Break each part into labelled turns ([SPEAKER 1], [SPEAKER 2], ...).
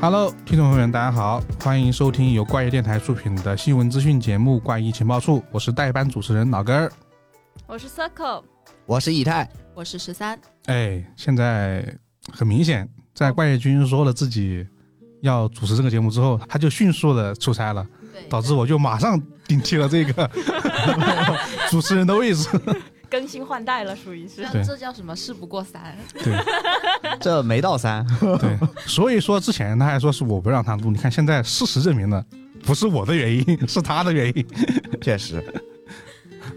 [SPEAKER 1] Hello，听众朋友们，大家好，欢迎收听由怪异电台出品的新闻资讯节目《怪异情报处》，我是代班主持人老根儿。
[SPEAKER 2] 我是 Circle，
[SPEAKER 3] 我是 以太，
[SPEAKER 4] 我是十三，
[SPEAKER 1] 哎，现在很明显，在怪异君说了自己要主持这个节目之后，他就迅速的出差了，
[SPEAKER 4] 对
[SPEAKER 1] 导致我就马上顶替了这个主持人的位置。
[SPEAKER 2] 更新换代了，属于是。
[SPEAKER 1] 对
[SPEAKER 4] 这这叫什么？事不过三，
[SPEAKER 1] 对
[SPEAKER 3] 这没到三，
[SPEAKER 1] 对，所以说之前他还说是我不让他录，你看现在事实证明了，不是我的原因，是他的原因。
[SPEAKER 3] 确实，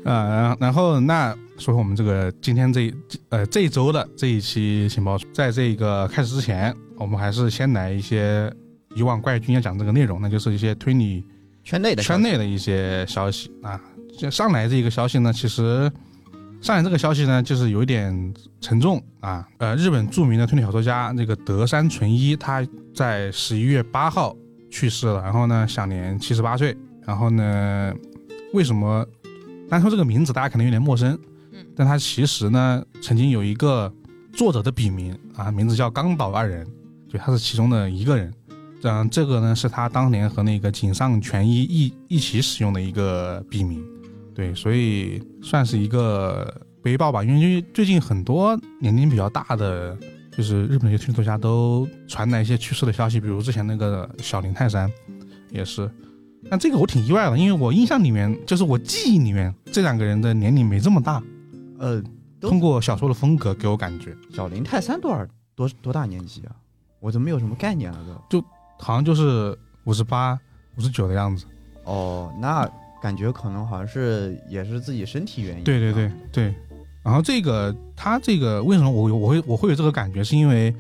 [SPEAKER 1] 呃，然后然后那说回我们这个今天这一呃这一周的这一期情报，在这个开始之前，我们还是先来一些以往怪军要讲这个内容，那就是一些推理
[SPEAKER 3] 圈内的
[SPEAKER 1] 圈内的一些消息啊。这上来这个消息呢，其实上来这个消息呢，就是有一点沉重啊。呃，日本著名的推理小说家那个德山纯一，他在十一月八号去世了，然后呢，享年七十八岁。然后呢，为什么单说这个名字大家可能有点陌生？
[SPEAKER 4] 嗯
[SPEAKER 1] 但他其实呢，曾经有一个作者的笔名啊，名字叫冈岛二人，对，他是其中的一个人。嗯，这个呢是他当年和那个井上权一一一起使用的一个笔名，对，所以算是一个背报吧。因为最最近很多年龄比较大的，就是日本的一些推理作家都传来一些去世的消息，比如之前那个小林泰山也是。但这个我挺意外的，因为我印象里面，就是我记忆里面，这两个人的年龄没这么大。
[SPEAKER 3] 呃，都
[SPEAKER 1] 通过小说的风格给我感觉，
[SPEAKER 3] 小林泰山多少多多大年纪啊？我怎么没有什么概念啊了都？
[SPEAKER 1] 好像就是五十八、五十九的样子。
[SPEAKER 3] 哦，那感觉可能好像是也是自己身体原因。
[SPEAKER 1] 对对对，对。然后这个他这个为什么我有我会我会有这个感觉，是因为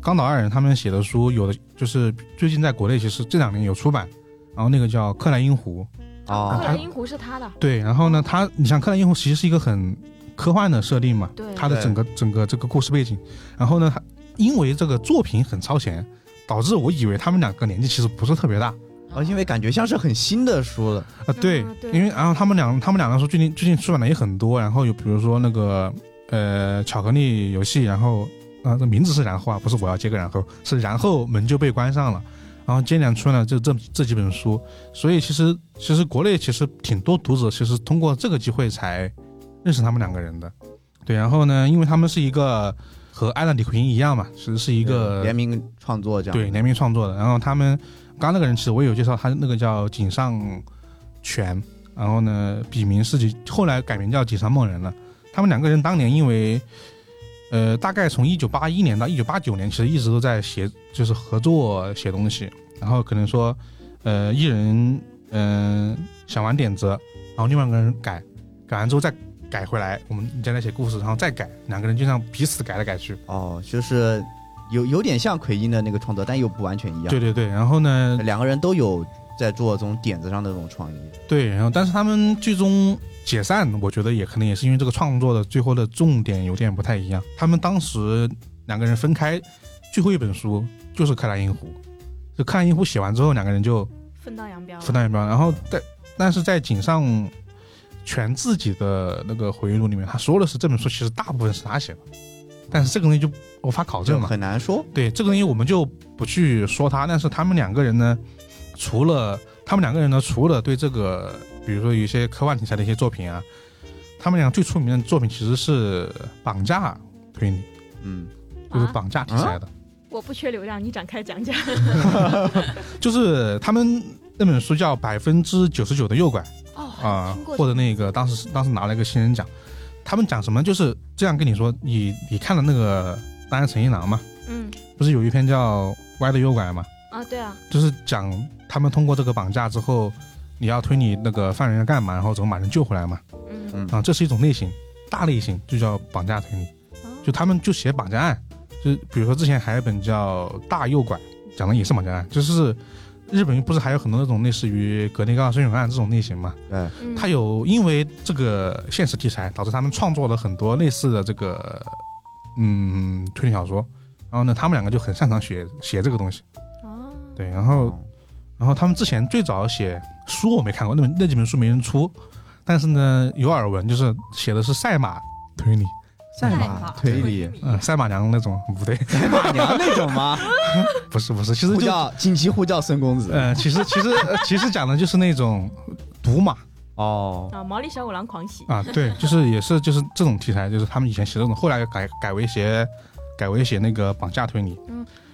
[SPEAKER 1] 冈岛爱人他们写的书，有的就是最近在国内其实这两年有出版，然后那个叫《克莱因湖》，
[SPEAKER 2] 克
[SPEAKER 3] 哦，
[SPEAKER 2] 莱因湖是他的，
[SPEAKER 1] 对，然后呢，他你像《克莱因湖》其实是一个很科幻的设定嘛，
[SPEAKER 2] 对
[SPEAKER 1] 他的整个整个这个故事背景，然后呢，他因为这个作品很超前，导致我以为他们两个年纪其实不是特别大。
[SPEAKER 3] 哦，因为感觉像是很新的书了。
[SPEAKER 1] 啊，对，
[SPEAKER 2] 对
[SPEAKER 1] 因为然后他们两他们两个说最近最近出版的也很多，然后有比如说那个呃巧克力游戏，然后啊这名字是然后啊，不是我要接个然后，是然后门就被关上了，然后接连出了这这这几本书，所以其实其实国内其实挺多读者其实通过这个机会才认识他们两个人的，对，然后呢，因为他们是一个和安娜李奎因一样嘛，其实是一
[SPEAKER 3] 一
[SPEAKER 1] 个
[SPEAKER 3] 联名创作这样。
[SPEAKER 1] 对，联名创作的。然后他们刚刚那个人其实我也有介绍，他那个叫井上泉，然后呢笔名是井，后来改名叫井上梦人了。他们两个人当年因为，呃，大概从一九八一年到一九八九年，其实一直都在写，就是合作写东西。然后可能说，呃，一人嗯、想完点子，然后另外一个人改，改完之后再改回来，我们再来写故事，然后再改，两个人就这样彼此改来改去。
[SPEAKER 3] 哦，就是有有点像奎因的那个创作，但又不完全一样。
[SPEAKER 1] 对对对，然后呢，
[SPEAKER 3] 两个人都有在做这种点子上的这种创意。
[SPEAKER 1] 对，然后但是他们最终解散，我觉得也可能也是因为这个创作的最后的重点有点不太一样。他们当时两个人分开，最后一本书就是《克莱因湖》，就《克莱因湖》写完之后，两个人就
[SPEAKER 2] 分道扬镳了。
[SPEAKER 1] 分道扬镳。然后在但是在井上全自己的那个回忆录里面，他说的是这本书其实大部分是他写的，但是这个东西就无法考证
[SPEAKER 3] 就
[SPEAKER 1] 嘛。
[SPEAKER 3] 很难说。
[SPEAKER 1] 对这个东西我们就不去说它，但是他们两个人呢，除了他们两个人呢，除了对这个，比如说有一些科幻题材的一些作品啊，他们俩最出名的作品其实是绑架推理，
[SPEAKER 3] 嗯，
[SPEAKER 1] 就是
[SPEAKER 2] 啊
[SPEAKER 1] 绑架题材的，
[SPEAKER 2] 我不缺流量，你展开讲讲。
[SPEAKER 1] 就是他们那本书叫《百分之九十九的诱拐》
[SPEAKER 2] 哦
[SPEAKER 1] 啊、或者那个当时当时拿了一个新人奖，他们讲什么就是这样跟你说，你你看了那个《单案陈一郎》嘛，
[SPEAKER 2] 嗯
[SPEAKER 1] 不是有一篇叫《歪的诱拐》嘛，
[SPEAKER 2] 啊，对啊，
[SPEAKER 1] 就是讲他们通过这个绑架之后，你要推理那个犯人要干嘛，然后怎么把人救回来嘛。
[SPEAKER 2] 嗯
[SPEAKER 3] 嗯
[SPEAKER 1] 啊，这是一种类型，大类型就叫绑架推理，就他们就写绑架案，就是比如说之前还有一本叫《大诱拐》，讲的也是绑架案，就是日本不是还有很多那种类似于格林高尔森永案这种类型嘛？
[SPEAKER 3] 对，
[SPEAKER 2] 嗯
[SPEAKER 1] 他有因为这个现实题材，导致他们创作了很多类似的这个嗯推理小说，然后呢，他们两个就很擅长写写这个东西，
[SPEAKER 2] 哦
[SPEAKER 1] 对，然后
[SPEAKER 3] 哦
[SPEAKER 1] 然后他们之前最早写书我没看过，那本那几本书没人出，但是呢有耳闻，就是写的是赛马推理，
[SPEAKER 3] 赛
[SPEAKER 4] 赛
[SPEAKER 3] 马
[SPEAKER 4] 马
[SPEAKER 3] 腿 里
[SPEAKER 1] 嗯，赛马娘那种 不对，
[SPEAKER 3] 赛马娘那种吗？
[SPEAKER 1] 不是不是，其实
[SPEAKER 3] 呼
[SPEAKER 1] 就
[SPEAKER 3] 叫紧急呼叫孙公子
[SPEAKER 1] 呃，其实其实呃其实讲的就是那种赌马
[SPEAKER 3] 哦，
[SPEAKER 2] 啊，毛利小五郎狂喜，
[SPEAKER 1] 啊，对，就是也是就是这种题材，就是他们以前写这种，后来改改为写改为写那个绑架推理，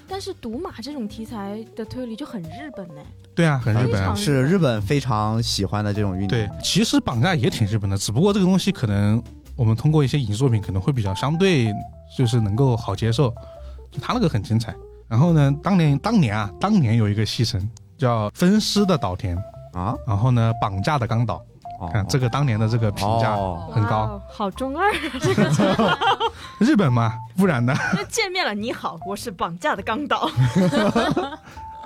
[SPEAKER 2] 但是赌马这种题材的推理就很日本呢，
[SPEAKER 1] 对啊，很日本
[SPEAKER 2] 非
[SPEAKER 1] 啊
[SPEAKER 2] 常。
[SPEAKER 3] 是日本非常喜欢的这种运动。
[SPEAKER 1] 对，其实绑架也挺日本的，只不过这个东西可能我们通过一些影视作品可能会比较相对就是能够好接受，就他那个很精彩。然后呢，当年当年啊，当年有一个戏称叫“分尸的岛田
[SPEAKER 3] 啊，”，
[SPEAKER 1] 然后呢，绑架的冈岛，
[SPEAKER 3] 哦
[SPEAKER 1] 看这个当年的这个评价，
[SPEAKER 3] 哦
[SPEAKER 1] 很高
[SPEAKER 2] 哇哦，好 中二，
[SPEAKER 1] 日本嘛，不然呢？
[SPEAKER 2] 那见面了，你好，我是绑架的刚岛，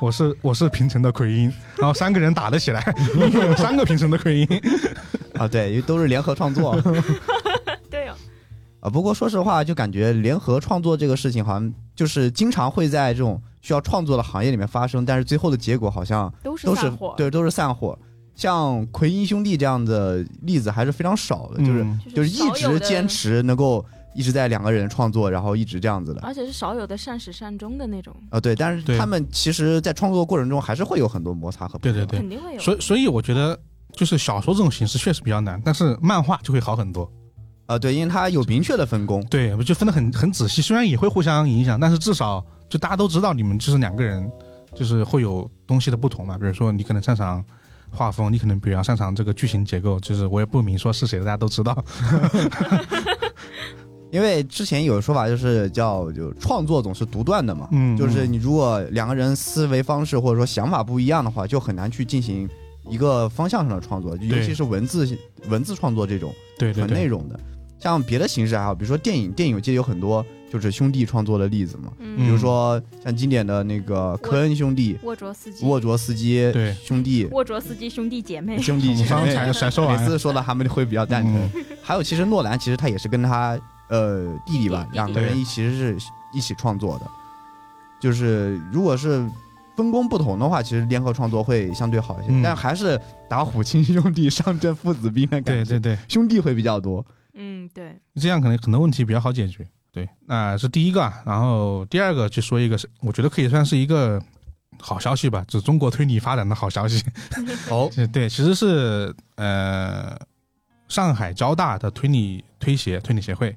[SPEAKER 1] 我是我是平城的奎因， 然后三个人打了起来， 因为有三个平城的奎因。
[SPEAKER 3] 啊，对，因为都是联合创 作
[SPEAKER 2] 对哦，
[SPEAKER 3] 啊。不过说实话，就感觉联合创作这个事情，好像就是经常会在这种需要创作的行业里面发生，但是最后的结果好像
[SPEAKER 2] 都是
[SPEAKER 3] 都
[SPEAKER 2] 散
[SPEAKER 3] 是
[SPEAKER 2] 伙，
[SPEAKER 3] 对，都是散伙。像奎因兄弟这样的例子还是非常少的，就是
[SPEAKER 1] 嗯
[SPEAKER 3] 就是一
[SPEAKER 2] 少有
[SPEAKER 3] 直
[SPEAKER 2] 的
[SPEAKER 3] 坚，持能够一直在两个人创作，然后一直这样子的啊、
[SPEAKER 2] 而且是少有的善始善终的那种，
[SPEAKER 3] 呃对，但是
[SPEAKER 1] 对
[SPEAKER 3] 他们其实，在创作过程中还是会有很多摩擦和
[SPEAKER 1] 对对对
[SPEAKER 2] 肯定会有。
[SPEAKER 1] 所以所以我觉得就是小说这种形式确实比较难，但是漫画就会好很多。
[SPEAKER 3] 啊、对，因为他有明确的分工，
[SPEAKER 1] 对，我就分得很很仔细，虽然也会互相影响，但是至少就大家都知道你们就是两个人，就是会有东西的不同嘛。比如说你可能擅长画风，你可能比较擅长这个剧情结构，就是我也不明说是谁，大家都知道。
[SPEAKER 3] 因为之前有说法就是叫就创作总是独断的嘛，
[SPEAKER 1] 嗯
[SPEAKER 3] 就是你如果两个人思维方式或者说想法不一样的话，就很难去进行一个方向上的创作，就尤
[SPEAKER 1] 对
[SPEAKER 3] 其是文字文字创作这种。
[SPEAKER 1] 对对
[SPEAKER 3] 纯内
[SPEAKER 1] 对，
[SPEAKER 3] 容的。像别的形式还好，比如说电影，电影界有很多就是兄弟创作的例子嘛，比
[SPEAKER 1] 嗯
[SPEAKER 2] 嗯，
[SPEAKER 3] 如说像经典的那个科恩兄弟、
[SPEAKER 2] 沃卓斯基，
[SPEAKER 3] 沃卓斯基
[SPEAKER 1] 对
[SPEAKER 3] 兄弟、
[SPEAKER 2] 沃卓斯基兄弟姐 妹，
[SPEAKER 3] 兄弟姐
[SPEAKER 1] 刚
[SPEAKER 3] 妹，
[SPEAKER 1] 才才说
[SPEAKER 3] 每
[SPEAKER 1] 完。
[SPEAKER 3] 次说到他们会比较蛋疼。
[SPEAKER 1] 嗯
[SPEAKER 3] 还有，其实诺兰其实他也是跟他呃弟弟吧，
[SPEAKER 4] 弟弟
[SPEAKER 3] 两个人
[SPEAKER 1] 对
[SPEAKER 3] 一其实是一起创作的，就是如果是。分工不同的话，其实联合创作会相对好一些，
[SPEAKER 1] 嗯
[SPEAKER 3] 但还是打虎亲兄弟上阵父子兵的感
[SPEAKER 1] 对
[SPEAKER 3] 觉，
[SPEAKER 1] 对对，
[SPEAKER 3] 兄弟会比较多。
[SPEAKER 2] 嗯，对，
[SPEAKER 1] 这样可能很多问题比较好解决。对，那、是第一个啊，然后第二个就说一个是，我觉得可以算是一个好消息吧，就是中国推理发展的好消息。
[SPEAKER 3] 哦，
[SPEAKER 1] 对 对，其实是呃，上海交大的推理推协推理协会，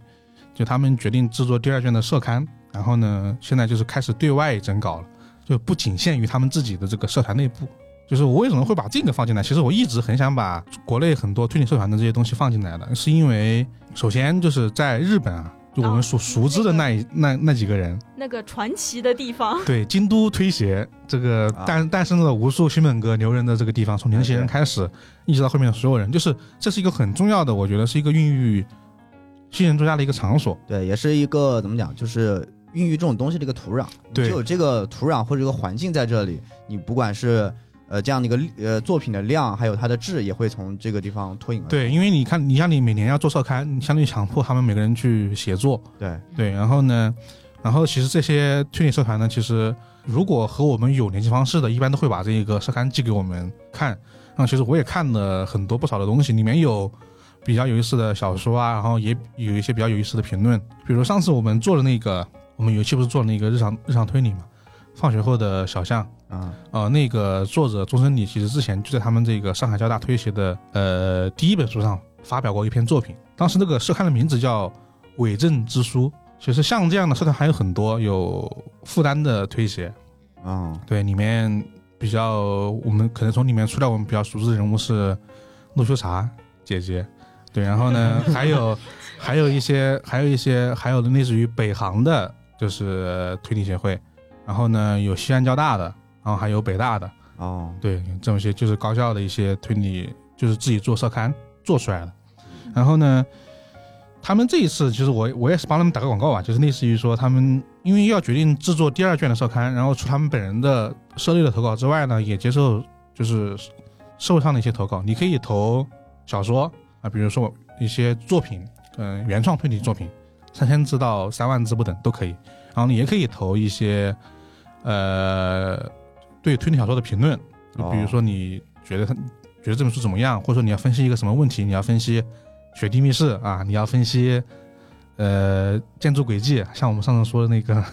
[SPEAKER 1] 就他们决定制作第二卷的社刊，然后呢，现在就是开始对外征稿了，就不仅限于他们自己的这个社团内部。就是我为什么会把这个放进来？其实我一直很想把国内很多推理社团的这些东西放进来的，是因为首先就是在日本啊，就我们所
[SPEAKER 2] 哦
[SPEAKER 1] 熟知的那一、那那几个人，
[SPEAKER 2] 那个传奇的地方，
[SPEAKER 1] 对，京都推协这个
[SPEAKER 3] 啊
[SPEAKER 1] 诞诞生了无数新本格牛人的这个地方，从牛鞋人开始，一直到后面的所有人，就是这是一个很重要的，我觉得是一个孕育新人作家的一个场所。
[SPEAKER 3] 对，也是一个怎么讲，就是孕育这种东西的一个土壤。你
[SPEAKER 1] 对
[SPEAKER 3] 只有这个土壤或者这个环境在这里，你不管是呃这样的一个呃作品的量，还有它的质，也会从这个地方脱颖而出。
[SPEAKER 1] 对，因为你看，你像你每年要做社刊，你相当于强迫他们每个人去写作。
[SPEAKER 3] 对
[SPEAKER 1] 对，然后呢，然后其实这些推理社团呢，其实如果和我们有联系方式的，一般都会把这个社刊寄给我们看。然后其实我也看了很多不少的东西，里面有比较有意思的小说啊，然后也有一些比较有意思的评论，比如上次我们做的那个，我们有一期不是做了那个日常日常推理嘛，放学后的小巷。
[SPEAKER 3] 啊、
[SPEAKER 1] 呃，那个作者钟生礼其实之前就在他们这个上海交大推协的呃第一本书上发表过一篇作品，当时那个社刊的名字叫《伪证之书》。其实像这样的社团还有很多，有复旦的推协，
[SPEAKER 3] 嗯，
[SPEAKER 1] 对，里面比较我们可能从里面出来我们比较熟知的人物是陆秋茶姐姐，对，然后呢还有还有一些还有一些还有类似于北航的，就是推理协会，然后呢有西安交大的，然后还有北大的，
[SPEAKER 3] 哦，
[SPEAKER 1] 对，这种一些就是高校的一些推理，就是自己做社刊做出来的。然后呢，他们这一次就是我我也是帮他们打个广告啊，就是类似于说他们因为要决定制作第二卷的社刊，然后除他们本人的社内的投稿之外呢，也接受就是社会上的一些投稿，你可以投小说啊，比如说一些作品，嗯、原创推理作品，三千字到三万字不等都可以。然后你也可以投一些，呃，对推理小说的评论，就比如说你觉得他觉得这本书怎么样，或者说你要分析一个什么问题，你要分析《雪地密室》啊，你要分析呃建筑轨迹，像我们上次说的那个，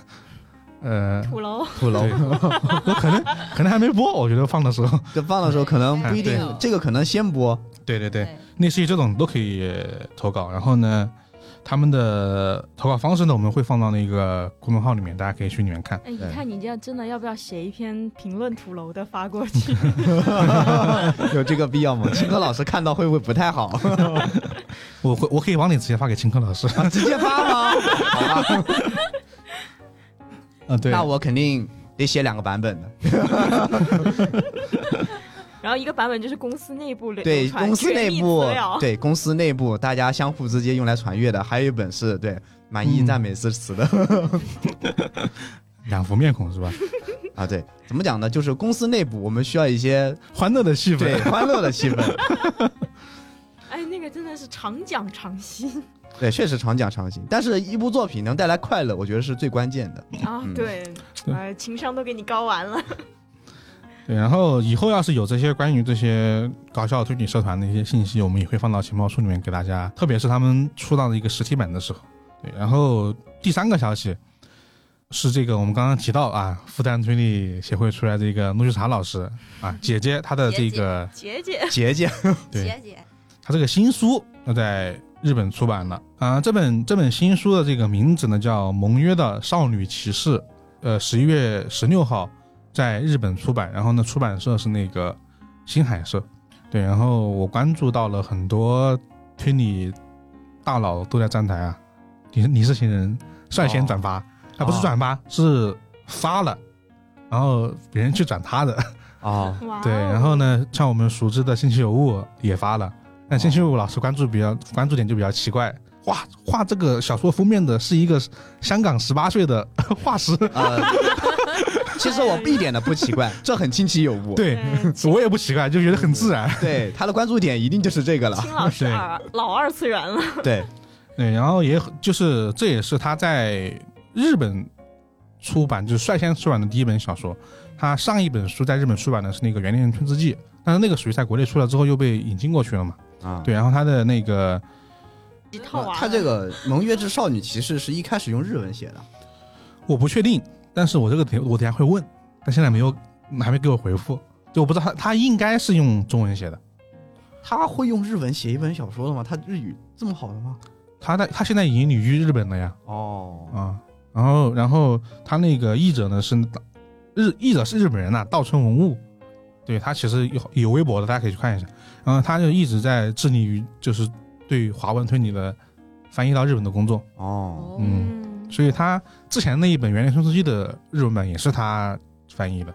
[SPEAKER 1] 呃，
[SPEAKER 2] 土楼，
[SPEAKER 3] 土楼
[SPEAKER 1] 对， 我可能可能还没播，我觉得放的时候，
[SPEAKER 3] 这放的时候可能
[SPEAKER 4] 对
[SPEAKER 3] 不一定啊
[SPEAKER 4] 对对，
[SPEAKER 3] 这个可能先 播。
[SPEAKER 1] 对对对，
[SPEAKER 4] 对，
[SPEAKER 1] 类似于这种都可以投稿。然后呢，他们的投稿方式呢，我们会放到那个公众号里面，大家可以去里面看。
[SPEAKER 2] 哎，一
[SPEAKER 3] 对
[SPEAKER 2] 看你这样，真的要不要写一篇评论土楼的发过去？
[SPEAKER 3] 有这个必要吗？秦科老师看到会不会不太好？
[SPEAKER 1] 我会我可以往里直接发给秦科老师。啊、
[SPEAKER 3] 直接发吗？好吧，
[SPEAKER 1] 呃对，
[SPEAKER 3] 那我肯定得写两个版本的。
[SPEAKER 2] 然后一个版本就是公司内部流
[SPEAKER 3] 对
[SPEAKER 2] 流传
[SPEAKER 3] 公司内部
[SPEAKER 2] 权益资料，
[SPEAKER 3] 对公司内部大家相互之间用来传阅的，还有一本是对满意
[SPEAKER 1] 嗯
[SPEAKER 3] 赞美诗词的、
[SPEAKER 1] 两幅面孔是吧？
[SPEAKER 3] 啊。对，怎么讲呢？就是公司内部我们需要一些
[SPEAKER 1] 欢乐的气
[SPEAKER 3] 对
[SPEAKER 1] 氛。
[SPEAKER 3] 欢乐的气氛。
[SPEAKER 2] 哎，那个真的是常讲常新
[SPEAKER 3] 对，确实常讲常新，但是一部作品能带来快乐，我觉得是最关键的。
[SPEAKER 2] 啊
[SPEAKER 3] 嗯，哦
[SPEAKER 2] 对，
[SPEAKER 1] 对
[SPEAKER 2] 哎，情商都给你高完了，
[SPEAKER 1] 对，然后以后要是有这些关于这些搞笑推理社团的一些信息，我们也会放到情报书里面给大家，特别是他们出到一个实体版的时候。对，然后第三个消息是这个我们刚刚提到啊，复旦推理协会出来这个陆秀茶老师啊，姐姐她的这个
[SPEAKER 2] 姐姐
[SPEAKER 3] 姐姐，
[SPEAKER 1] 对
[SPEAKER 4] 姐姐，
[SPEAKER 1] 她这个新书要在日本出版了啊、这本这本新书的这个名字呢叫《盟约的少女骑士》，呃，十一月十六号在日本出版，然后呢，出版社是那个新海社，对，然后我关注到了很多推理大佬都在站台啊，你你是新人率先转发，啊不是
[SPEAKER 3] 哦
[SPEAKER 1] 转发是发了，然后别人去转他的，
[SPEAKER 3] 哦，
[SPEAKER 2] 哇哦，
[SPEAKER 1] 对，然后呢，像我们熟知的星期有物也发了，
[SPEAKER 2] 哦
[SPEAKER 1] 但星期有物老师关注比较关注点就比较奇怪，画画这个小说封面的是一个香港十八岁的 画师，
[SPEAKER 3] 呃，其实我一点都不奇怪，这很清奇有物。
[SPEAKER 1] 对
[SPEAKER 2] 对
[SPEAKER 1] 我也不奇怪，就觉得很自然。
[SPEAKER 3] 对，他的关注点一定就是这个了。
[SPEAKER 2] 青老师
[SPEAKER 1] 对
[SPEAKER 2] 二老二次元了，
[SPEAKER 3] 对，
[SPEAKER 1] 对，然后也很就是这也是他在日本出版，就是率先出版的第一本小说。他上一本书在日本出版的是那个《原恋春之记》，但是那个属于在国内出了之后又被引进过去了嘛。
[SPEAKER 3] 啊，
[SPEAKER 1] 对，然后他的那个
[SPEAKER 2] 一套娃，
[SPEAKER 3] 他这个《盟约之少女骑士》是一开始用日文写的，
[SPEAKER 1] 我不确定，但是我这个等我等下会问，但现在没有，还没给我回复，就我不知道他他应该是用中文写的，
[SPEAKER 3] 他会用日文写一本小说的吗？他日语这么好的吗？
[SPEAKER 1] 他在他现在已经旅居日本了呀，
[SPEAKER 3] 哦，
[SPEAKER 1] 啊，然后然后他那个译者呢是日译者是日本人呐、稻村文物，对他其实有有微博的，大家可以去看一下，然后他就一直在致力于就是对华文推理的翻译到日本的工作，
[SPEAKER 3] 哦，
[SPEAKER 4] 哦，
[SPEAKER 1] 嗯
[SPEAKER 2] 嗯，
[SPEAKER 1] 所以他之前那一本《原力冲刺记》的日文版也是他翻译的，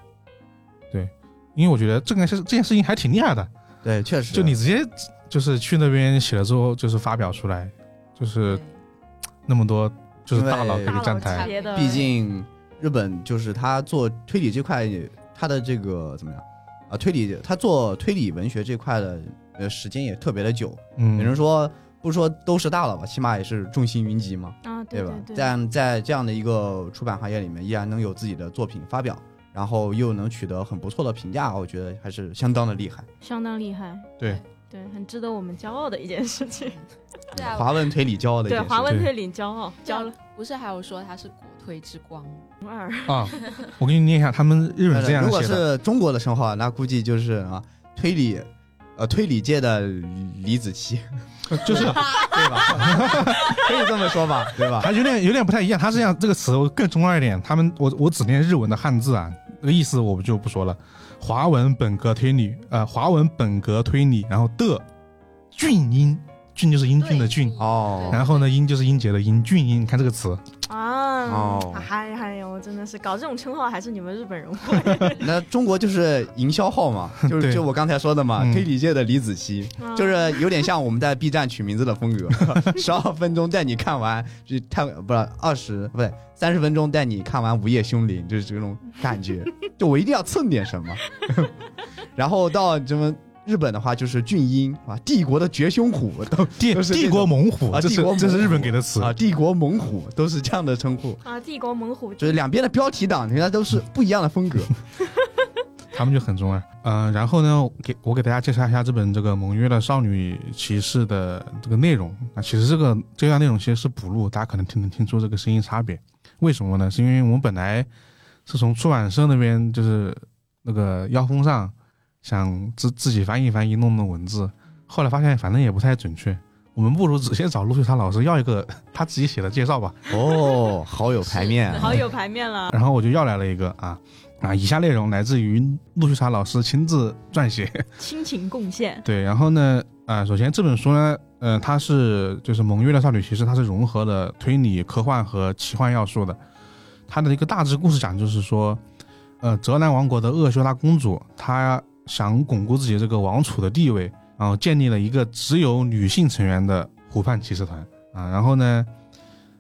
[SPEAKER 1] 对，因为我觉得这个事这件事情还挺厉害的，
[SPEAKER 3] 对，确实，
[SPEAKER 1] 就你直接就是去那边写了之后，就是发表出来，就是
[SPEAKER 4] 对
[SPEAKER 1] 那么多就是大佬可
[SPEAKER 3] 因为
[SPEAKER 1] 以站台
[SPEAKER 4] 级，
[SPEAKER 2] 别的，
[SPEAKER 3] 毕竟日本就是他做推理这块，他的这个怎么样啊？推理他做推理文学这块的呃时间也特别的久，有人
[SPEAKER 1] 嗯，
[SPEAKER 3] 说不说都是大佬吧，起码也是众星云集嘛，
[SPEAKER 2] 啊，
[SPEAKER 3] 对
[SPEAKER 2] 对
[SPEAKER 3] 吧？
[SPEAKER 2] 对，
[SPEAKER 3] 但在这样的一个出版行业里面，依然能有自己的作品发表，然后又能取得很不错的评价，我觉得还是相当的厉害。
[SPEAKER 2] 相当厉害，
[SPEAKER 1] 对
[SPEAKER 2] 对，很值得我们骄傲的一件事情，
[SPEAKER 4] 对啊，
[SPEAKER 3] 华文推理骄傲的一
[SPEAKER 2] 对，
[SPEAKER 3] 件事
[SPEAKER 2] 华文
[SPEAKER 1] 对
[SPEAKER 2] 推理骄傲，骄傲
[SPEAKER 4] 不是还有说他是国推之光，
[SPEAKER 2] 二，
[SPEAKER 1] 啊，我给你念一下他们日本是这样
[SPEAKER 3] 呃如果
[SPEAKER 1] 写的，
[SPEAKER 3] 是中国的称号，那估计就是啊，推理，呃，推理界的李子柒，
[SPEAKER 1] 就是
[SPEAKER 3] 对吧？ 可以这么说吧，对吧？
[SPEAKER 1] 啊还有点有点不太一样，他是这样这个词我更中二一点，他们我我只念日文的汉字啊，那个意思我就不说了。华文本格推理，呃，华文本格推理，然后的俊英，俊就是英俊的俊，
[SPEAKER 3] 哦
[SPEAKER 1] 然后呢，英就是英杰的英，俊英，你看这个词，
[SPEAKER 2] 啊，
[SPEAKER 3] 哦
[SPEAKER 2] 嗨嗨呦，真的是搞这种称号还是你们日本人会，
[SPEAKER 3] 那中国就是营销号嘛，就
[SPEAKER 1] 对
[SPEAKER 3] 是就我刚才说的嘛，
[SPEAKER 1] 嗯
[SPEAKER 3] 推理界的李子柒，
[SPEAKER 2] 啊
[SPEAKER 3] 就是有点像我们在 B 站取名字的风格， 十二分钟带你看完，就看不是二十不对三十分钟带你看完《午夜凶铃》，就是这种感觉，就我一定要蹭点什么。 然后到什么日本的话，就是俊英啊，帝国的绝凶虎都
[SPEAKER 1] 帝
[SPEAKER 3] 都是这
[SPEAKER 1] 帝
[SPEAKER 3] 种
[SPEAKER 1] 国猛虎，
[SPEAKER 3] 啊
[SPEAKER 1] 这
[SPEAKER 3] 帝
[SPEAKER 1] 是
[SPEAKER 3] 国猛
[SPEAKER 1] 这是日本
[SPEAKER 3] 虎
[SPEAKER 1] 给的词
[SPEAKER 3] 啊，帝国猛虎都是这样的称呼，
[SPEAKER 2] 啊，帝国猛虎
[SPEAKER 3] 就是两边的标题党，人家都是不一样的风格。
[SPEAKER 1] 他们就很中二。嗯、然后呢，给我给大家介绍一下这本这个《盟约的少女骑士》的这个内容。啊，其实这个这段内容其实是补录，大家可能听能听出这个声音差别。为什么呢？是因为我们本来是从出版社那边就是那个腰封上想自自己翻译翻译弄弄文字，后来发现反正也不太准确，我们不如直接找陆秀茶老师要一个他自己写的介绍吧。
[SPEAKER 5] 哦，好有排面 啊，
[SPEAKER 2] 好有排面了。
[SPEAKER 1] 然后我就要来了一个啊啊！以下内容来自于陆秀茶老师亲自撰写。
[SPEAKER 2] 亲情贡献，
[SPEAKER 1] 对，然后呢，呃，首先这本书呢，呃，它是就是《盟约的少女骑士》，它是融合了推理、科幻和奇幻要素的。它的一个大致故事讲就是说，呃，泽兰王国的厄修拉公主，她想巩固自己这个王储的地位，然后建立了一个只有女性成员的湖畔骑士团啊。然后呢，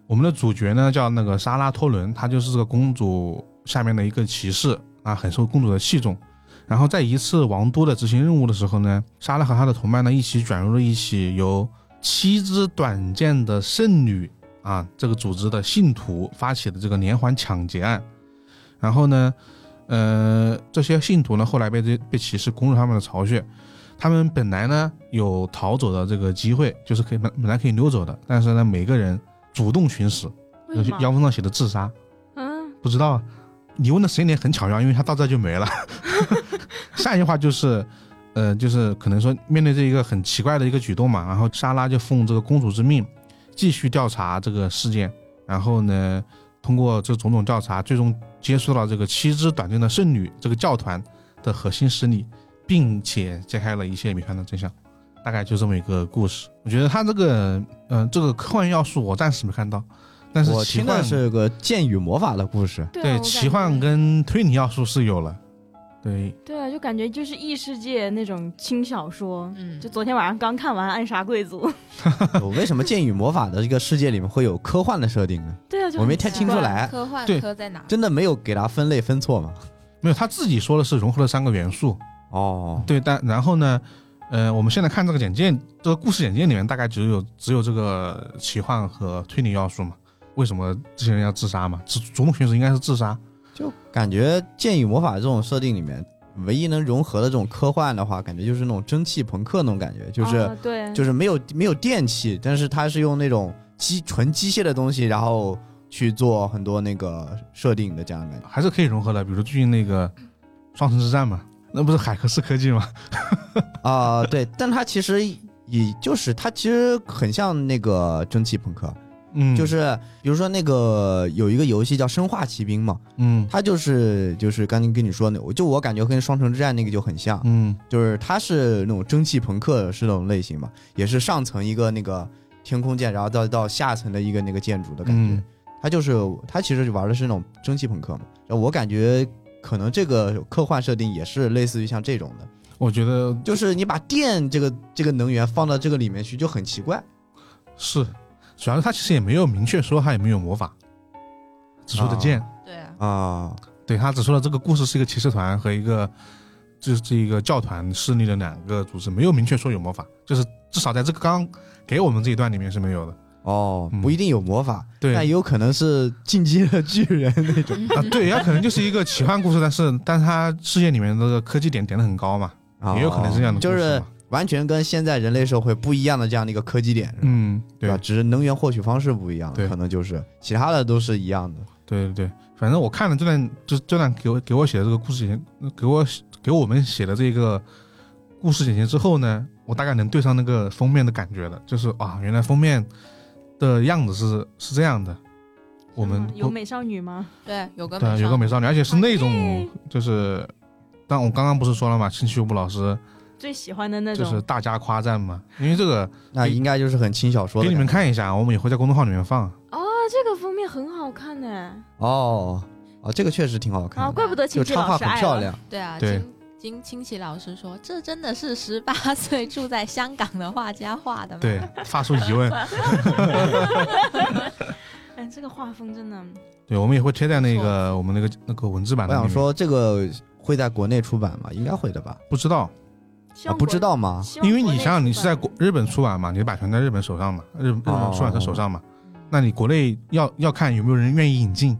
[SPEAKER 1] 我们的主角呢叫那个莎拉托伦，她就是这个公主下面的一个骑士啊，很受公主的器重。然后在一次王都的执行任务的时候呢，莎拉和她的同伴呢一起卷入了一起由七支短剑的圣女啊这个组织的信徒发起的这个连环抢劫案。然后呢，呃，这些信徒呢后来被这被骑士攻入他们的巢穴，他们本来呢有逃走的这个机会，就是可以本本来可以溜走的，但是呢每个人主动寻死，
[SPEAKER 2] 为什
[SPEAKER 1] 姚
[SPEAKER 2] 么？
[SPEAKER 1] 文上写的自杀，
[SPEAKER 2] 嗯，
[SPEAKER 1] 不知道，啊，你问的时间点很巧妙，因为他到这就 没了。下一句话就是，呃，就是可能说面对这一个很奇怪的一个举动嘛，然后莎拉就奉这个公主之命，继续调查这个事件，然后呢，通过这种种调查，最终接触到这个七支短剑的圣女这个教团的核心势力，并且揭开了一切谜团的真相。大概就这么一个故事，我觉得他这个，嗯、这个科幻要素我暂时没看到，但是
[SPEAKER 3] 我
[SPEAKER 1] 奇
[SPEAKER 3] 听
[SPEAKER 1] 幻
[SPEAKER 3] 的是个剑与魔法的故 事，
[SPEAKER 2] 对啊
[SPEAKER 1] 对，
[SPEAKER 2] 我
[SPEAKER 1] 奇
[SPEAKER 2] 感
[SPEAKER 1] 幻
[SPEAKER 2] 觉
[SPEAKER 1] 跟推理要素是有了。对，
[SPEAKER 2] 对啊，就感觉就是异世界那种轻小说。
[SPEAKER 4] 嗯，
[SPEAKER 2] 就昨天晚上刚看完《暗杀贵族》，
[SPEAKER 3] 我为什么剑与魔法的这个世界里面会有科幻的设定呢？
[SPEAKER 2] 对啊，就
[SPEAKER 3] 我没
[SPEAKER 2] 很
[SPEAKER 3] 太
[SPEAKER 2] 奇
[SPEAKER 3] 听出
[SPEAKER 2] 怪
[SPEAKER 3] 来
[SPEAKER 4] 科幻
[SPEAKER 1] 对
[SPEAKER 4] 科在哪？
[SPEAKER 3] 真的没有给它分类分错吗？
[SPEAKER 1] 没有他自己说的是融合了三个元素。
[SPEAKER 3] 哦，
[SPEAKER 1] 对，但然后呢，呃，我们现在看这个简介，这个故事简介里面大概只有只有这个奇幻和推理要素嘛。为什么这些人要自杀嘛？主主动寻死应该是自杀。
[SPEAKER 3] 就感觉剑与魔法这种设定里面，唯一能融合的这种科幻的话，感觉就是那种蒸汽朋克那种感觉，就是、
[SPEAKER 2] 啊对，
[SPEAKER 3] 就是没有没有电器，但是它是用那种机纯机械的东西，然后去做很多那个设定的这样的感觉。
[SPEAKER 1] 还是可以融合的，比如最近那个双城之战嘛，那不是海克斯科技嘛？
[SPEAKER 3] 啊、对，但它其实也就是它其实很像那个蒸汽朋克，
[SPEAKER 1] 嗯，
[SPEAKER 3] 就是比如说那个有一个游戏叫《生化奇兵》嘛，
[SPEAKER 1] 嗯
[SPEAKER 3] 它就是就是刚才跟你说的，我就我感觉跟《双城之战》那个就很像，
[SPEAKER 1] 嗯
[SPEAKER 3] 就是它是那种蒸汽朋克是那种类型嘛，也是上层一个那个天空建，然后到到下层的一个那个建筑的感觉。
[SPEAKER 1] 嗯
[SPEAKER 3] 它就是它其实玩的是那种蒸汽朋克嘛，然后我感觉可能这个科幻设定也是类似于像这种的，
[SPEAKER 1] 我觉得
[SPEAKER 3] 就是你把电这个这个能源放到这个里面去就很奇怪。
[SPEAKER 1] 是，主要是他其实也没有明确说他有没有魔法，只说的
[SPEAKER 3] 啊
[SPEAKER 1] 剑。
[SPEAKER 4] 对啊，
[SPEAKER 3] 啊，
[SPEAKER 1] 对他只说了这个故事是一个骑士团和一个就是这一个教团势力的两个组织，没有明确说有魔法，就是至少在这个刚给我们这一段里面是没有的。
[SPEAKER 3] 哦
[SPEAKER 1] 嗯，
[SPEAKER 3] 不一定有魔法，
[SPEAKER 1] 对
[SPEAKER 3] 但也有可能是进击的巨人那种
[SPEAKER 1] 啊，对，它可能就是一个奇幻故事，但是但是它世界里面的这个科技点点的很高嘛， 也有可能是这样的故
[SPEAKER 3] 哦就
[SPEAKER 1] 事嘛
[SPEAKER 3] 是完全跟现在人类社会不一样的这样的一个科技点，
[SPEAKER 1] 嗯，
[SPEAKER 3] 对吧？
[SPEAKER 1] 对
[SPEAKER 3] 只是能源获取方式不一样，
[SPEAKER 1] 对
[SPEAKER 3] 可能就是其他的都是一样的。
[SPEAKER 1] 对对对，反正我看了这段，就这段给我给我写的这个故事简，给我给我们写的这个故事简介之后呢，我大概能对上那个封面的感觉了，就是啊，原来封面的样子是是这样的，我们
[SPEAKER 2] 嗯有美少女吗？
[SPEAKER 4] 对，有个
[SPEAKER 1] 对，有个
[SPEAKER 4] 少
[SPEAKER 1] 美少女，而且是那
[SPEAKER 2] 好
[SPEAKER 1] 种
[SPEAKER 2] 啊耶
[SPEAKER 1] 就是，但我刚刚不是说了嘛，星期五老师
[SPEAKER 2] 最喜欢的那
[SPEAKER 1] 就是
[SPEAKER 2] 种，
[SPEAKER 1] 大家夸赞嘛，因为这个
[SPEAKER 3] 那应该就是很轻小说的
[SPEAKER 1] 给你们
[SPEAKER 3] 感觉
[SPEAKER 1] 看一下，我们也会在公众号里面放。
[SPEAKER 2] 哦，这个封面很好看呢，
[SPEAKER 3] 哦哦，这个确实挺好看
[SPEAKER 2] 啊，
[SPEAKER 3] 的，
[SPEAKER 2] 怪不得秦
[SPEAKER 3] 就
[SPEAKER 2] 志
[SPEAKER 3] 插
[SPEAKER 2] 老
[SPEAKER 3] 画
[SPEAKER 2] 师
[SPEAKER 3] 很
[SPEAKER 2] 爱
[SPEAKER 3] 漂
[SPEAKER 2] 了
[SPEAKER 3] 亮。
[SPEAKER 4] 对啊，
[SPEAKER 1] 对
[SPEAKER 4] 金金清奇老师说，这真的是十八岁住在香港的画家画的吗？
[SPEAKER 1] 对，发出疑 问，
[SPEAKER 2] 哎，这个画风真的，
[SPEAKER 1] 对，我们也会贴在那个我们那个那个文字版
[SPEAKER 3] 我
[SPEAKER 1] 的里面。
[SPEAKER 3] 想说，这个会在国内出版吗？应该会的吧？
[SPEAKER 1] 不知道。
[SPEAKER 2] 希
[SPEAKER 3] 啊，
[SPEAKER 2] 望
[SPEAKER 3] 不
[SPEAKER 2] 国
[SPEAKER 3] 知，道吗？
[SPEAKER 2] 希望
[SPEAKER 1] 因为
[SPEAKER 2] 国
[SPEAKER 1] 你
[SPEAKER 2] 内
[SPEAKER 1] 想想，
[SPEAKER 2] 出
[SPEAKER 1] 你是
[SPEAKER 2] 版
[SPEAKER 1] 在国日本出版嘛，你的版权在日本手上嘛，日日
[SPEAKER 3] 哦
[SPEAKER 1] 本出版社手上嘛，
[SPEAKER 4] 嗯
[SPEAKER 1] 那你国内要要看有没有人愿意引进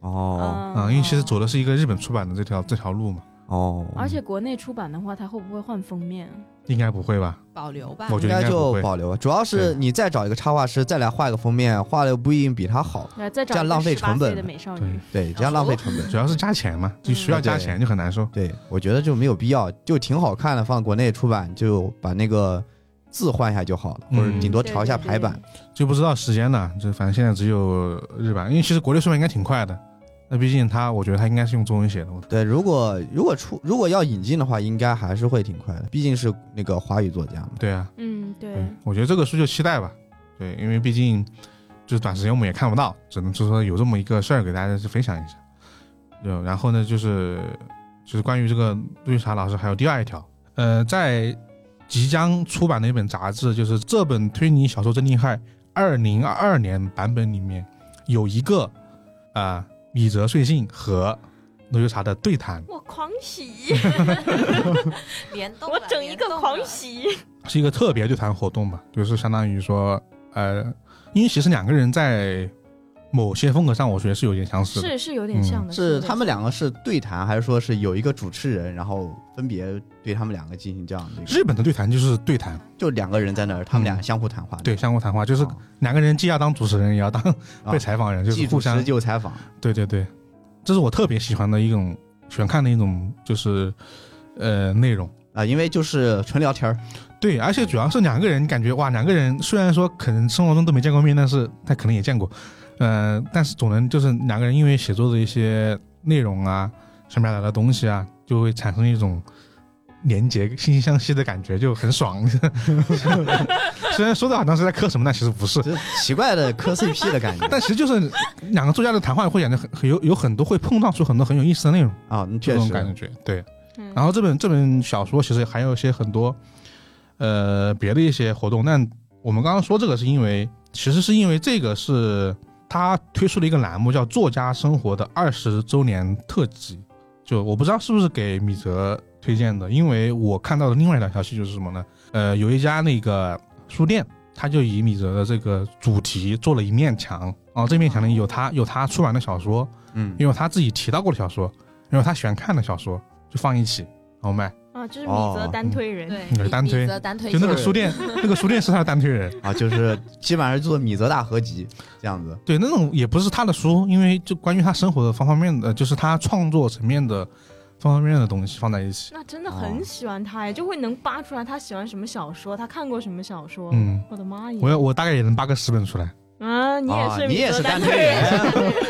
[SPEAKER 1] 啊
[SPEAKER 3] 哦，
[SPEAKER 1] 嗯
[SPEAKER 2] 嗯
[SPEAKER 1] 啊、因为其实走的是一个日本出版的这条这条路嘛。
[SPEAKER 3] 哦，
[SPEAKER 2] 而且国内出版的话，它会不会换封面？
[SPEAKER 1] 应该不会吧？
[SPEAKER 4] 保留吧。
[SPEAKER 1] 我觉
[SPEAKER 3] 应
[SPEAKER 1] 得
[SPEAKER 3] 该
[SPEAKER 1] 应该不
[SPEAKER 3] 就
[SPEAKER 1] 会。
[SPEAKER 3] 保留，主要是
[SPEAKER 1] 对
[SPEAKER 3] 你再找一个插画师，再来画一个封面，画的不一定比他好，
[SPEAKER 2] 那再
[SPEAKER 3] 这
[SPEAKER 2] 找
[SPEAKER 3] 样
[SPEAKER 2] 一个
[SPEAKER 3] 浪费
[SPEAKER 2] 18
[SPEAKER 3] 成本
[SPEAKER 2] 岁的美少
[SPEAKER 1] 对
[SPEAKER 2] 女，
[SPEAKER 3] 对，这样浪费成本。
[SPEAKER 1] 主要是加钱嘛，就
[SPEAKER 3] 嗯
[SPEAKER 1] 需要加钱就很难受。
[SPEAKER 3] 对，我觉得就没有必要，就挺好看的，放国内出版就把那个字换一下就好了，
[SPEAKER 1] 嗯
[SPEAKER 3] 或者顶多调一下排版。
[SPEAKER 1] 就不知道时间了。就反正现在只有日版，因为其实国内出版应该挺快的。那毕竟他，我觉得他应该是用中文写的。我
[SPEAKER 3] 对，如果如果出如果要引进的话，应该还是会挺快的，毕竟是那个华语作家嘛。
[SPEAKER 1] 对啊，
[SPEAKER 2] 嗯，对，
[SPEAKER 1] 对，我觉得这个书就期待吧。对，因为毕竟就是短时间我们也看不到，只能就是说有这么一个事儿给大家去分享一下。对，然后呢，就是就是关于这个绿茶老师还有第二一条，呃，在即将出版的一本杂志，就是这本推理小说真厉害二零二二年版本里面有一个啊、呃米泽穗信和绿茶的对谈，
[SPEAKER 2] 我狂喜，
[SPEAKER 4] 联动了，
[SPEAKER 2] 我整一
[SPEAKER 4] 联
[SPEAKER 2] 个
[SPEAKER 4] 动了
[SPEAKER 2] 狂。喜。
[SPEAKER 1] 是一个特别对谈活动吧，就是相当于说，呃，因为其实两个人在某些风格上，我觉得是有点相似的。
[SPEAKER 2] 是是有点像的，
[SPEAKER 3] 嗯是
[SPEAKER 2] 有点
[SPEAKER 3] 他们两个是对谈，还是说是有一个主持人，然后分别对他们两个进行这样的一个？
[SPEAKER 1] 日本的对谈就是对谈，
[SPEAKER 3] 就两个人在那儿，他们俩
[SPEAKER 1] 嗯
[SPEAKER 3] 相互谈话。
[SPEAKER 1] 对，相互谈话，就是
[SPEAKER 3] 啊
[SPEAKER 1] 两个人既要当主持人，也要当
[SPEAKER 3] 啊
[SPEAKER 1] 被采访人，就是
[SPEAKER 3] 既
[SPEAKER 1] 互
[SPEAKER 3] 主
[SPEAKER 1] 相
[SPEAKER 3] 持。就采访。
[SPEAKER 1] 对对对，这是我特别喜欢的一种喜欢看的一种，就是呃内容。
[SPEAKER 3] 啊，因为就是纯聊天儿，
[SPEAKER 1] 对，而且主要是两个人感觉哇，两个人虽然说可能生活中都没见过面，但是他可能也见过，呃，但是总能就是两个人因为写作的一些内容啊，上面来的东西啊，就会产生一种连结、惺惺相惜的感觉，就很爽。 虽然说的好像是在磕什么，但其实不是，
[SPEAKER 3] 就是奇怪的磕 CP 的感觉。
[SPEAKER 1] 但其实就是两个作家的谈话会讲的很很有有很多会碰撞出很多很有意思的内容，
[SPEAKER 3] 啊，那
[SPEAKER 1] 这
[SPEAKER 3] 确
[SPEAKER 1] 种
[SPEAKER 3] 实
[SPEAKER 1] 感觉对。
[SPEAKER 2] 嗯
[SPEAKER 1] 然后这本这本小说其实还有一些很多，呃，别的一些活动。但我们刚刚说这个是因为，其实是因为这个是他推出了一个栏目叫“作家生活”的二十周年特辑。就我不知道是不是给米泽推荐的，因为我看到的另外一条消息就是什么呢？呃，有一家那个书店，他就以米泽的这个主题做了一面墙，啊、这面墙呢有他有他出版的小说，
[SPEAKER 3] 嗯，
[SPEAKER 1] 因为他自己提到过的小说，因为他喜欢看的小说，就放一起，然后卖。
[SPEAKER 2] 啊，就是米
[SPEAKER 3] 哦
[SPEAKER 2] 泽单推人，
[SPEAKER 4] 对，
[SPEAKER 1] 嗯
[SPEAKER 4] 米
[SPEAKER 1] 单推
[SPEAKER 4] 米泽单推
[SPEAKER 1] 就那个
[SPEAKER 4] 手
[SPEAKER 1] 书店，那个书店是他的单推 人。
[SPEAKER 3] 啊，就是基本上是做米泽大合集这样子。
[SPEAKER 1] 对，那种也不是他的书，因为就关于他生活的方方面面的，就是他创作层面的方方面面的东西放在一起。
[SPEAKER 2] 那真的很
[SPEAKER 3] 哦
[SPEAKER 2] 喜欢他呀，就会能扒出来他喜欢什么小说，他看过什么小说。
[SPEAKER 1] 嗯，
[SPEAKER 2] 我的妈呀！
[SPEAKER 1] 我要我大概也能扒个十本出来。
[SPEAKER 2] 啊，你也
[SPEAKER 3] 啊
[SPEAKER 2] 是，
[SPEAKER 3] 你也是单
[SPEAKER 2] 单
[SPEAKER 3] 推
[SPEAKER 2] 人，
[SPEAKER 3] 人，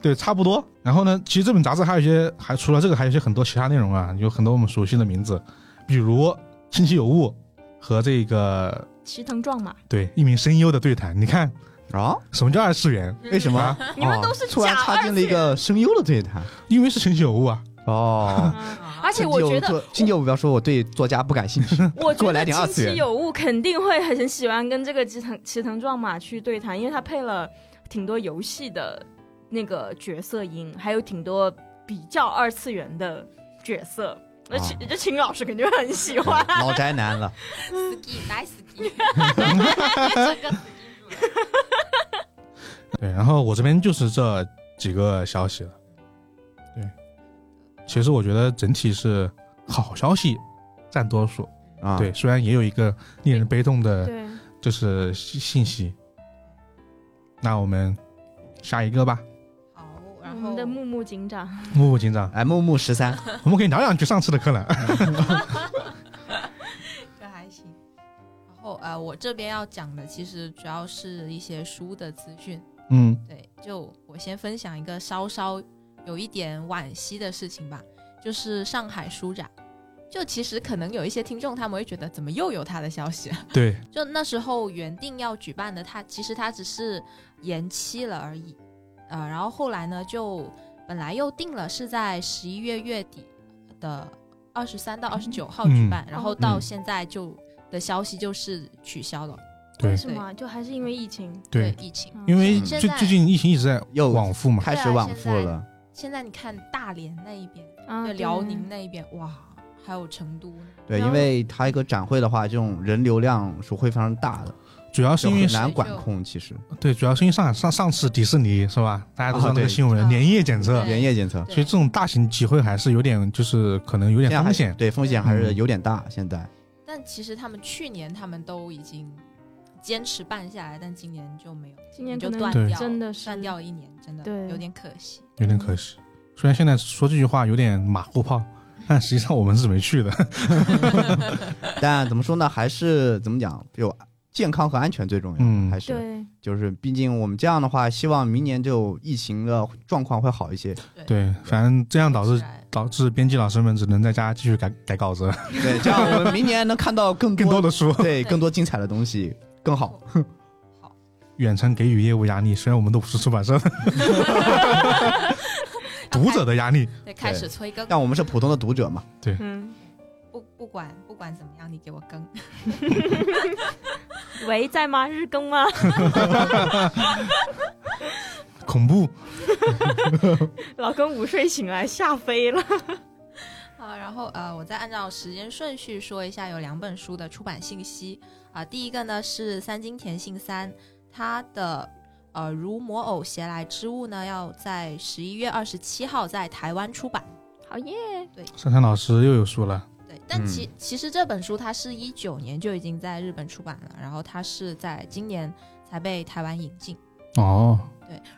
[SPEAKER 1] 对，差不多。然后呢，其实这本杂志还有一些，还除了这个，还有一些很多其他内容啊，有很多我们熟悉的名字，比如《星期有物》和这个
[SPEAKER 2] 齐藤壮
[SPEAKER 3] 哦
[SPEAKER 2] 马，
[SPEAKER 1] 对一名声优的对谈。你看
[SPEAKER 3] 啊？
[SPEAKER 1] 什么叫二次元？
[SPEAKER 3] 为什么
[SPEAKER 1] 啊？
[SPEAKER 2] 你们
[SPEAKER 3] 啊
[SPEAKER 2] 都是
[SPEAKER 3] 突然
[SPEAKER 2] 假
[SPEAKER 3] 插进了一个声优的对谈
[SPEAKER 1] 因为是星期有物啊。
[SPEAKER 3] 哦。
[SPEAKER 2] 而且我觉得，
[SPEAKER 3] 金九五要说我对作家不感兴 趣，
[SPEAKER 2] 我
[SPEAKER 3] 过
[SPEAKER 2] 觉
[SPEAKER 3] 来
[SPEAKER 2] 得
[SPEAKER 3] 点二
[SPEAKER 2] 近
[SPEAKER 3] 次元
[SPEAKER 2] 期有物肯定会很喜欢跟这个齐藤齐藤壮马去对谈，因为他配了挺多游戏的那个角色音，还有挺多比较二次元的角色。那秦
[SPEAKER 3] 啊
[SPEAKER 2] 这秦老师肯定会很喜欢。
[SPEAKER 3] 老宅男了。
[SPEAKER 4] ski 来 ski，
[SPEAKER 1] 对，然后我这边就是这几个消息了。对，其实我觉得整体是好消息占多数。
[SPEAKER 3] 啊，
[SPEAKER 1] 对，，虽然也有一个令人悲痛的，
[SPEAKER 2] 对，
[SPEAKER 1] 就是信信息。那我们下一个吧，
[SPEAKER 4] 好，
[SPEAKER 2] 我
[SPEAKER 4] 然
[SPEAKER 2] 们
[SPEAKER 4] 后
[SPEAKER 2] 的木木警长，
[SPEAKER 1] 木木警长，
[SPEAKER 3] 哎，木木 十三，
[SPEAKER 1] 我们可以聊两句上次的柯南。
[SPEAKER 4] 这还行。然后呃，我这边要讲的其实主要是一些书的资讯。
[SPEAKER 1] 嗯
[SPEAKER 4] 对，就我先分享一个稍稍有一点惋惜的事情吧，就是上海书展。就其实可能有一些听众他们会觉得，怎么又有他的消息？
[SPEAKER 1] 对，
[SPEAKER 4] 就那时候原定要举办的，它其实它只是延期了而已。呃，然后后来呢，就本来又定了是在十一月月底的二十三到二十九号举办，然后到
[SPEAKER 1] 嗯
[SPEAKER 4] 现在就、的消息就是取消了。
[SPEAKER 1] 对
[SPEAKER 2] 为什么？就还是因为疫情。
[SPEAKER 1] 对，
[SPEAKER 4] 疫情。
[SPEAKER 2] 嗯
[SPEAKER 1] 因为
[SPEAKER 3] 嗯
[SPEAKER 1] 最
[SPEAKER 4] 现在
[SPEAKER 1] 最近疫情一直在
[SPEAKER 3] 又
[SPEAKER 1] 往复
[SPEAKER 2] 啊
[SPEAKER 1] 嘛，
[SPEAKER 3] 开始往复了。
[SPEAKER 4] 现
[SPEAKER 1] 嗯
[SPEAKER 4] 在你看大连那一边，
[SPEAKER 2] 啊
[SPEAKER 4] 对辽宁那一边，哇，还有成都，
[SPEAKER 3] 对，因为它一个展会的话，这种人流量是会非常大的。
[SPEAKER 1] 主要是
[SPEAKER 3] 就
[SPEAKER 1] 因为
[SPEAKER 3] 很
[SPEAKER 1] 啊是
[SPEAKER 3] 难管控，其实
[SPEAKER 1] 对，主要是因为上海上上次迪士尼是吧？大家都知道
[SPEAKER 3] 啊
[SPEAKER 1] 那个
[SPEAKER 3] 对
[SPEAKER 1] 新闻，
[SPEAKER 4] 啊
[SPEAKER 1] 连夜检测，
[SPEAKER 4] 对
[SPEAKER 3] 连夜检测，
[SPEAKER 1] 所以这种大型集会还是有点，就是可能有点
[SPEAKER 3] 现在还
[SPEAKER 1] 风险。嗯
[SPEAKER 3] 对风险
[SPEAKER 1] 还
[SPEAKER 3] 还
[SPEAKER 1] 是
[SPEAKER 3] 是有点大。现在
[SPEAKER 4] 但其实他们去年他们都已经坚持办下来，但今年就没有，
[SPEAKER 2] 今年
[SPEAKER 4] 就
[SPEAKER 2] 可能
[SPEAKER 4] 断
[SPEAKER 1] 对
[SPEAKER 4] 掉，
[SPEAKER 2] 真的是
[SPEAKER 4] 断掉一年，真的
[SPEAKER 2] 对
[SPEAKER 4] 有点可惜。
[SPEAKER 1] 有点可惜。虽然现在说这句话有点马后炮，但实际上我们是没去的。
[SPEAKER 3] 但怎么说呢，还是怎么讲，有健康和安全最重要。
[SPEAKER 1] 嗯
[SPEAKER 3] 还是
[SPEAKER 2] 对，
[SPEAKER 3] 就是，毕竟我们这样的话，希望明年就疫情的状况会好 一些。
[SPEAKER 1] 对，反正这样导
[SPEAKER 4] 自
[SPEAKER 1] 致
[SPEAKER 4] 然
[SPEAKER 1] 导致编辑老师们只能在家继续改改稿子，
[SPEAKER 3] 对，这样我们明年能看到更
[SPEAKER 1] 更多
[SPEAKER 3] 多
[SPEAKER 1] 的书。
[SPEAKER 3] 对更多精彩的东西，更好。
[SPEAKER 1] 远程给予业务压力，虽然我们都不是出版社的，读者的压力。
[SPEAKER 4] 对开始催更，
[SPEAKER 3] 但我们是普通的读者嘛，
[SPEAKER 2] 嗯，
[SPEAKER 4] 不不管不管怎么样，你给我更。
[SPEAKER 2] 喂，在吗？日更吗？
[SPEAKER 1] 恐怖，
[SPEAKER 2] 老公午睡醒来吓飞了。
[SPEAKER 4] 好，然后呃，我再按照时间顺序说一下有两本书的出版信息啊、第一个呢是三津田信三，他的呃《如魔偶携来之物》呢要在十一月二十七号在台湾出版。
[SPEAKER 2] 好耶！
[SPEAKER 1] 珊珊老师又有书了，
[SPEAKER 4] 对，但其、其实这本书它是一九年就已经在日本出版了，然后它是在今年才被台湾引进。
[SPEAKER 1] 哦，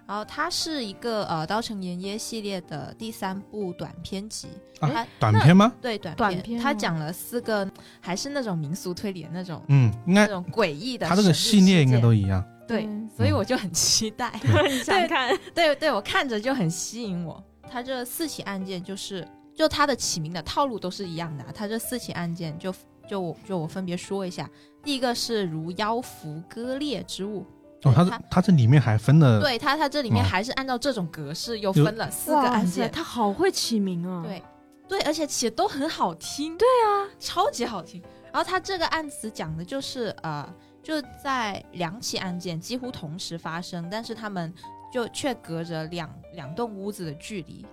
[SPEAKER 4] 然后它是一个呃刀城盐耶系列的第三部短篇集，
[SPEAKER 1] 啊
[SPEAKER 4] 它
[SPEAKER 1] 短篇吗？
[SPEAKER 4] 对短
[SPEAKER 2] 短
[SPEAKER 4] 片，
[SPEAKER 2] 片
[SPEAKER 4] 它
[SPEAKER 2] 哦
[SPEAKER 4] 讲了四个，还是那种民俗推理的那种
[SPEAKER 1] 嗯，应
[SPEAKER 4] 那
[SPEAKER 1] 该
[SPEAKER 4] 种诡异的
[SPEAKER 1] 他
[SPEAKER 4] 神秘事件。
[SPEAKER 1] 这个系列应该都一样。
[SPEAKER 4] 对，
[SPEAKER 2] 嗯
[SPEAKER 4] 所以我就很期待。
[SPEAKER 2] 你想看？
[SPEAKER 4] 对对，我看着就很吸引我。它这四起案件就是，就它的起名的套路都是一样的啊。它这四起案件就就我就我分别说一下。第一个是如妖符割裂之物，
[SPEAKER 1] 哦，他
[SPEAKER 4] 它
[SPEAKER 1] 他这里面还分了，
[SPEAKER 4] 对它它这里面
[SPEAKER 1] 哦
[SPEAKER 4] 还是按照这种格式又
[SPEAKER 1] 有
[SPEAKER 4] 分了四个案件。
[SPEAKER 2] 他好会起名啊！
[SPEAKER 4] 对，对，而且写都很好听。对啊，超级好听。然后他这个案子讲的就是呃，就在两起案件几乎同时发生，但是他们就却隔着两两栋屋子的距离。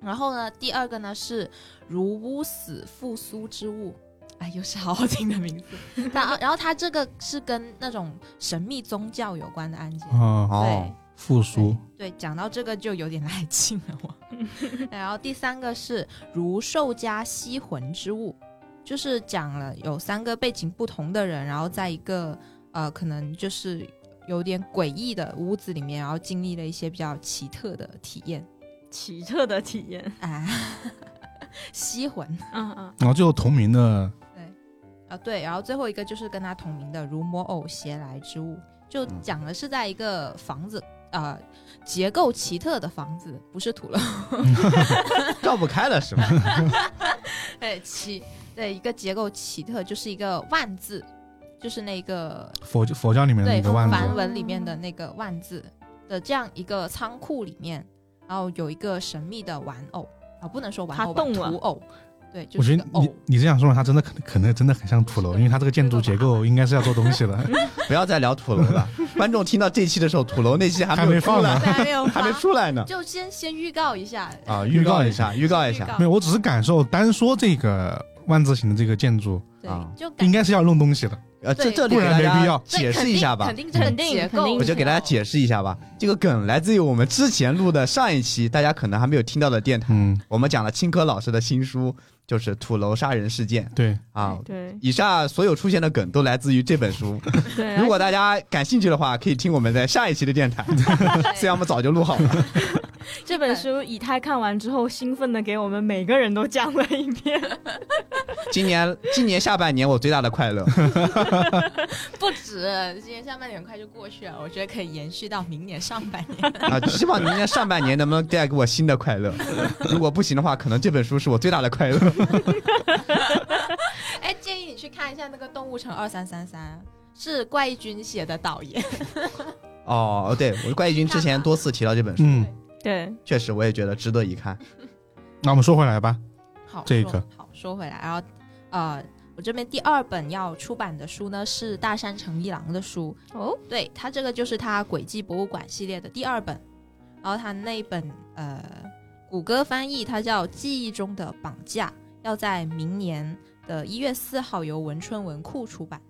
[SPEAKER 4] 然后呢，第二个呢是如屋死复苏之物。哎，又是好好听的名字。 然然后他这个是跟那种神秘宗教有关的案件。
[SPEAKER 1] 哦，
[SPEAKER 4] 对
[SPEAKER 3] 哦，
[SPEAKER 1] 复苏，
[SPEAKER 4] 对，讲到这个就有点来劲了我。然后第三个是如兽家吸魂之物，就是讲了有三个背景不同的人，然后在一个呃可能就是有点诡异的屋子里面，然后经历了一些比较奇特的体验。
[SPEAKER 2] 奇特的体验。
[SPEAKER 4] 啊， 吸魂
[SPEAKER 2] 嗯嗯，
[SPEAKER 1] 然后最后同名的，
[SPEAKER 4] 啊，对，然后最后一个就是跟他同名的如魔偶携来之物，就
[SPEAKER 3] 嗯
[SPEAKER 4] 讲的是在一个房子。啊、结构奇特的房子，不是土楼，
[SPEAKER 3] 绕不开了是吧？
[SPEAKER 4] 对，奇对一个结构奇特，就是一个万字，就是那个
[SPEAKER 1] 佛佛教里面的
[SPEAKER 4] 对
[SPEAKER 1] 那个万
[SPEAKER 4] 梵
[SPEAKER 1] 字，
[SPEAKER 4] 文里面的那个万字的这样一个仓库里面，然后有一个神秘的玩偶啊，不能说玩偶吧，
[SPEAKER 2] 它动了
[SPEAKER 4] 土偶，对，就
[SPEAKER 1] 我觉
[SPEAKER 4] 是一
[SPEAKER 1] 得
[SPEAKER 4] 个
[SPEAKER 1] 你
[SPEAKER 4] 偶，
[SPEAKER 1] 你这样说，它真的可可能真的很像土楼，因为它这个建筑结构应该是要做东西 的，
[SPEAKER 3] 不要再聊土楼了，观众听到这期的时候，土楼那期还
[SPEAKER 1] 还没
[SPEAKER 3] 没有
[SPEAKER 1] 放
[SPEAKER 3] 出
[SPEAKER 1] 呢
[SPEAKER 3] 来，
[SPEAKER 4] 对，还没有
[SPEAKER 3] 还没
[SPEAKER 4] 发，
[SPEAKER 3] 出 来呢。
[SPEAKER 4] 就先先预告一下，
[SPEAKER 3] 啊，
[SPEAKER 1] 预
[SPEAKER 3] 预
[SPEAKER 1] 告
[SPEAKER 3] 告
[SPEAKER 1] 一
[SPEAKER 3] 一
[SPEAKER 1] 下
[SPEAKER 3] 下，预告一
[SPEAKER 4] 预
[SPEAKER 3] 下
[SPEAKER 4] 告
[SPEAKER 1] 没有，我只是感受，单说这个万字形的这个建筑，
[SPEAKER 4] 对
[SPEAKER 3] 啊，
[SPEAKER 4] 就感
[SPEAKER 1] 应该是要弄东西的，
[SPEAKER 3] 呃，这
[SPEAKER 4] 对
[SPEAKER 3] 这里
[SPEAKER 1] 不
[SPEAKER 3] 给
[SPEAKER 1] 然
[SPEAKER 3] 大
[SPEAKER 1] 没必
[SPEAKER 3] 家
[SPEAKER 1] 要
[SPEAKER 4] 对
[SPEAKER 3] 解释一下吧
[SPEAKER 4] 肯。定肯定这个
[SPEAKER 2] 肯定肯
[SPEAKER 4] 结构，
[SPEAKER 2] 定
[SPEAKER 3] 我就给大家解释一下吧，这个梗来自于我们之前录的上一期，大家可能还没有听到的电台，
[SPEAKER 1] 嗯，
[SPEAKER 3] 我们讲了青稞老师的新书，就是《土楼杀人事件
[SPEAKER 1] 对，》
[SPEAKER 3] 啊。
[SPEAKER 2] 对
[SPEAKER 3] 以下所有出现的梗都来自于这本书，
[SPEAKER 2] 对。
[SPEAKER 3] 如果大家感兴趣的话，可以听我们在下一期的电台， 虽然我们早就录好了。
[SPEAKER 2] 这本书以太看完之后，兴奋的给我们每个人都讲了一遍。
[SPEAKER 3] 今年今年下半年我最大的快乐，
[SPEAKER 4] 不止，今年下半年很快就过去了，我觉得可以延续到明年上半年。
[SPEAKER 3] 啊，希望明年上半年能不能带给我新的快乐。如果不行的话，可能这本书是我最大的快乐。
[SPEAKER 4] 哎，建议你去看一下那个《动物城二三三三》，是怪异君写的导演。
[SPEAKER 3] 哦，对，我怪异君之前多次提到这本书，
[SPEAKER 1] 嗯，
[SPEAKER 2] 对，
[SPEAKER 3] 确实我也觉得值得一看。
[SPEAKER 1] 那我们说回来吧，
[SPEAKER 4] 好，
[SPEAKER 1] 这
[SPEAKER 4] 说
[SPEAKER 1] 个
[SPEAKER 4] 好说回来，然后呃，我这边第二本要出版的书呢是大山诚一郎的书，
[SPEAKER 2] 哦，
[SPEAKER 4] 对他这个就是他轨迹博物馆系列的第二本，然后他那一本呃谷歌翻译，它叫《记忆中的绑架》，要在明年的一月四号由文春文库出版。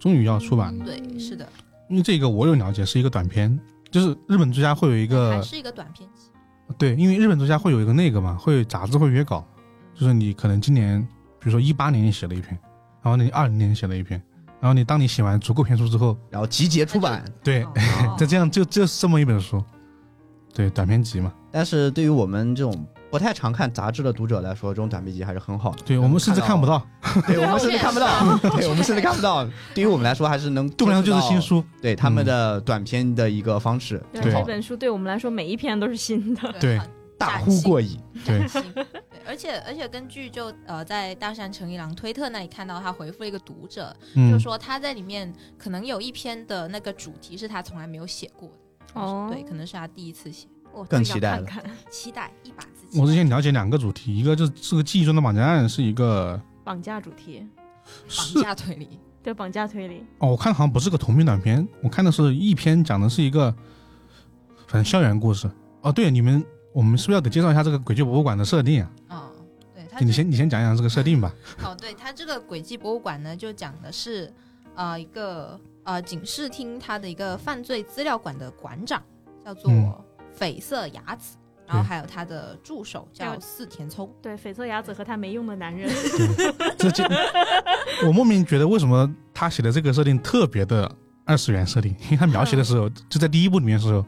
[SPEAKER 1] 终于要出版了，
[SPEAKER 4] 嗯对，是的，
[SPEAKER 1] 因为这个我有了解，是一个短片，就是日本作家会有一
[SPEAKER 4] 哦还
[SPEAKER 1] 个
[SPEAKER 4] 是一个短片集，
[SPEAKER 1] 对，因为日本作家会有一个那个嘛，会杂志会约稿，就是你可能今年，比如说一八年你写了一篇，然后你二零年写了一篇，然后你当你写完足够篇数之后，
[SPEAKER 3] 然后集结出版。
[SPEAKER 1] 对，
[SPEAKER 4] 哦
[SPEAKER 1] 就这样就就是这么一本书，对，短篇集嘛，
[SPEAKER 3] 但是对于我们这种不太常看杂志的读者来说，这种短篇集还是很好的。
[SPEAKER 1] 对我们甚至看不到，
[SPEAKER 3] 对我们甚至看不到，对我们甚至看不到。对于我们来说，还是能
[SPEAKER 1] 对我们来说就是新，书，嗯
[SPEAKER 3] 对他们的短篇的一个方式，
[SPEAKER 2] 对
[SPEAKER 1] 对
[SPEAKER 2] 这本书对我们来说每一篇都是新的。
[SPEAKER 1] 对
[SPEAKER 4] 很
[SPEAKER 3] 大呼过瘾。
[SPEAKER 1] 对
[SPEAKER 4] 崭新对，而且而且根据就呃在大山诚一郎推特那里看到他回复了一个读者，就
[SPEAKER 1] 嗯，
[SPEAKER 4] 说他在里面可能有一篇的那个主题是他从来没有写过的，
[SPEAKER 2] 哦
[SPEAKER 4] 对，可能是他第一次写，
[SPEAKER 2] 我
[SPEAKER 3] 更
[SPEAKER 2] 更
[SPEAKER 3] 期待了
[SPEAKER 2] 看看
[SPEAKER 4] 期待一把自己。
[SPEAKER 1] 我之前了解两个主题，一个就是这个记忆中的绑架案是一个
[SPEAKER 2] 绑架主题，
[SPEAKER 1] 是
[SPEAKER 4] 绑架推理，
[SPEAKER 2] 对绑架推理，
[SPEAKER 1] 哦，我看好像不是个同名短片，我看的是一篇，讲的是一个反正校园故事。哦，对，你们我们是不是要给介绍一下这个轨迹博物馆的设定啊？
[SPEAKER 4] 哦，对他
[SPEAKER 1] 你
[SPEAKER 4] 这
[SPEAKER 1] 先你先讲一讲这个设定吧。
[SPEAKER 4] 哦，对，它这个轨迹博物馆呢，就讲的是呃一个呃警视厅它的一个犯罪资料馆的馆长叫做
[SPEAKER 1] 嗯
[SPEAKER 4] 绯色雅子，然后
[SPEAKER 1] 对
[SPEAKER 4] 还有他的助手
[SPEAKER 2] 还
[SPEAKER 4] 叫
[SPEAKER 2] 有
[SPEAKER 4] 四田聪。
[SPEAKER 2] 对绯色雅子和他没用的男人，
[SPEAKER 1] 这 这，我莫名觉得为什么他写的这个设定特别的二次元设定，因为他描写的时
[SPEAKER 2] 嗯
[SPEAKER 1] 候，就在第一部里面的时候，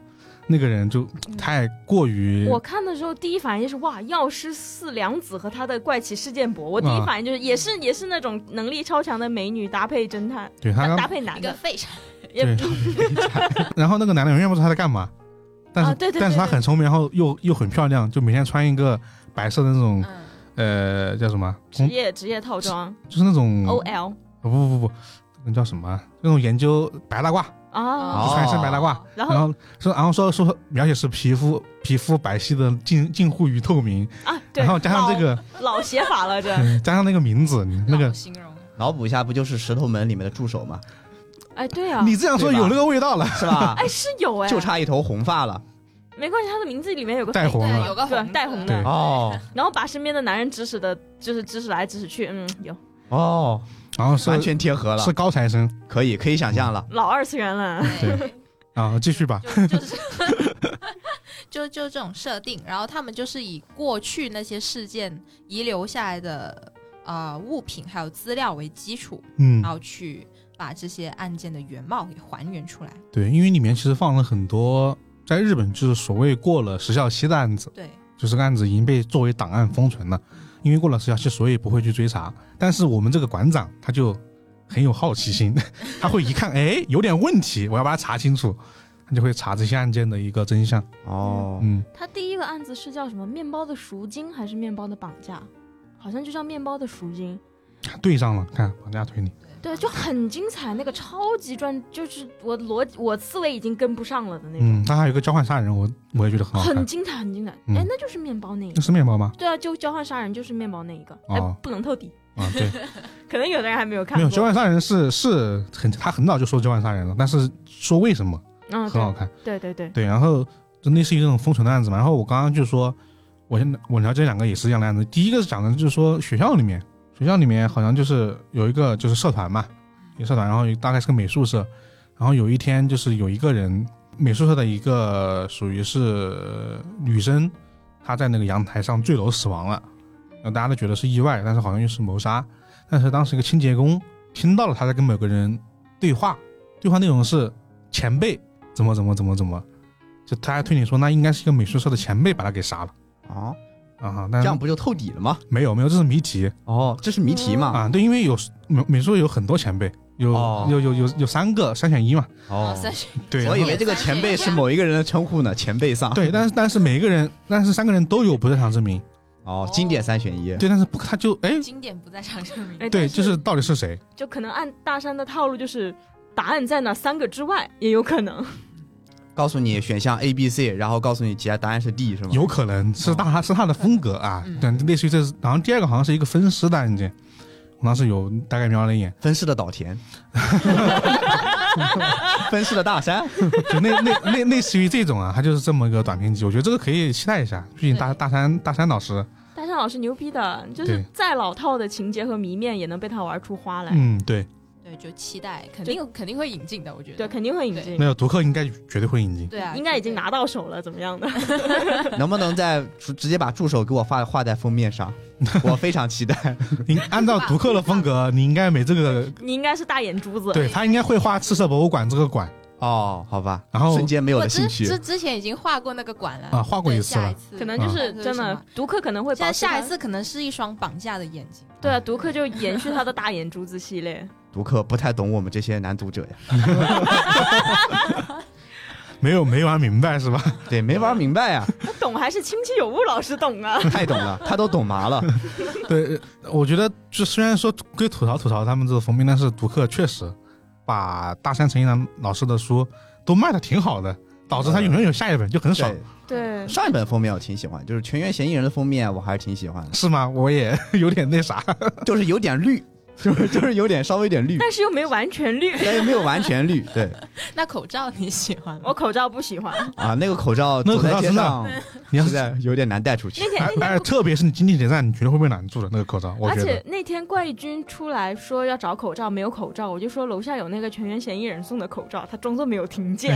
[SPEAKER 1] 那个人就太过于
[SPEAKER 2] 嗯我看的时候第一反应是哇，药师四良子和他的怪奇事件簿，我第一
[SPEAKER 1] 啊
[SPEAKER 2] 反应就是也是也是那种能力超强的美女搭配侦探，
[SPEAKER 1] 对他
[SPEAKER 2] 搭
[SPEAKER 1] 刚
[SPEAKER 2] 搭配男
[SPEAKER 4] 一个
[SPEAKER 2] 的，
[SPEAKER 4] 废柴，
[SPEAKER 2] 也
[SPEAKER 1] 对然后那个男的永远不知道他在干嘛，但是、
[SPEAKER 2] 啊对对
[SPEAKER 1] 但是
[SPEAKER 2] 对
[SPEAKER 1] 他
[SPEAKER 2] 对
[SPEAKER 1] 很聪明，然后又又很漂亮，就每天穿一个白色的那种、
[SPEAKER 4] 嗯，
[SPEAKER 1] 呃叫什么
[SPEAKER 2] 职
[SPEAKER 1] 红，
[SPEAKER 2] 业职业套装哦
[SPEAKER 1] 就是那种哦
[SPEAKER 2] OL
[SPEAKER 1] 不不不不，那叫什么啊？那种研究白大褂，
[SPEAKER 2] 啊，
[SPEAKER 1] 就穿一身白大褂，
[SPEAKER 2] 然
[SPEAKER 1] 然
[SPEAKER 2] 后
[SPEAKER 1] 后说然后说说描写是皮肤皮肤白皙的近近乎于透明，
[SPEAKER 2] 啊对，
[SPEAKER 1] 然后加上这个
[SPEAKER 2] 老老写法了 这，
[SPEAKER 1] 嗯加上那个名字，你那
[SPEAKER 4] 老
[SPEAKER 1] 个
[SPEAKER 4] 形容
[SPEAKER 3] 脑补一下，不就是《石头门》里面的助手吗？
[SPEAKER 2] 哎对啊，
[SPEAKER 1] 你这样说
[SPEAKER 3] 对吧
[SPEAKER 1] 有那个味道了，
[SPEAKER 3] 是吧？
[SPEAKER 2] 哎是有哎，
[SPEAKER 3] 就差一头红发了。
[SPEAKER 2] 没关系，他的名字里面有个
[SPEAKER 1] 带
[SPEAKER 2] 绯
[SPEAKER 1] 红
[SPEAKER 4] 对，
[SPEAKER 1] 了。
[SPEAKER 4] 有个
[SPEAKER 2] 对
[SPEAKER 4] 红
[SPEAKER 2] 带红的
[SPEAKER 1] 对
[SPEAKER 3] 哦
[SPEAKER 2] 然后把身边的男人指使的，就是指使来指使去，嗯，有
[SPEAKER 3] 哦，
[SPEAKER 1] 然后是
[SPEAKER 3] 完全贴合了
[SPEAKER 1] 是，高材生
[SPEAKER 3] 可以可以想象了。
[SPEAKER 2] 老二次元了。
[SPEAKER 1] 对啊，继续吧。
[SPEAKER 4] 就就是 就就这种设定，然后他们就是以过去那些事件遗留下来的呃物品还有资料为基础，
[SPEAKER 1] 嗯
[SPEAKER 4] 然，后去把这些案件的原貌给还原出来。
[SPEAKER 1] 对，因为里面其实放了很多在日本就是所谓过了时效期的案子，
[SPEAKER 4] 对，
[SPEAKER 1] 就这个案子已经被作为档案封存了，因为过了时效期，所以不会去追查。但是我们这个馆长他就很有好奇心， 他会一看，哎，有点问题，我要把它查清楚，他就会查这些案件的一个真相。
[SPEAKER 3] 哦，
[SPEAKER 1] 嗯，
[SPEAKER 2] 他第一个案子是叫什么？面包的赎金还是面包的绑架？好像就叫面包的赎金。
[SPEAKER 1] 对上了，看绑架推理。
[SPEAKER 2] 对，就很精彩，那个超级专，就是我逻辑我思维已经跟不上了的那种，
[SPEAKER 1] 嗯，他还有一个交换杀人，我我也觉得很好
[SPEAKER 2] 很
[SPEAKER 1] 看。
[SPEAKER 2] 精彩，很精彩。
[SPEAKER 1] 嗯
[SPEAKER 2] 哎，那就是面包那一
[SPEAKER 1] 那
[SPEAKER 2] 个。
[SPEAKER 1] 是面包吗？
[SPEAKER 2] 对啊，就交换杀人就是面包那一个。哎
[SPEAKER 1] 哦，
[SPEAKER 2] 不能透底，
[SPEAKER 1] 啊， 对，
[SPEAKER 2] 可能有的人还没有看
[SPEAKER 1] 没有
[SPEAKER 2] 过。
[SPEAKER 1] 交换杀人是是很他很早就说交换杀人了，但是说为什么
[SPEAKER 2] 嗯，
[SPEAKER 1] 很好看。
[SPEAKER 2] 对对对对，
[SPEAKER 1] 对，然后就类似于这种封存的案子嘛。然后我刚刚就说，我现在我了解两个也是这样的案子。第一个是讲的就是说学校里面，学校里面好像就是有一个就是社团嘛，一个社团，然后大概是个美术社，然后有一天就是有一个人，美术社的一个属于是呃女生，她在那个阳台上坠楼死亡了，然后大家都觉得是意外，但是好像又是谋杀，但是当时一个清洁工听到了她在跟某个人对话，对话内容是前辈怎么怎么怎么怎么。就他还推理说，那应该是一个美术社的前辈把他给杀了
[SPEAKER 3] 哦，
[SPEAKER 1] 啊哈，但
[SPEAKER 3] 这
[SPEAKER 1] 是
[SPEAKER 3] 样不就透底了吗？
[SPEAKER 1] 没有没有，这是谜题
[SPEAKER 3] 哦，这是谜题嘛？
[SPEAKER 1] 啊，对，因为有美美术有很多前辈，有
[SPEAKER 3] 哦
[SPEAKER 1] 有有有有三个三选一嘛，
[SPEAKER 4] 然
[SPEAKER 3] 哦
[SPEAKER 4] 后，三选一
[SPEAKER 1] 对
[SPEAKER 3] 我
[SPEAKER 1] 然
[SPEAKER 3] 以啊
[SPEAKER 1] 后
[SPEAKER 3] 为这个前辈是某一个人的称呼呢，前辈上。
[SPEAKER 1] 对，但是但是每一个人，但是三个人都有不在场证明，
[SPEAKER 3] 哦，经典三选一。
[SPEAKER 1] 对，但是不他就哎，
[SPEAKER 4] 经典不在场证明
[SPEAKER 2] 哎。
[SPEAKER 1] 对，
[SPEAKER 2] 但
[SPEAKER 1] 就是到底是谁？
[SPEAKER 2] 就可能按大山的套路，就是答案在那三个之外，也有可 能。
[SPEAKER 3] 告诉你选项 A、B、C，然后告诉你其他答案是 D，是吗？
[SPEAKER 1] 有可能是大是他的风格啊
[SPEAKER 4] 嗯，
[SPEAKER 1] 对，类似于这是，然后第二个好像是一个分尸的案件，我当时有大概瞄了一 眼，
[SPEAKER 3] 分尸的岛田，分尸的大山。
[SPEAKER 1] 就类类类类似于这种啊，他就是这么一个短片集，我觉得这个可以期待一下，毕竟大
[SPEAKER 4] 对
[SPEAKER 1] 大山大山老师，
[SPEAKER 2] 大山老师牛逼的，就是
[SPEAKER 1] 对
[SPEAKER 2] 再老套的情节和谜面也能被他玩出花来。
[SPEAKER 1] 嗯，对。
[SPEAKER 4] 对，就期待，肯定肯定会引进的，我觉得。
[SPEAKER 2] 对，肯定会引进
[SPEAKER 1] 没，有，独克应该绝对会引进。
[SPEAKER 4] 对啊，
[SPEAKER 2] 应该已经
[SPEAKER 4] 绝对
[SPEAKER 2] 拿到手了，怎么样的？
[SPEAKER 3] 能不能在直直接把助手给我画画在封 面上？我非常期待。
[SPEAKER 1] 你按照独克的风格，你应该没这个，
[SPEAKER 2] 你应该是大眼珠子，
[SPEAKER 1] 对他应该会画赤色博物馆这个馆
[SPEAKER 3] 哦，好吧，
[SPEAKER 1] 然后
[SPEAKER 3] 瞬间没有
[SPEAKER 4] 我
[SPEAKER 3] 了
[SPEAKER 4] 之
[SPEAKER 3] 兴趣
[SPEAKER 4] 之。之前已经画过那个馆了
[SPEAKER 1] 啊，画过
[SPEAKER 4] 对
[SPEAKER 1] 一次
[SPEAKER 4] 下
[SPEAKER 1] 了。
[SPEAKER 4] 次
[SPEAKER 2] 可能就是
[SPEAKER 1] 嗯
[SPEAKER 2] 真
[SPEAKER 4] 啊
[SPEAKER 2] 的，独克可能会
[SPEAKER 4] 现
[SPEAKER 2] 保
[SPEAKER 4] 在
[SPEAKER 2] 持他
[SPEAKER 4] 下一次可能是一双绑架的眼睛。
[SPEAKER 2] 对啊，独克就延续他的大眼珠子系列。
[SPEAKER 3] 读客不太懂我们这些男读者呀。
[SPEAKER 1] 没有 没玩明白是吧？
[SPEAKER 3] 对，没玩明 白呀，
[SPEAKER 2] 他懂还是亲戚有误老师懂啊？
[SPEAKER 3] 太懂了，他都懂麻了。
[SPEAKER 1] 对，呃我觉得就虽然说归吐槽吐槽他们这个封面，但是读客确实把大山诚一郎老师的书都卖的挺好的，导致他永远有下一本，就很爽，
[SPEAKER 3] 对，
[SPEAKER 2] 对，
[SPEAKER 3] 上一本封面我挺喜欢，就是《全员嫌疑人》的封面，我还是挺喜欢的，
[SPEAKER 1] 是吗？我也 有点那啥，
[SPEAKER 3] 就是有点绿，就是就是有点稍微有点绿，
[SPEAKER 2] 但是又没完全绿。
[SPEAKER 3] 但又没有完 全绿。对
[SPEAKER 4] 那口罩你喜欢吗？
[SPEAKER 2] 我口罩不喜欢，
[SPEAKER 3] 啊，那个口罩
[SPEAKER 1] 那个
[SPEAKER 3] 走在
[SPEAKER 1] 口罩
[SPEAKER 3] 街
[SPEAKER 1] 真的
[SPEAKER 3] 上，
[SPEAKER 1] 你要
[SPEAKER 3] 实
[SPEAKER 1] 是
[SPEAKER 3] 在有点难带出去
[SPEAKER 2] 那。天
[SPEAKER 1] 哎哎，特别是你经济决战，你绝对会被拦住的那个口罩，我
[SPEAKER 2] 而
[SPEAKER 1] 觉
[SPEAKER 2] 且
[SPEAKER 1] 得。
[SPEAKER 2] 那天怪军出来说要找口罩，没有口罩，我就说楼下有那个全员嫌疑人送的口罩，他装作没有听 见。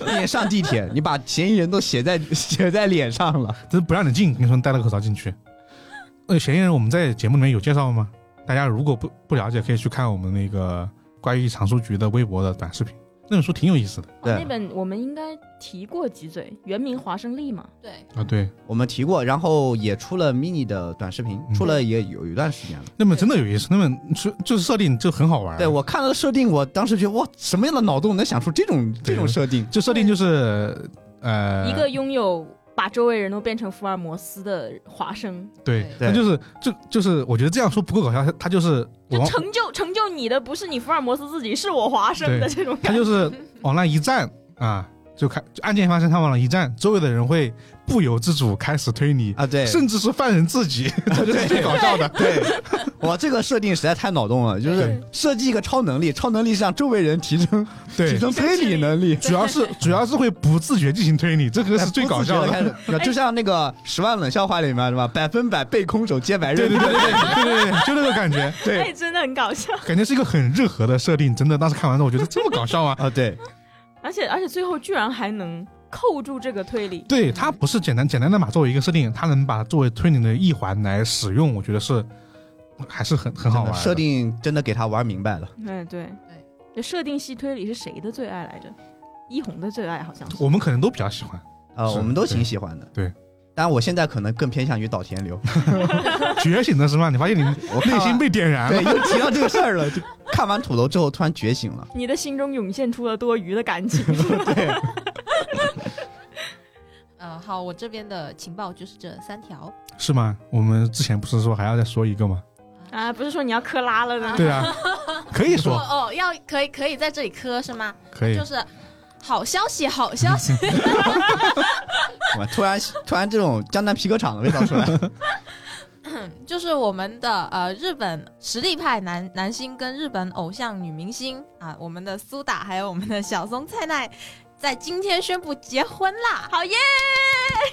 [SPEAKER 3] 那天上地铁，你把嫌疑人都写在写在脸上了。
[SPEAKER 1] 这不让你进，跟你说戴了口罩进去。 呃，嫌疑人我们在节目里面有介绍吗？大家如果不不了解，可以去看我们那个关于藏书局的微博的短视频，那本书挺有意思的
[SPEAKER 2] 哦
[SPEAKER 3] 对
[SPEAKER 2] 那本我们应该提过几嘴，原名华生利嘛，
[SPEAKER 4] 对，
[SPEAKER 1] 啊。对，
[SPEAKER 3] 我们提过，然后也出了 mini 的短视频，
[SPEAKER 1] 嗯
[SPEAKER 3] 出了也有有一段时间了。
[SPEAKER 1] 那本真的有意思，那本就就是设定就很好玩。
[SPEAKER 3] 对我看了设定，我当时觉得哇，什么样的脑洞能想出这种这种 设定？
[SPEAKER 1] 就设定就是呃，
[SPEAKER 2] 一个拥有把周围人都变成福尔摩斯的华生，
[SPEAKER 1] 对，
[SPEAKER 4] 对
[SPEAKER 1] 那就是就就是我觉得这样说不够搞笑，他他就是
[SPEAKER 2] 就
[SPEAKER 1] 往
[SPEAKER 2] 成就成就你的不是你福尔摩斯自己，是我华生的
[SPEAKER 1] 对
[SPEAKER 2] 这种
[SPEAKER 1] 他
[SPEAKER 2] 感
[SPEAKER 1] 就
[SPEAKER 2] 觉。
[SPEAKER 1] 是往那一站啊，就开就案件发生，他往那一站，周围的人会不由自主开始推理，
[SPEAKER 3] 啊，对，
[SPEAKER 1] 甚至是犯人自己，这就是最搞笑的。
[SPEAKER 3] 对，哇，这个设定实在太脑洞了，就是
[SPEAKER 1] 对
[SPEAKER 3] 设计一个超能力，超能力是让周围人提升提
[SPEAKER 1] 对，
[SPEAKER 3] 升推理能力，
[SPEAKER 1] 主要 是主要是会不自觉进行推理，这个是最搞笑
[SPEAKER 3] 哎不
[SPEAKER 1] 的。
[SPEAKER 3] 自 觉地开始，就像那个《十万冷笑话》里面是吧？百分百被空手接白
[SPEAKER 1] 对
[SPEAKER 3] 刃
[SPEAKER 1] 对，对对 对对对对，就那个感觉，
[SPEAKER 2] 哎，真的很搞笑，
[SPEAKER 1] 感觉是一个很日和的设定，真的。当时看完之后，我觉得这么搞笑吗？
[SPEAKER 3] 啊，对，
[SPEAKER 2] 而且而且最后居然还能扣住这个推理，
[SPEAKER 1] 对，它不是简单简单的把作为一个设定，它能把它作为推理的一环来使用，我觉得是还是很很好玩的。
[SPEAKER 3] 设定真的给他玩明白了。
[SPEAKER 2] 哎对对，这设定系推理是谁的最爱来着？一红的最爱好像是。
[SPEAKER 1] 我们可能都比较喜欢。
[SPEAKER 3] 啊，
[SPEAKER 1] 是
[SPEAKER 3] 我们都挺喜欢的。
[SPEAKER 1] 对，
[SPEAKER 3] 但我现在可能更偏向于岛 田流。
[SPEAKER 1] 觉醒的是吗？你发现你
[SPEAKER 3] 我看
[SPEAKER 1] 内
[SPEAKER 3] 完
[SPEAKER 1] 心被点燃
[SPEAKER 3] 对
[SPEAKER 1] 了。
[SPEAKER 3] 又提到这个事儿了，就看完土楼之后突然觉醒了。
[SPEAKER 2] 你的心中涌现出了多余的感情，
[SPEAKER 4] 呃，好，我这边的情报就是这三条。
[SPEAKER 1] 是吗？我们之前不是说还要再说一个吗？
[SPEAKER 2] 啊！不是说你要克拉了呢？
[SPEAKER 1] 对 啊，可以
[SPEAKER 4] 哦
[SPEAKER 1] 说，
[SPEAKER 4] 哦，要可以可以在这里磕是吗？
[SPEAKER 1] 可以
[SPEAKER 4] 就。是好消息，好消息。
[SPEAKER 3] 我突然突然这种江南皮革厂的味道出来。
[SPEAKER 4] 就是我们的呃日本实力派男男星跟日本偶像女明星啊，我们的苏打还有我们的小松菜奈，在今天宣布结婚啦！
[SPEAKER 2] 好耶！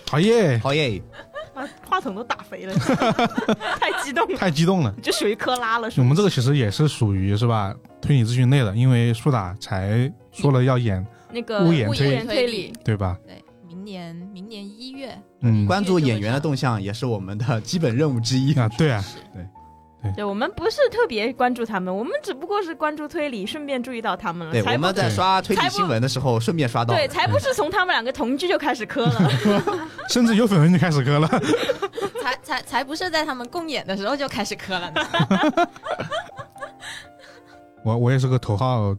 [SPEAKER 1] 讨厌，
[SPEAKER 3] 好 耶！
[SPEAKER 2] 把话筒都打飞了， 太激动了，
[SPEAKER 1] 太激动了。
[SPEAKER 2] 这属于克拉了，是
[SPEAKER 1] 我
[SPEAKER 2] 吗？
[SPEAKER 1] 们这个其实也是属于是吧推理咨询类的，因为苏打才说了要演，
[SPEAKER 2] 那个
[SPEAKER 1] 屋檐
[SPEAKER 2] 屋
[SPEAKER 1] 推理
[SPEAKER 2] 檐推理，
[SPEAKER 1] 对吧？
[SPEAKER 4] 对，明年明年一月
[SPEAKER 1] 嗯
[SPEAKER 3] 关注演员的动向也是我们的基本任务之一。
[SPEAKER 1] 啊，对啊，
[SPEAKER 4] 是
[SPEAKER 2] 对我们不是特别关注他们，我们只不过是关注推理，顺便注意到他们了。
[SPEAKER 3] 对，
[SPEAKER 2] 才
[SPEAKER 3] 我们在刷推理新闻的时候顺便刷
[SPEAKER 2] 不
[SPEAKER 3] 到。
[SPEAKER 2] 对，才不是从他们两个同居就开始磕了。
[SPEAKER 1] 甚至有粉红就开始割了。
[SPEAKER 4] 才才才不是在他们共演的时候就开始磕了呢。
[SPEAKER 1] 我我也是个头号，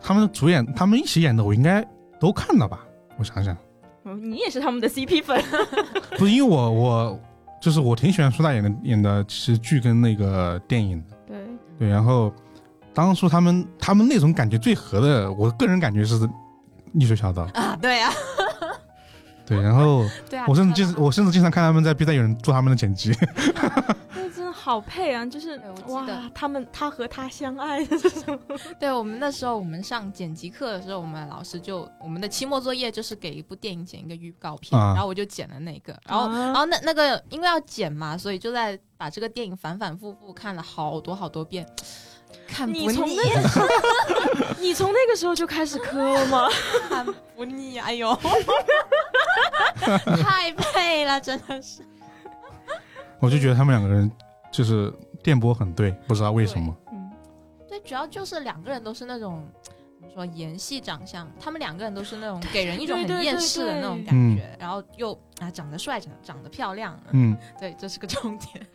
[SPEAKER 1] 他们主演他们一起演的，我应该都看了吧？我想想，
[SPEAKER 2] 哦
[SPEAKER 1] 嗯
[SPEAKER 2] 你也是他们的 CP 粉，
[SPEAKER 1] 不是因为我我就是我挺喜欢苏打演的演的其实剧跟那个电影的，
[SPEAKER 2] 对，
[SPEAKER 1] 对，然后当初他们他们那种感觉最合的，我个人感觉是逆水小刀，
[SPEAKER 4] 啊，对呀、
[SPEAKER 1] 对，然后
[SPEAKER 4] 对啊，
[SPEAKER 1] 我甚至
[SPEAKER 4] 磕
[SPEAKER 1] 经
[SPEAKER 4] 了
[SPEAKER 1] 我甚至经常看他们在 B 站有人做他们的剪辑，
[SPEAKER 2] 那哎真的好配啊！就是
[SPEAKER 4] 对我记得
[SPEAKER 2] 哇，他们他和他相爱，啊
[SPEAKER 4] 对我们那时候我们上剪辑课的时候，我们老师就我们的期末作业就是给一部电影剪一个预告片，
[SPEAKER 1] 啊
[SPEAKER 4] 然后我就剪了那个，然后、
[SPEAKER 2] 啊
[SPEAKER 4] 然后那那个因为要剪嘛，所以就在把这个电影反反复复看了好多好多遍，看
[SPEAKER 2] 你
[SPEAKER 4] 不
[SPEAKER 2] 从
[SPEAKER 4] 腻，
[SPEAKER 2] 那你从那个时候就开始磕 吗？
[SPEAKER 4] 看不腻，哎 呦，太配了，真的是。
[SPEAKER 1] 我就觉得他们两个人就是电波很对，不知道为什么。
[SPEAKER 2] 嗯，
[SPEAKER 4] 对，主要就是两个人都是那种怎么说颜系长相，他们两个人都是那种给人一种
[SPEAKER 2] 对对
[SPEAKER 4] 很
[SPEAKER 2] 对
[SPEAKER 4] 厌世的那种
[SPEAKER 2] 对
[SPEAKER 4] 感觉，然后又啊长得帅，长长得漂亮，
[SPEAKER 1] 嗯，
[SPEAKER 4] 对，这是个重点。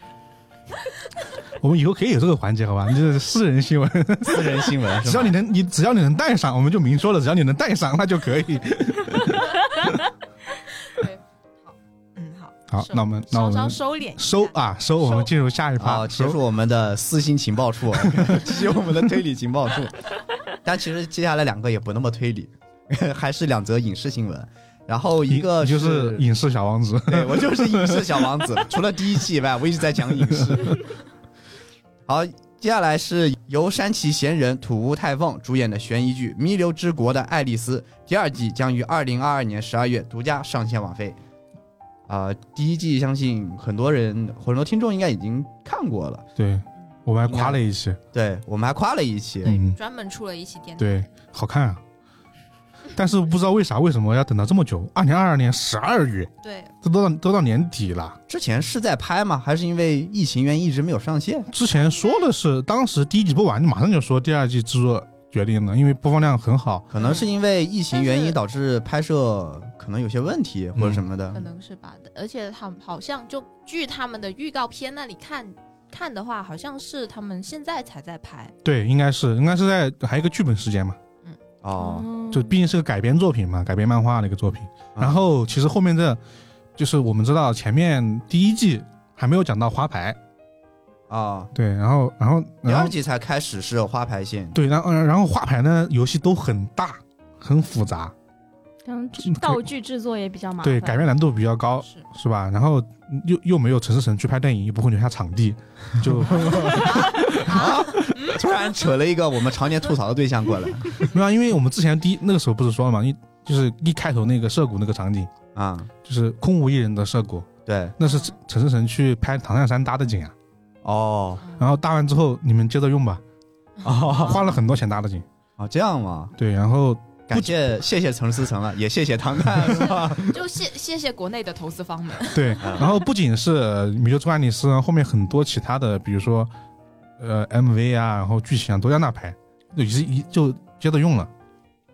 [SPEAKER 1] 我们以后可以有这个环节，好吧？ 就是私人新闻，
[SPEAKER 6] 私人新闻
[SPEAKER 1] 只要你能，你只要你能带上，我们就明说了，只要你能带上，那就可以。
[SPEAKER 4] 嗯，好，
[SPEAKER 1] 好，
[SPEAKER 4] 收
[SPEAKER 1] 那我们那我
[SPEAKER 4] 稍稍
[SPEAKER 1] 们
[SPEAKER 4] 收敛一
[SPEAKER 1] 收
[SPEAKER 4] 下
[SPEAKER 1] 啊收，哦我们进入下一趴。
[SPEAKER 3] 啊
[SPEAKER 6] 好，结束我们的私心情报 处，继续我们的推理情报处。
[SPEAKER 3] 但其实接下来两个也不那么推理，还是两则影视新闻。然后
[SPEAKER 1] 你
[SPEAKER 3] 一个
[SPEAKER 1] 你就是是影视小王子，
[SPEAKER 3] 对我就是影视小王子，除了第一期以外，我一直在讲影视。好，接下来是由山崎贤人、土屋太凤主演的悬疑剧《弥留之国的爱丽丝》第二季将于二零二二年十二月独家上线网飞。啊、第一季相信很多人、很多听众应该已经看过了，
[SPEAKER 1] 对我们还夸了一期，
[SPEAKER 3] 对我们还夸了一期。
[SPEAKER 1] 嗯，
[SPEAKER 4] 专门出了一期电台，
[SPEAKER 1] 对，好看啊。但是不知道为啥，为什么要等到这么久？二零二二年十二月，
[SPEAKER 4] 对，
[SPEAKER 1] 这都到都到年底了。
[SPEAKER 3] 之前是在拍吗？还是因为疫情原因一直没有上线？
[SPEAKER 1] 之前说的是，当时第一季播完，马上就说第二季制作决定了，因为播放量很好。
[SPEAKER 3] 可能是因为疫情原
[SPEAKER 4] 但
[SPEAKER 3] 因
[SPEAKER 4] 是
[SPEAKER 3] 导致拍摄可能有些问题或者什么的。
[SPEAKER 4] 可能是吧。嗯而且他们好像就据他们的预告片那里看看的话，好像是他们现在才在拍，
[SPEAKER 1] 对，应该是应该是在还有一个剧本时间嘛，嗯
[SPEAKER 3] 哦，
[SPEAKER 2] 嗯
[SPEAKER 1] 就毕竟是个改编作品嘛，改编漫画的一个作品。然后其实后面这，就是我们知道前面第一季还没有讲到花牌，
[SPEAKER 3] 啊，
[SPEAKER 1] 对，然后然后
[SPEAKER 3] 第
[SPEAKER 1] 然
[SPEAKER 3] 二
[SPEAKER 1] 后
[SPEAKER 3] 季才开始是花牌线，
[SPEAKER 1] 对，然后然后花牌呢游戏都很大，很复杂，
[SPEAKER 2] 嗯，道具制作也比较麻烦。
[SPEAKER 1] 对，改编难度比较高，
[SPEAKER 4] 是
[SPEAKER 1] 是吧？然后又又没有陈思诚去拍电影，也不会留下场地，就
[SPEAKER 3] 突然扯了一个我们常年吐槽的对象 过来
[SPEAKER 1] 没有啊，因为我们之前第一那个时候不是说了嘛，一就是一开头那个涉谷那个场景，
[SPEAKER 3] 啊。
[SPEAKER 1] 就是空无一人的涉谷，
[SPEAKER 3] 对，
[SPEAKER 1] 那是陈陈思诚去拍唐探三搭的景啊。
[SPEAKER 3] 哦
[SPEAKER 1] 然后搭完之后，你们接着用吧，
[SPEAKER 3] 哦
[SPEAKER 1] 花了很多钱搭的景。
[SPEAKER 3] 哦，这样嘛，
[SPEAKER 1] 对，然后
[SPEAKER 3] 感谢谢谢陈思诚了，也谢谢唐探，是 吧？
[SPEAKER 4] 就谢谢谢国内的投资方们，
[SPEAKER 1] 对，然后不仅是呃《米留之爱丽丝》，后面很多其他的，比如说呃 MV 啊，然后剧情啊，都在那拍，就一一就接着用了。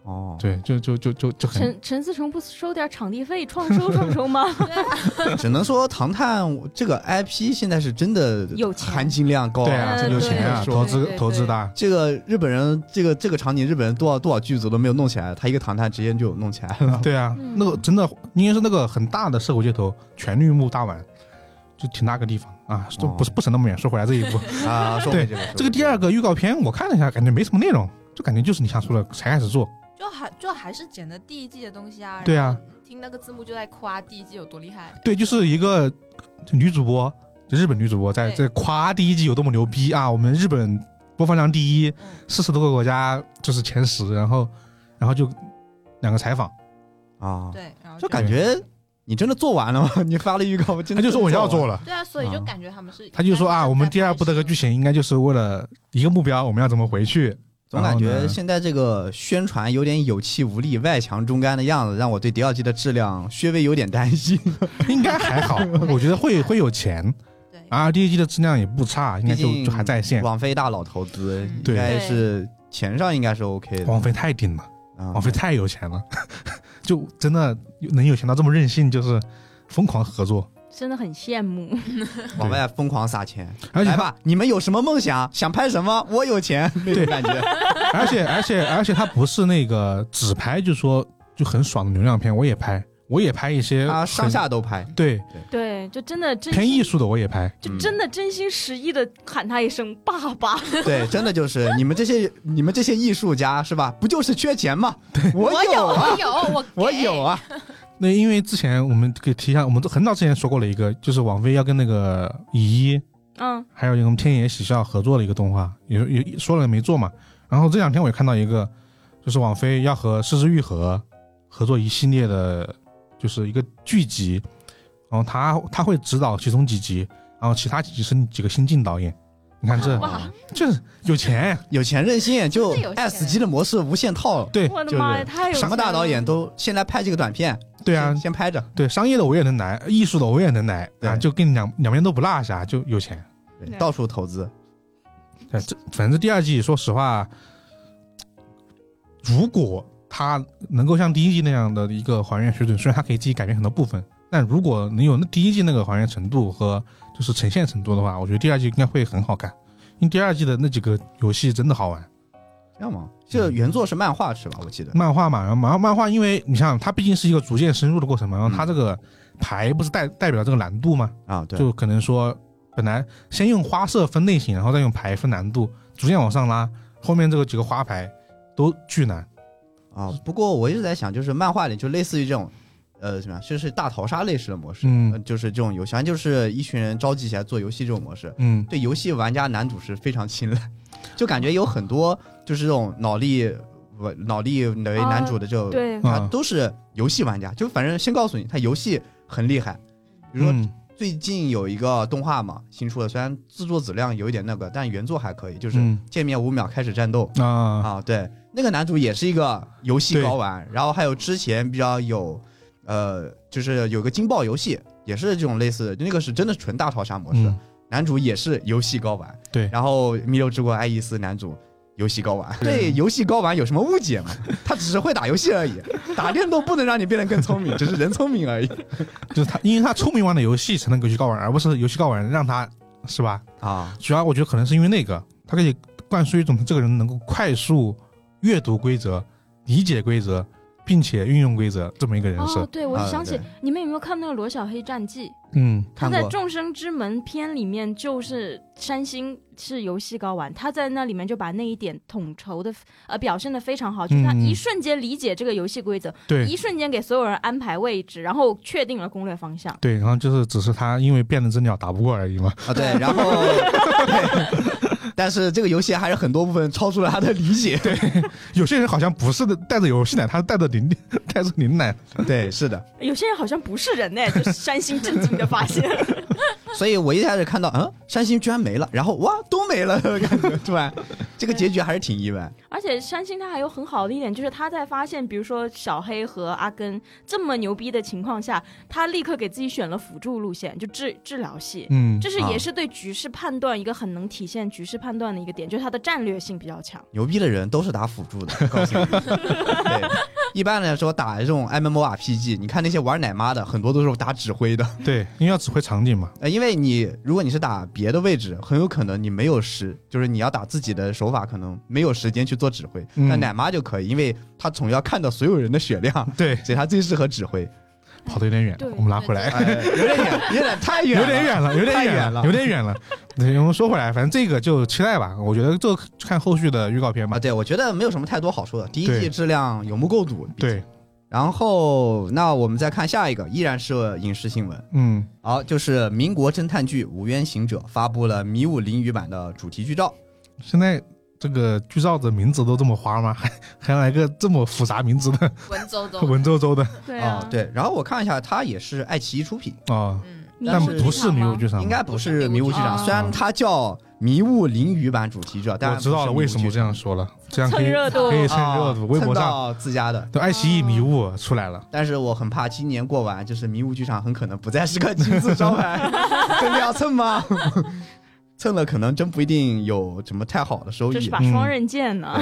[SPEAKER 3] 哦，
[SPEAKER 1] 对，就就就就就很
[SPEAKER 2] 陈陈思诚不收点场地费，创收创 收吗？
[SPEAKER 3] 只能说唐探这个 IP 现在是真的
[SPEAKER 2] 有钱
[SPEAKER 3] 含金量高
[SPEAKER 1] 对啊，
[SPEAKER 2] 嗯
[SPEAKER 1] 有钱啊，
[SPEAKER 3] 这
[SPEAKER 1] 投
[SPEAKER 3] 么说
[SPEAKER 1] 资
[SPEAKER 4] 呃对对
[SPEAKER 1] 投资大。
[SPEAKER 3] 这个日本人，这个这个场景，日本人多少多少剧组都没有弄起来，他一个唐探直接就弄起来了。
[SPEAKER 1] 对啊
[SPEAKER 2] 嗯，
[SPEAKER 1] 那个真的应该是那个很大的涩谷街头，全绿幕大碗，就挺大个地方啊，都
[SPEAKER 3] 哦
[SPEAKER 1] 不是不扯那么远。说回来这一 步，
[SPEAKER 3] 啊，说回这个，说回
[SPEAKER 1] 这个第二个预告片我看了一下，感觉没什么内容，就感觉就是你想说的才开始做。
[SPEAKER 4] 就还就还是剪的第一季的东西啊。
[SPEAKER 1] 对啊，哦
[SPEAKER 4] 听那个字幕就在夸第一季有多厉害。
[SPEAKER 1] 对，就是一个女主播，就日本女主播在
[SPEAKER 4] 对
[SPEAKER 1] 在夸第一季有多么牛逼啊！我们日本播放量第一，
[SPEAKER 4] 嗯，
[SPEAKER 1] 四十多个国家就是前十，然后然后就两个采访，
[SPEAKER 3] 啊，
[SPEAKER 4] 对，然后
[SPEAKER 3] 就感觉你真的做完了吗？ 你发了预告，真
[SPEAKER 1] 他
[SPEAKER 3] 的
[SPEAKER 1] 就说我要
[SPEAKER 3] 完
[SPEAKER 1] 做
[SPEAKER 3] 了
[SPEAKER 1] 了。
[SPEAKER 4] 对啊，所以就
[SPEAKER 3] 啊
[SPEAKER 4] 感觉他们是，
[SPEAKER 1] 他就说啊，我们第二部
[SPEAKER 4] 的
[SPEAKER 1] 这个剧情应该就是为了一个目标，我们要怎么回去？
[SPEAKER 3] 总
[SPEAKER 1] 然
[SPEAKER 3] 感
[SPEAKER 1] 后
[SPEAKER 3] 觉
[SPEAKER 1] 呢
[SPEAKER 3] 现在这个宣传有点有气无力、外强中干的样子，让我对第二季的质量稍微有点担心。
[SPEAKER 1] 应该还好，我觉得会会有钱。啊
[SPEAKER 4] 对，
[SPEAKER 1] R D G 的质量也不差， 应该
[SPEAKER 3] 毕
[SPEAKER 1] 就
[SPEAKER 3] 竟
[SPEAKER 1] 就还在线。
[SPEAKER 3] 网飞大佬投资，
[SPEAKER 4] 嗯
[SPEAKER 3] 应
[SPEAKER 1] 对
[SPEAKER 3] 该是钱上应该是 OK 的。
[SPEAKER 1] 王菲太顶了，
[SPEAKER 3] 啊
[SPEAKER 1] 王菲太有钱了， 就真的能有钱到这么任性，就是疯狂合作。
[SPEAKER 2] 真的很羡 慕。
[SPEAKER 3] 往外疯狂撒钱，
[SPEAKER 1] 而且
[SPEAKER 3] 来
[SPEAKER 1] 他
[SPEAKER 3] 吧，你们有什么梦想？想拍什么？我有 钱，那种感觉。
[SPEAKER 1] 而且而且而且他不是那个只拍，就说就很爽的流量片，我也拍，我也拍一些
[SPEAKER 3] 他
[SPEAKER 1] 很
[SPEAKER 3] 啊上下都拍，
[SPEAKER 1] 对
[SPEAKER 2] 对，就真的真
[SPEAKER 1] 偏
[SPEAKER 2] 心，
[SPEAKER 1] 艺术的我也拍，
[SPEAKER 3] 嗯
[SPEAKER 2] 就真的真心实意的喊他一声爸爸。
[SPEAKER 3] 对，真的就是你们这些你们这些艺术家是吧？不就是缺钱吗？我
[SPEAKER 4] 我
[SPEAKER 3] 有啊，
[SPEAKER 4] 我有，我
[SPEAKER 3] 我
[SPEAKER 4] 给
[SPEAKER 3] 有，啊。
[SPEAKER 1] 那因为之前我们可以提一下，我们都很早之前说过了一个，就是王菲要跟那个乙一，
[SPEAKER 2] 嗯，
[SPEAKER 1] 还有一个我们天野喜孝合作的一个动画，也也说了没做嘛。然后这两天我也看到一个，就是网飞要和失之愈合合作一系列的，就是一个剧集，然后他他会指导其中几集，然后其他几集是几个新晋导演，你看这
[SPEAKER 4] 哇，
[SPEAKER 1] 就是有钱，
[SPEAKER 3] 有钱任性，就
[SPEAKER 4] 真的有钱
[SPEAKER 3] 爱死机的模式无限套，
[SPEAKER 1] 对
[SPEAKER 2] 我的
[SPEAKER 3] 就是
[SPEAKER 2] 妈呀，太有
[SPEAKER 3] 什么
[SPEAKER 2] 钱啊
[SPEAKER 3] 大
[SPEAKER 2] 了
[SPEAKER 3] 导演都现在拍这个短片，
[SPEAKER 1] 对啊
[SPEAKER 3] 是，先拍着。
[SPEAKER 1] 对商业的我也能来，艺术的我也能来啊，
[SPEAKER 3] 对
[SPEAKER 1] 就跟你两两边都不落下，就有钱。
[SPEAKER 3] 对，
[SPEAKER 2] 对
[SPEAKER 3] 到处投资，
[SPEAKER 1] 对，这反正第二季说实话，如果它能够像第一季那样的一个还原水准，虽然它可以自己改变很多部分，但如果能有那第一季那个还原程度和就是呈现程度的话，我觉得第二季应该会很好看。因为第二季的那几个游戏真的好玩，
[SPEAKER 3] 这样吗？
[SPEAKER 7] 这原作是漫画是吧？我记得
[SPEAKER 1] 漫画嘛，然后漫漫画，因为你想想，它毕竟是一个逐渐深入的过程嘛，然后它这个牌不是代代表这个难度嘛，
[SPEAKER 7] 啊，对，
[SPEAKER 1] 就可能说本来先用花色分类型，然后再用牌分难度，逐渐往上拉，后面这个几个花牌都巨难。
[SPEAKER 7] 啊，
[SPEAKER 3] 不过我一直在想，就是漫画里就类似于这种，呃，什么呀就是大逃杀类似的模式，
[SPEAKER 1] 嗯
[SPEAKER 3] 呃就是这种游戏，反正就是一群人召集起来做游戏这种模式，
[SPEAKER 1] 嗯，
[SPEAKER 3] 对游戏玩家男主是非常青睐，就感觉有很多就是这种脑力我脑力为男主的这种，
[SPEAKER 2] 哦对，
[SPEAKER 1] 啊
[SPEAKER 3] 他都是游戏玩家，就反正先告诉你，他游戏很厉害。比如说
[SPEAKER 1] 嗯
[SPEAKER 3] 最近有一个动画嘛，新出的，虽然制作质量有一点那个，但原作还可以，就是
[SPEAKER 1] 嗯
[SPEAKER 3] 见面五秒开始战斗，
[SPEAKER 1] 啊，
[SPEAKER 3] 啊，对，那个男主也是一个游戏
[SPEAKER 1] 对
[SPEAKER 3] 高玩，然后还有之前比较有，呃，就是有个惊爆游戏，也是这种类似的，那个是真的纯大逃杀模式，
[SPEAKER 1] 嗯
[SPEAKER 3] 男主也是游戏高玩，
[SPEAKER 1] 对
[SPEAKER 3] 然后《弥留之国爱丽丝》男主。游戏高玩
[SPEAKER 1] 对
[SPEAKER 3] 对游戏高玩有什么误解吗？ 他只是会打游戏而已，打电动不能让你变得更聪明，只是人聪明而已。
[SPEAKER 1] 就是他，因为他聪明玩的游戏才能够去高玩，而不是游戏高玩让他是吧？
[SPEAKER 3] 啊，
[SPEAKER 1] 主要我觉得可能是因为那个，他可以灌输一种这个人能够快速阅读规则、理解规则，并且运用规则这么一个人设。
[SPEAKER 2] 哦，对，我
[SPEAKER 3] 啊
[SPEAKER 2] 想起
[SPEAKER 3] 对
[SPEAKER 2] 你们有没有看那个罗小黑战记？
[SPEAKER 1] 嗯
[SPEAKER 2] 他
[SPEAKER 3] 看
[SPEAKER 2] 在
[SPEAKER 3] 过
[SPEAKER 2] 《众生之门》篇里面就是山星是游戏高玩，他在那里面就把那一点统筹的呃表现的非常好，就是他
[SPEAKER 1] 嗯
[SPEAKER 2] 一瞬间理解这个游戏规则，一
[SPEAKER 1] 对
[SPEAKER 2] 瞬间给所有人安排位置，然后确定了攻略方向。
[SPEAKER 1] 对，然后就是只是他因为变了只鸟打不过而已嘛。
[SPEAKER 3] 啊，对，然后，对但是这个游戏还是很多部分超出了他的理解。对，
[SPEAKER 1] 有些人好像不是的，带着游戏奶，他是带着零带着零奶。
[SPEAKER 3] 对，是的。
[SPEAKER 2] 有些人好像不是人 呢，就是山星震惊的发现，
[SPEAKER 3] 所以我一开始看到，嗯，山星居然没了，然后哇，都没了，感觉突然，这个结局还是挺意外。
[SPEAKER 2] 而且山星他还有很好的一点，就是他在发现，比如说小黑和阿根这么牛逼的情况下，他立刻给自己选了辅助路线，就治治疗系。
[SPEAKER 1] 嗯，
[SPEAKER 2] 这是
[SPEAKER 3] 啊
[SPEAKER 2] 也是对局势判断一个很能体现局势判断的一个点，就是它的战略性比较强。
[SPEAKER 3] 牛逼的人都是打辅助的，告诉你。对，一般来说打这种 MMORPG，你看那些玩奶妈的，很多都是打指挥的，
[SPEAKER 1] 对，因为要指挥场景嘛。
[SPEAKER 3] 呃，因为你如果你是打别的位置，很有可能你没有时，就是你要打自己的手法，可能没有时间去做指挥。
[SPEAKER 1] 嗯
[SPEAKER 3] 但奶妈就可以，因为她总要看到所有人的血量，
[SPEAKER 1] 对，
[SPEAKER 3] 所以她最适合指挥。
[SPEAKER 1] 跑得有点远
[SPEAKER 2] 对，
[SPEAKER 1] 我们拉回来，
[SPEAKER 3] 哎有点远， 有点太 远，
[SPEAKER 1] 有点。远了，有点
[SPEAKER 3] 太
[SPEAKER 1] 远
[SPEAKER 3] 远
[SPEAKER 1] 了，
[SPEAKER 3] 了
[SPEAKER 1] 有点远了。对，我们说回来，反正这个就期待吧。我觉得这个看后续的预告片吧
[SPEAKER 3] 啊，。对，我觉得没有什么太多好说的。第一
[SPEAKER 1] 对
[SPEAKER 3] 季质量有目共睹，毕竟
[SPEAKER 1] 对，
[SPEAKER 3] 然后，那我们再看下一个，依然是影视新闻。
[SPEAKER 1] 嗯
[SPEAKER 3] 好，就是民国侦探剧《无冤行者》发布了迷雾淋雨版的主题剧照。
[SPEAKER 1] 现在这个剧照的名字都这么花吗？ 还还来个这么复杂名字的
[SPEAKER 4] 文绉绉，
[SPEAKER 1] 文绉绉的
[SPEAKER 2] 对啊
[SPEAKER 3] 哦对。然后我看一下，它也是爱奇艺出品，
[SPEAKER 1] 啊？
[SPEAKER 4] 嗯，
[SPEAKER 1] 但
[SPEAKER 3] 迷雾
[SPEAKER 1] 不是迷雾剧场，
[SPEAKER 3] 应该不是迷雾啊剧场。
[SPEAKER 4] 哦
[SPEAKER 3] 虽然它叫迷雾淋雨版主题剧照，但
[SPEAKER 1] 我知道了为什么这样说了，这样可以
[SPEAKER 2] 蹭热度
[SPEAKER 1] 可以蹭
[SPEAKER 3] 啊
[SPEAKER 1] 热度，微博上
[SPEAKER 3] 蹭到自家的。
[SPEAKER 1] 对爱奇艺迷雾出来了。
[SPEAKER 3] 但是我很怕今年过完，就是迷雾剧场很可能不再是个金字招牌， 真的要蹭吗？蹭了可能真不一定有什么太好的收益。
[SPEAKER 2] 就是把
[SPEAKER 1] 嗯
[SPEAKER 2] 双刃剑呢，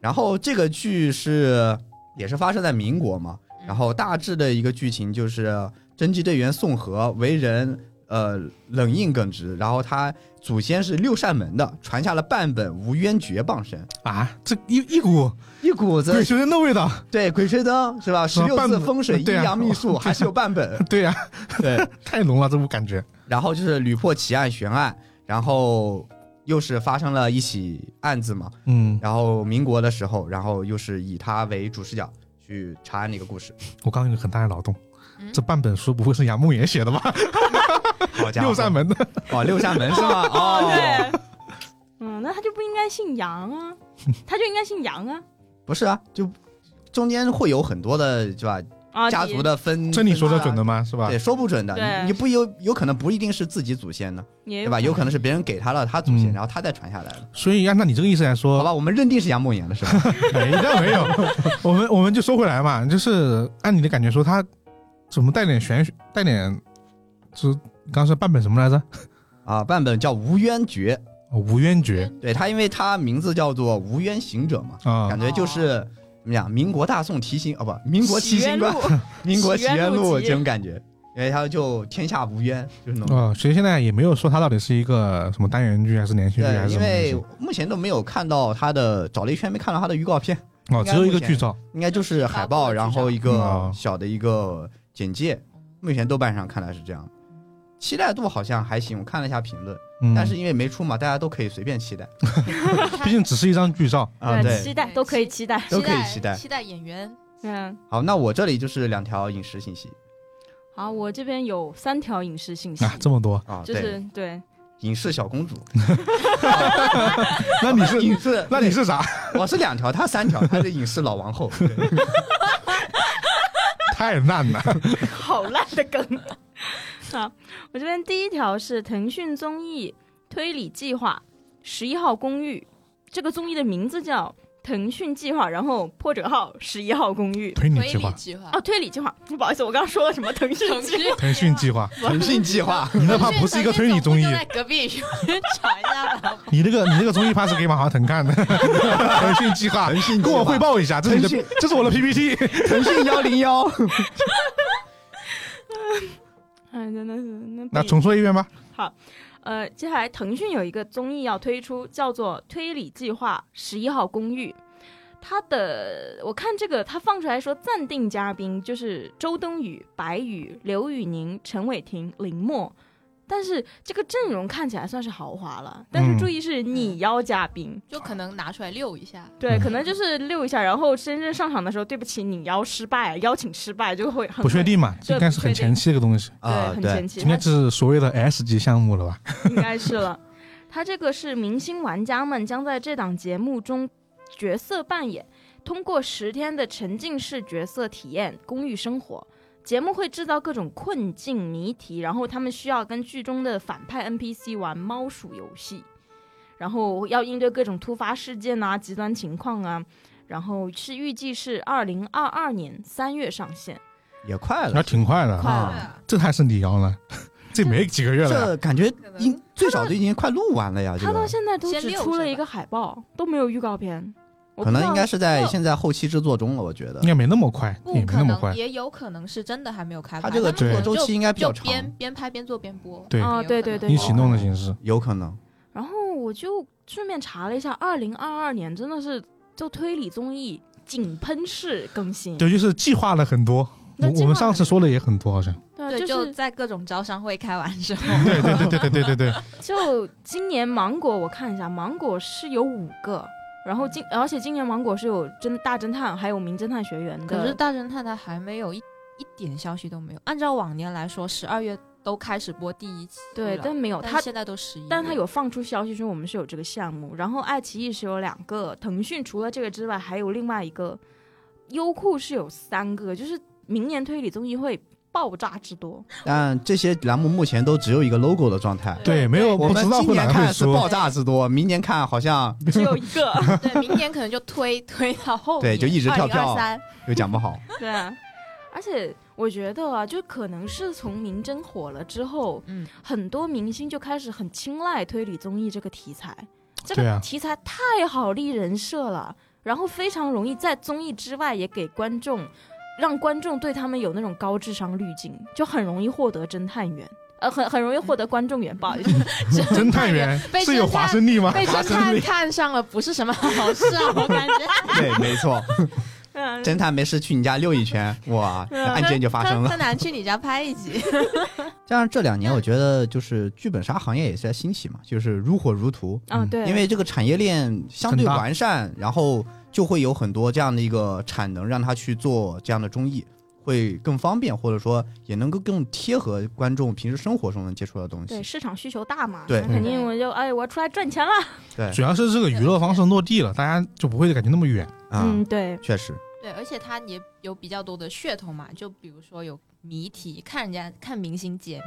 [SPEAKER 3] 然后这个剧是也是发生在民国嘛，
[SPEAKER 4] 嗯
[SPEAKER 3] 然后大致的一个剧情就是侦缉队员宋和为人呃冷硬耿直，然后他祖先是六扇门的，传下了半本无冤诀傍身，
[SPEAKER 1] 啊，这一一股
[SPEAKER 3] 一股
[SPEAKER 1] 鬼
[SPEAKER 3] 子
[SPEAKER 1] 学生的味道，
[SPEAKER 3] 对鬼吹灯是吧？十
[SPEAKER 1] 是吧
[SPEAKER 3] 六
[SPEAKER 1] 半
[SPEAKER 3] 字
[SPEAKER 1] 本
[SPEAKER 3] 风水阴
[SPEAKER 1] 对啊
[SPEAKER 3] 阳秘 术还是有半本，
[SPEAKER 1] 对呀、
[SPEAKER 3] 对，
[SPEAKER 1] 太浓了，这股感觉。
[SPEAKER 3] 然后就是屡破奇案悬案，然后又是发生了一起案子嘛，
[SPEAKER 1] 嗯，
[SPEAKER 3] 然后民国的时候，然后又是以他为主视角去查案的一个故事。
[SPEAKER 1] 我刚刚有个很大的脑洞，
[SPEAKER 4] 嗯
[SPEAKER 1] 这半本书不会是杨梦妍写的吧？
[SPEAKER 3] 好家伙，
[SPEAKER 1] 六扇门的，
[SPEAKER 3] 哦，六扇 门是吗？ 哦，
[SPEAKER 2] 对，嗯，那他就不应该姓杨啊，他就应该姓杨啊，
[SPEAKER 3] 不是啊，就中间会有很多的，是吧？
[SPEAKER 2] 啊
[SPEAKER 3] 家族的分，啊
[SPEAKER 1] 这你说的准的吗？是吧
[SPEAKER 3] 对，？说不准的，
[SPEAKER 2] 对
[SPEAKER 3] 你你不有有可能不一定是自己祖先的，
[SPEAKER 2] 也
[SPEAKER 3] 对吧？有可
[SPEAKER 2] 能
[SPEAKER 3] 能是别人给他了他祖
[SPEAKER 1] 嗯
[SPEAKER 3] 先，然后他再传下来的，
[SPEAKER 1] 所以按照你这个意思来
[SPEAKER 3] 好
[SPEAKER 1] 说，
[SPEAKER 3] 吧？我们认定是杨梦妍了，是吧？
[SPEAKER 1] 没的 没有，我们我们就说回来嘛，就是按你的感觉说，他怎么带点玄学，带点，就是刚说半本什么来着？
[SPEAKER 3] 啊，半本叫《无冤诀
[SPEAKER 1] 哦无冤诀》，
[SPEAKER 3] 对他，因为他名字叫做《无冤行者》嘛，
[SPEAKER 1] 啊
[SPEAKER 3] 感觉就是怎么讲，民国大宋提刑哦，不，民国提刑官，民国
[SPEAKER 2] 洗
[SPEAKER 3] 奇
[SPEAKER 2] 冤
[SPEAKER 3] 冤
[SPEAKER 2] 录
[SPEAKER 3] 录
[SPEAKER 2] 集
[SPEAKER 3] 这种感觉，因为他就天下无冤，就是那种。
[SPEAKER 1] 哦，其实现在也没有说它到底是一个什么单元剧还是连续剧还
[SPEAKER 3] 对，
[SPEAKER 1] 是什
[SPEAKER 3] 因
[SPEAKER 1] 么
[SPEAKER 3] 为
[SPEAKER 1] 东
[SPEAKER 3] 目前都没有看到他的，找了一圈没看到他的预告片，
[SPEAKER 1] 西哦，只有一个
[SPEAKER 3] 应该目前
[SPEAKER 1] 剧照，
[SPEAKER 3] 应该就是海报，然后一
[SPEAKER 1] 嗯
[SPEAKER 3] 个小的一个简介。目前豆瓣上看来是这样，期待度好像还行，我看了一下评论，
[SPEAKER 1] 嗯，
[SPEAKER 3] 但是因为没出嘛，大家都可以随便期待
[SPEAKER 1] 毕竟只是一张剧照，
[SPEAKER 3] 啊。
[SPEAKER 2] 对，
[SPEAKER 3] 对，
[SPEAKER 2] 期待都可以期待。
[SPEAKER 3] 都可以期待
[SPEAKER 4] 期待演员
[SPEAKER 2] 嗯，
[SPEAKER 3] 好，那我这里就是两条影视信息
[SPEAKER 2] 好，我这边有三条影视信息，
[SPEAKER 1] 啊，这么多，
[SPEAKER 3] 啊，
[SPEAKER 2] 就
[SPEAKER 3] 对，
[SPEAKER 2] 是对，
[SPEAKER 3] 影视小公主，
[SPEAKER 1] 那你是
[SPEAKER 3] 影视，
[SPEAKER 1] 那你是啥？
[SPEAKER 3] 我是两条，他三条，他是影视老王后。 对
[SPEAKER 1] 太烂了，
[SPEAKER 2] 好烂的梗。啊好，我这边第一条是腾讯综艺推理计划《十一号公寓》，这个综艺的名字叫《腾讯计划》，然后破折号《十一号公寓》。
[SPEAKER 1] 推理
[SPEAKER 4] 推
[SPEAKER 1] 计
[SPEAKER 4] 理
[SPEAKER 1] 划，
[SPEAKER 4] 计划
[SPEAKER 2] 哦，，推理计划，不好意思，我刚刚说了什么腾 讯
[SPEAKER 4] 腾
[SPEAKER 2] 计划？
[SPEAKER 4] 讯
[SPEAKER 1] 腾讯计划，
[SPEAKER 3] 腾讯计划，
[SPEAKER 1] 你那怕不是一个推理综艺
[SPEAKER 4] 腾讯总部就，在隔壁找一下吧。
[SPEAKER 1] 你那个你那个综艺怕是给马化腾看 的，腾讯计划，腾讯跟我汇报一下，这是你
[SPEAKER 3] 腾
[SPEAKER 1] 的，这是我的 PPT，
[SPEAKER 3] 腾讯幺零幺，
[SPEAKER 2] 哎，真的是那
[SPEAKER 1] 那
[SPEAKER 2] 被
[SPEAKER 1] 重说一遍吧。
[SPEAKER 2] 呃，接下来腾讯有一个综艺要推出，叫做《推理计划十一号公寓》。它的我看这个，它放出来说暂定嘉宾就是周冬雨、白宇、刘宇宁、陈伟霆、林默，但是这个阵容看起来算是豪华了。但是
[SPEAKER 1] 嗯
[SPEAKER 2] 注意是你邀嘉宾，
[SPEAKER 4] 就可能拿出来溜一下，
[SPEAKER 2] 对，
[SPEAKER 1] 嗯
[SPEAKER 2] 可能就是溜一下，然后真正上场的时候，对不起，你邀失败，邀请失败就会很
[SPEAKER 1] 不确，定嘛，
[SPEAKER 2] 对
[SPEAKER 1] 应该是很前期这个东西，
[SPEAKER 2] 对，
[SPEAKER 3] 啊
[SPEAKER 2] 很
[SPEAKER 3] 对
[SPEAKER 2] 前期，
[SPEAKER 1] 应该是所谓的 S 级项目了吧？
[SPEAKER 2] 应该是了。它这个是明星玩家们将在这档节目中角色扮演，通过十天的沉浸式角色体验公寓生活。节目会制造各种困境谜题，然后他们需要跟剧中的反派 NPC 玩猫鼠游戏，然后要应对各种突发事件啊、极端情况啊。然后是预计是二零二二年三月上线，
[SPEAKER 3] 也快
[SPEAKER 1] 那
[SPEAKER 3] 了，
[SPEAKER 1] 挺快的，
[SPEAKER 2] 快
[SPEAKER 3] 啊
[SPEAKER 2] 了，
[SPEAKER 1] 这还是你摇呢，这没几个月了呀。
[SPEAKER 3] 这感觉
[SPEAKER 4] 可能
[SPEAKER 3] 应最少都已经快录完了呀，这
[SPEAKER 2] 嗯他到
[SPEAKER 3] 个
[SPEAKER 2] 现在都
[SPEAKER 4] 先
[SPEAKER 2] 只
[SPEAKER 4] 六
[SPEAKER 2] 出
[SPEAKER 4] 是
[SPEAKER 2] 了
[SPEAKER 4] 吧
[SPEAKER 2] 一个海报，都没有预告片。我
[SPEAKER 3] 可
[SPEAKER 2] 不
[SPEAKER 3] 能
[SPEAKER 2] 知
[SPEAKER 3] 应
[SPEAKER 2] 道
[SPEAKER 3] 该是在
[SPEAKER 2] 不
[SPEAKER 3] 现在后期制作中了，我觉得
[SPEAKER 1] 应该没那么快，
[SPEAKER 4] 不
[SPEAKER 1] 也没
[SPEAKER 4] 可
[SPEAKER 1] 那么
[SPEAKER 4] 能，
[SPEAKER 1] 快。
[SPEAKER 4] 也有可能是真的还没有开
[SPEAKER 3] 他
[SPEAKER 4] 拍。
[SPEAKER 3] 这个
[SPEAKER 4] 他
[SPEAKER 1] 对
[SPEAKER 4] 们可
[SPEAKER 3] 制
[SPEAKER 4] 能
[SPEAKER 3] 作周
[SPEAKER 4] 就
[SPEAKER 3] 期应该比较
[SPEAKER 4] 就
[SPEAKER 3] 长，
[SPEAKER 4] 边边拍边做边播。
[SPEAKER 1] 对
[SPEAKER 2] 啊
[SPEAKER 4] 也有可能
[SPEAKER 2] 对对对
[SPEAKER 1] 一起弄的形式，
[SPEAKER 3] 有可能
[SPEAKER 2] 然后我就顺便查了一下，二零二二年真的是就推理综艺井喷式更新，
[SPEAKER 1] 对，就是计划了很多。
[SPEAKER 2] 那
[SPEAKER 1] 我
[SPEAKER 2] 计划
[SPEAKER 1] 我们上次说的也很多，好像。
[SPEAKER 2] 对啊
[SPEAKER 4] 对，
[SPEAKER 2] 就
[SPEAKER 4] 就是在各种招商会开完之后，
[SPEAKER 1] 对对对对对对对对，
[SPEAKER 2] 就今年芒果我看一下，芒果是有五个，然后今而且今年芒果是有侦大侦探还有名侦探学员的，
[SPEAKER 4] 可是大侦探他还没有一一点消息都没有。按照往年来说，十二月都开始播第一期了，
[SPEAKER 2] 对，但没有
[SPEAKER 4] 但
[SPEAKER 2] 他。
[SPEAKER 4] 现在都十一，
[SPEAKER 2] 但他有放出消息说我们是有这个项目，然后爱奇艺是有两个，腾讯除了这个之外还有另外一个，优酷是有三个，就是明年推理综艺会爆炸之多。
[SPEAKER 3] 但这些栏目目前都只有一个 logo 的状态。
[SPEAKER 1] 对没有
[SPEAKER 3] 我
[SPEAKER 1] 不
[SPEAKER 3] 们
[SPEAKER 1] 知道
[SPEAKER 3] 今
[SPEAKER 1] 会哪
[SPEAKER 3] 年
[SPEAKER 1] 个
[SPEAKER 3] 看
[SPEAKER 1] 会
[SPEAKER 3] 是
[SPEAKER 1] 输，
[SPEAKER 3] 爆炸之多，明年看好像
[SPEAKER 2] 只有一个，
[SPEAKER 4] 对，明年可能就推推到后
[SPEAKER 3] 对
[SPEAKER 4] 面，
[SPEAKER 3] 就一直跳票
[SPEAKER 4] 2023
[SPEAKER 3] 又讲不 好。
[SPEAKER 2] 对啊，而且我觉得啊，就可能是从《明侦》火了之后，
[SPEAKER 4] 嗯，
[SPEAKER 2] 很多明星就开始很青睐推理综艺这个题材，这
[SPEAKER 1] 对
[SPEAKER 2] 个
[SPEAKER 1] 啊
[SPEAKER 2] 题材太好立人设了，然后非常容易在综艺之外也给观众，让观众对他们有那种高智商滤镜，就很容易获得侦探缘。呃，很很容易获得观众缘，不好意思，
[SPEAKER 1] 侦探员
[SPEAKER 4] 被
[SPEAKER 1] 是有
[SPEAKER 4] 侦
[SPEAKER 1] 华
[SPEAKER 4] 探
[SPEAKER 1] 生力吗？
[SPEAKER 4] 被
[SPEAKER 1] 华
[SPEAKER 4] 侦
[SPEAKER 1] 生
[SPEAKER 4] 探
[SPEAKER 1] 力，
[SPEAKER 4] 看上了，不是什么好事 啊，我感觉。
[SPEAKER 3] 对，没错，
[SPEAKER 2] 嗯，
[SPEAKER 3] 侦探没事去你家溜一圈，哇，
[SPEAKER 2] 嗯
[SPEAKER 3] 案件就发生 了。
[SPEAKER 4] 柯南去你家拍一集，
[SPEAKER 3] 加上这两年，我觉得就是剧本杀行业也是在兴起嘛，就是如火如荼。
[SPEAKER 2] 啊，对，
[SPEAKER 3] 因为这个产业链相对
[SPEAKER 1] 很大
[SPEAKER 3] 完善，然后就会有很多这样的一个产能，让他去做这样的综艺，会更方便，或者说也能够更贴合观众平时生活中能接触到的东
[SPEAKER 2] 对
[SPEAKER 3] 西。
[SPEAKER 2] 市场需求大嘛，
[SPEAKER 3] 对
[SPEAKER 2] 那肯定我就哎，我要出来赚钱了，
[SPEAKER 3] 对
[SPEAKER 1] 主要是这个娱乐方式落地了，大家就不会感觉那么远。
[SPEAKER 3] 啊，
[SPEAKER 2] 嗯，对，
[SPEAKER 3] 确实，
[SPEAKER 4] 对对，而且它也有比较多的噱头嘛，就比如说有谜题，看人家看明星解谜，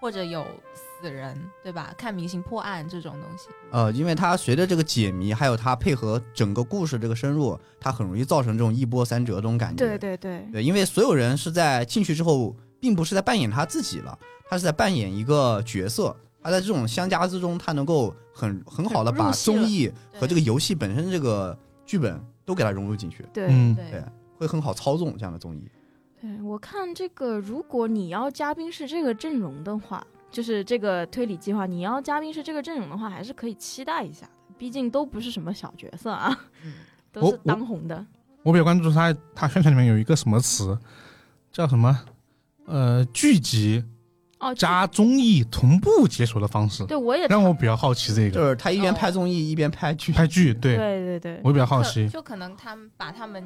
[SPEAKER 4] 或者有死人，对吧？看明星破案这种东西。
[SPEAKER 3] 呃，因为它随着这个解谜，还有它配合整个故事这个深入，它很容易造成这种一波三折这种感觉。
[SPEAKER 2] 对对对，
[SPEAKER 3] 对，因为所有人是在进去之后，并不是在扮演他自己了，他是在扮演一个角色。他在这种相加之中，他能够很很好的
[SPEAKER 4] 入
[SPEAKER 3] 把
[SPEAKER 4] 戏
[SPEAKER 3] 综
[SPEAKER 4] 了
[SPEAKER 3] 艺和
[SPEAKER 4] 对
[SPEAKER 3] 这个游戏本身这个剧本都给它融入进去，
[SPEAKER 2] 对，
[SPEAKER 1] 嗯，
[SPEAKER 4] 对
[SPEAKER 3] 对会很好操纵这样的综艺。
[SPEAKER 2] 对我看这个，如果你要嘉宾是这个阵容的话，就是这个推理计划，你要嘉宾是这个阵容的话，还是可以期待一下的，毕竟都不是什么小角色啊，都是
[SPEAKER 1] 我我
[SPEAKER 2] 当红的。
[SPEAKER 1] 我比较关注他，他宣传里面有一个什么词，叫什么？呃，剧集
[SPEAKER 2] 哦，
[SPEAKER 1] 加综艺同步解锁的方式
[SPEAKER 2] 这，对我也
[SPEAKER 1] 让我比较好奇这
[SPEAKER 3] 就
[SPEAKER 1] 个
[SPEAKER 3] 是他一边拍综艺一边拍剧，
[SPEAKER 1] 拍剧，对
[SPEAKER 2] 对对对，
[SPEAKER 1] 我比较好
[SPEAKER 4] 可
[SPEAKER 1] 奇。
[SPEAKER 4] 就可能他们把他们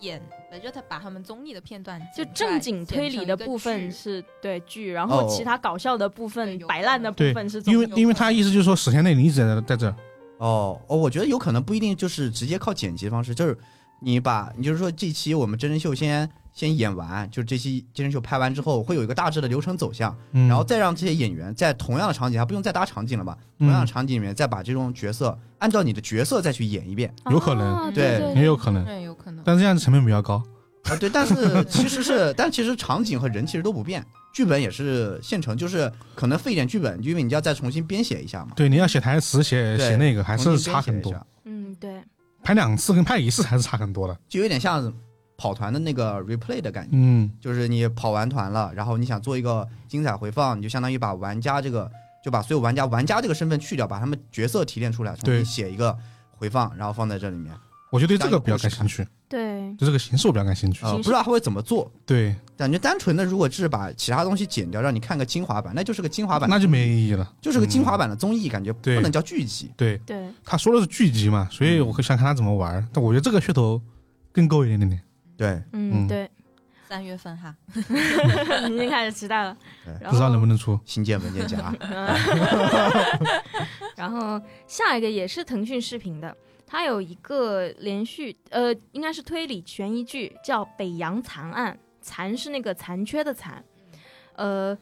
[SPEAKER 4] 演，呃就他把他们综艺的片段
[SPEAKER 2] 就
[SPEAKER 4] 剪出来
[SPEAKER 2] 正经推理的部分
[SPEAKER 4] 剪成一个剧
[SPEAKER 2] 是对剧，然
[SPEAKER 3] 哦
[SPEAKER 2] 后其他搞笑的部
[SPEAKER 4] 哦对
[SPEAKER 2] 分、
[SPEAKER 4] 有
[SPEAKER 2] 摆烂的部
[SPEAKER 1] 对
[SPEAKER 2] 分是，综
[SPEAKER 1] 因为
[SPEAKER 2] 艺
[SPEAKER 1] 因为他意思就是说，史前内你一直在在这儿，
[SPEAKER 3] 哦哦，我觉得有可能不一定就是直接靠剪辑方式，就是你把你就是说这期我们真人秀先先演完，就是这期真人秀拍完之后会有一个大致的流程走向，
[SPEAKER 1] 嗯
[SPEAKER 3] 然后再让这些演员在同样的场景，还不用再搭场景了吧？同样的
[SPEAKER 1] 嗯，
[SPEAKER 3] 场景里面再把这种角色按照你的角色再去演一遍
[SPEAKER 1] 有可能
[SPEAKER 2] 啊
[SPEAKER 3] 对
[SPEAKER 2] 对
[SPEAKER 1] 也有
[SPEAKER 3] 嗯
[SPEAKER 1] 可能，
[SPEAKER 4] 对，有可能。
[SPEAKER 1] 但是这样子成本比较高。
[SPEAKER 3] 啊，对，但是其实是，但其实场景和人其实都不变，剧本也是现成，就是可能费一点剧本，因为你要再重新编写一下嘛，
[SPEAKER 1] 对，你要写台词，写
[SPEAKER 3] 对
[SPEAKER 1] 写那个还
[SPEAKER 3] 重
[SPEAKER 1] 是
[SPEAKER 3] 新
[SPEAKER 1] 差
[SPEAKER 3] 编写
[SPEAKER 1] 很
[SPEAKER 3] 一
[SPEAKER 1] 多
[SPEAKER 3] 下。，
[SPEAKER 2] 嗯对，
[SPEAKER 1] 拍两次跟拍一次还是差很多的。
[SPEAKER 3] 就有点像跑团的那个 replay 的感觉。
[SPEAKER 1] 嗯，
[SPEAKER 3] 就是你跑完团了，然后你想做一个精彩回放，你就相当于把玩家这个，就把所有玩家玩家这个身份去掉，把他们角色提炼出来，重
[SPEAKER 1] 对
[SPEAKER 3] 新写一个回放，然后放在这里面。
[SPEAKER 1] 我就对这个比较感兴趣，
[SPEAKER 2] 对，嗯
[SPEAKER 1] 对这个形式我比较感兴趣。
[SPEAKER 3] 呃，不
[SPEAKER 2] 形式
[SPEAKER 3] 知道他会怎么做，
[SPEAKER 1] 对，
[SPEAKER 3] 感觉单纯的如果是把其他东西剪掉，让你看个精华版，那就是个精华版，
[SPEAKER 1] 那就没意义了。
[SPEAKER 3] 就是个精华版的综艺，感觉不
[SPEAKER 1] 嗯对
[SPEAKER 3] 能叫剧集。
[SPEAKER 1] 对
[SPEAKER 2] 对，
[SPEAKER 1] 他说的是剧集嘛，所以我想看他怎么玩儿。但我觉得这个噱头更够一点点点。
[SPEAKER 3] 对，
[SPEAKER 1] 嗯
[SPEAKER 2] 嗯对，
[SPEAKER 4] 三月份哈，
[SPEAKER 2] 已经开始期待了
[SPEAKER 3] 对。
[SPEAKER 2] 然
[SPEAKER 1] 不知道
[SPEAKER 2] 后
[SPEAKER 1] 能不能出。
[SPEAKER 3] 新建文件夹，
[SPEAKER 2] 然后下一个也是腾讯视频的，它有一个连续，呃，应该是推理悬疑剧，叫《北洋残案》，残是那个残缺的残，呃，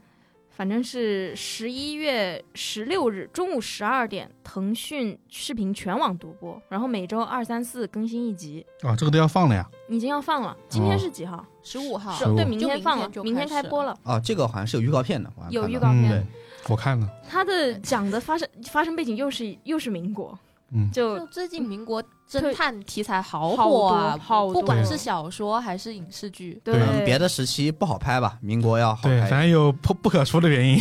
[SPEAKER 2] 反正是十一月十六日中午十二点，腾讯视频全网独播，然后每周二、三、四更新一集，
[SPEAKER 1] 啊，这个都要放了呀。
[SPEAKER 2] 已经要放了。今天
[SPEAKER 1] 哦
[SPEAKER 2] 是几号？
[SPEAKER 4] 十五号
[SPEAKER 2] 是
[SPEAKER 1] 15
[SPEAKER 2] 对，
[SPEAKER 1] 就
[SPEAKER 2] 明
[SPEAKER 4] 明
[SPEAKER 2] 天放
[SPEAKER 4] 天
[SPEAKER 2] 了
[SPEAKER 4] 就，
[SPEAKER 2] 明天
[SPEAKER 4] 开
[SPEAKER 2] 开
[SPEAKER 4] 始
[SPEAKER 2] 播
[SPEAKER 4] 了
[SPEAKER 2] 了，
[SPEAKER 3] 哦，这个好像是有预告片的，我好像
[SPEAKER 2] 有
[SPEAKER 3] 看
[SPEAKER 2] 预
[SPEAKER 3] 到
[SPEAKER 2] 告片。
[SPEAKER 1] 嗯我看了，
[SPEAKER 2] 它的讲的发生发生背景又是又是民国，
[SPEAKER 1] 嗯
[SPEAKER 2] 就
[SPEAKER 4] 就最近民国
[SPEAKER 2] 对
[SPEAKER 4] 侦探题材好
[SPEAKER 2] 好
[SPEAKER 4] 火啊，
[SPEAKER 2] 多好
[SPEAKER 4] 不管
[SPEAKER 1] 多
[SPEAKER 4] 是小说还是影视剧，
[SPEAKER 2] 对
[SPEAKER 1] 对嗯
[SPEAKER 3] 可能别的时期不好拍吧，民国要好
[SPEAKER 1] 对，
[SPEAKER 3] 拍。
[SPEAKER 1] 反正有不不可说的原 因。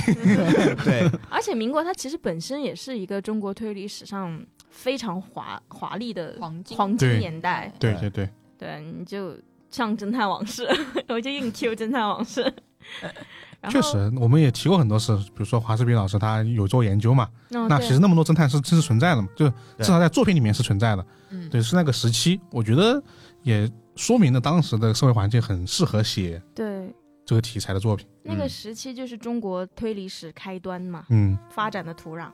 [SPEAKER 3] 对，
[SPEAKER 2] 而且民国它其实本身也是一个中国推理史上非常华华丽的
[SPEAKER 4] 黄金
[SPEAKER 2] 黄金
[SPEAKER 1] 对
[SPEAKER 2] 年代。
[SPEAKER 1] 对
[SPEAKER 3] 哎
[SPEAKER 1] 对对，
[SPEAKER 2] 对，你就像侦探往事， 我就硬 Q 侦探往事。 然后
[SPEAKER 1] 确实，，我们也提过很多次，比如说华士斌老师他有做研究嘛，
[SPEAKER 2] 嗯
[SPEAKER 1] 那
[SPEAKER 2] 对
[SPEAKER 1] 其实那么多侦探是真实存在的嘛，就
[SPEAKER 3] 对
[SPEAKER 1] 至少在作品里面是存在的。
[SPEAKER 4] 嗯，
[SPEAKER 1] 对，是那个时期，我觉得也说明了当时的社会环境很适合写
[SPEAKER 2] 对
[SPEAKER 1] 这个题材的作品。
[SPEAKER 2] 那个
[SPEAKER 3] 嗯
[SPEAKER 2] 时期就是中国推理史开端嘛。
[SPEAKER 1] 嗯
[SPEAKER 2] 发展的土壤。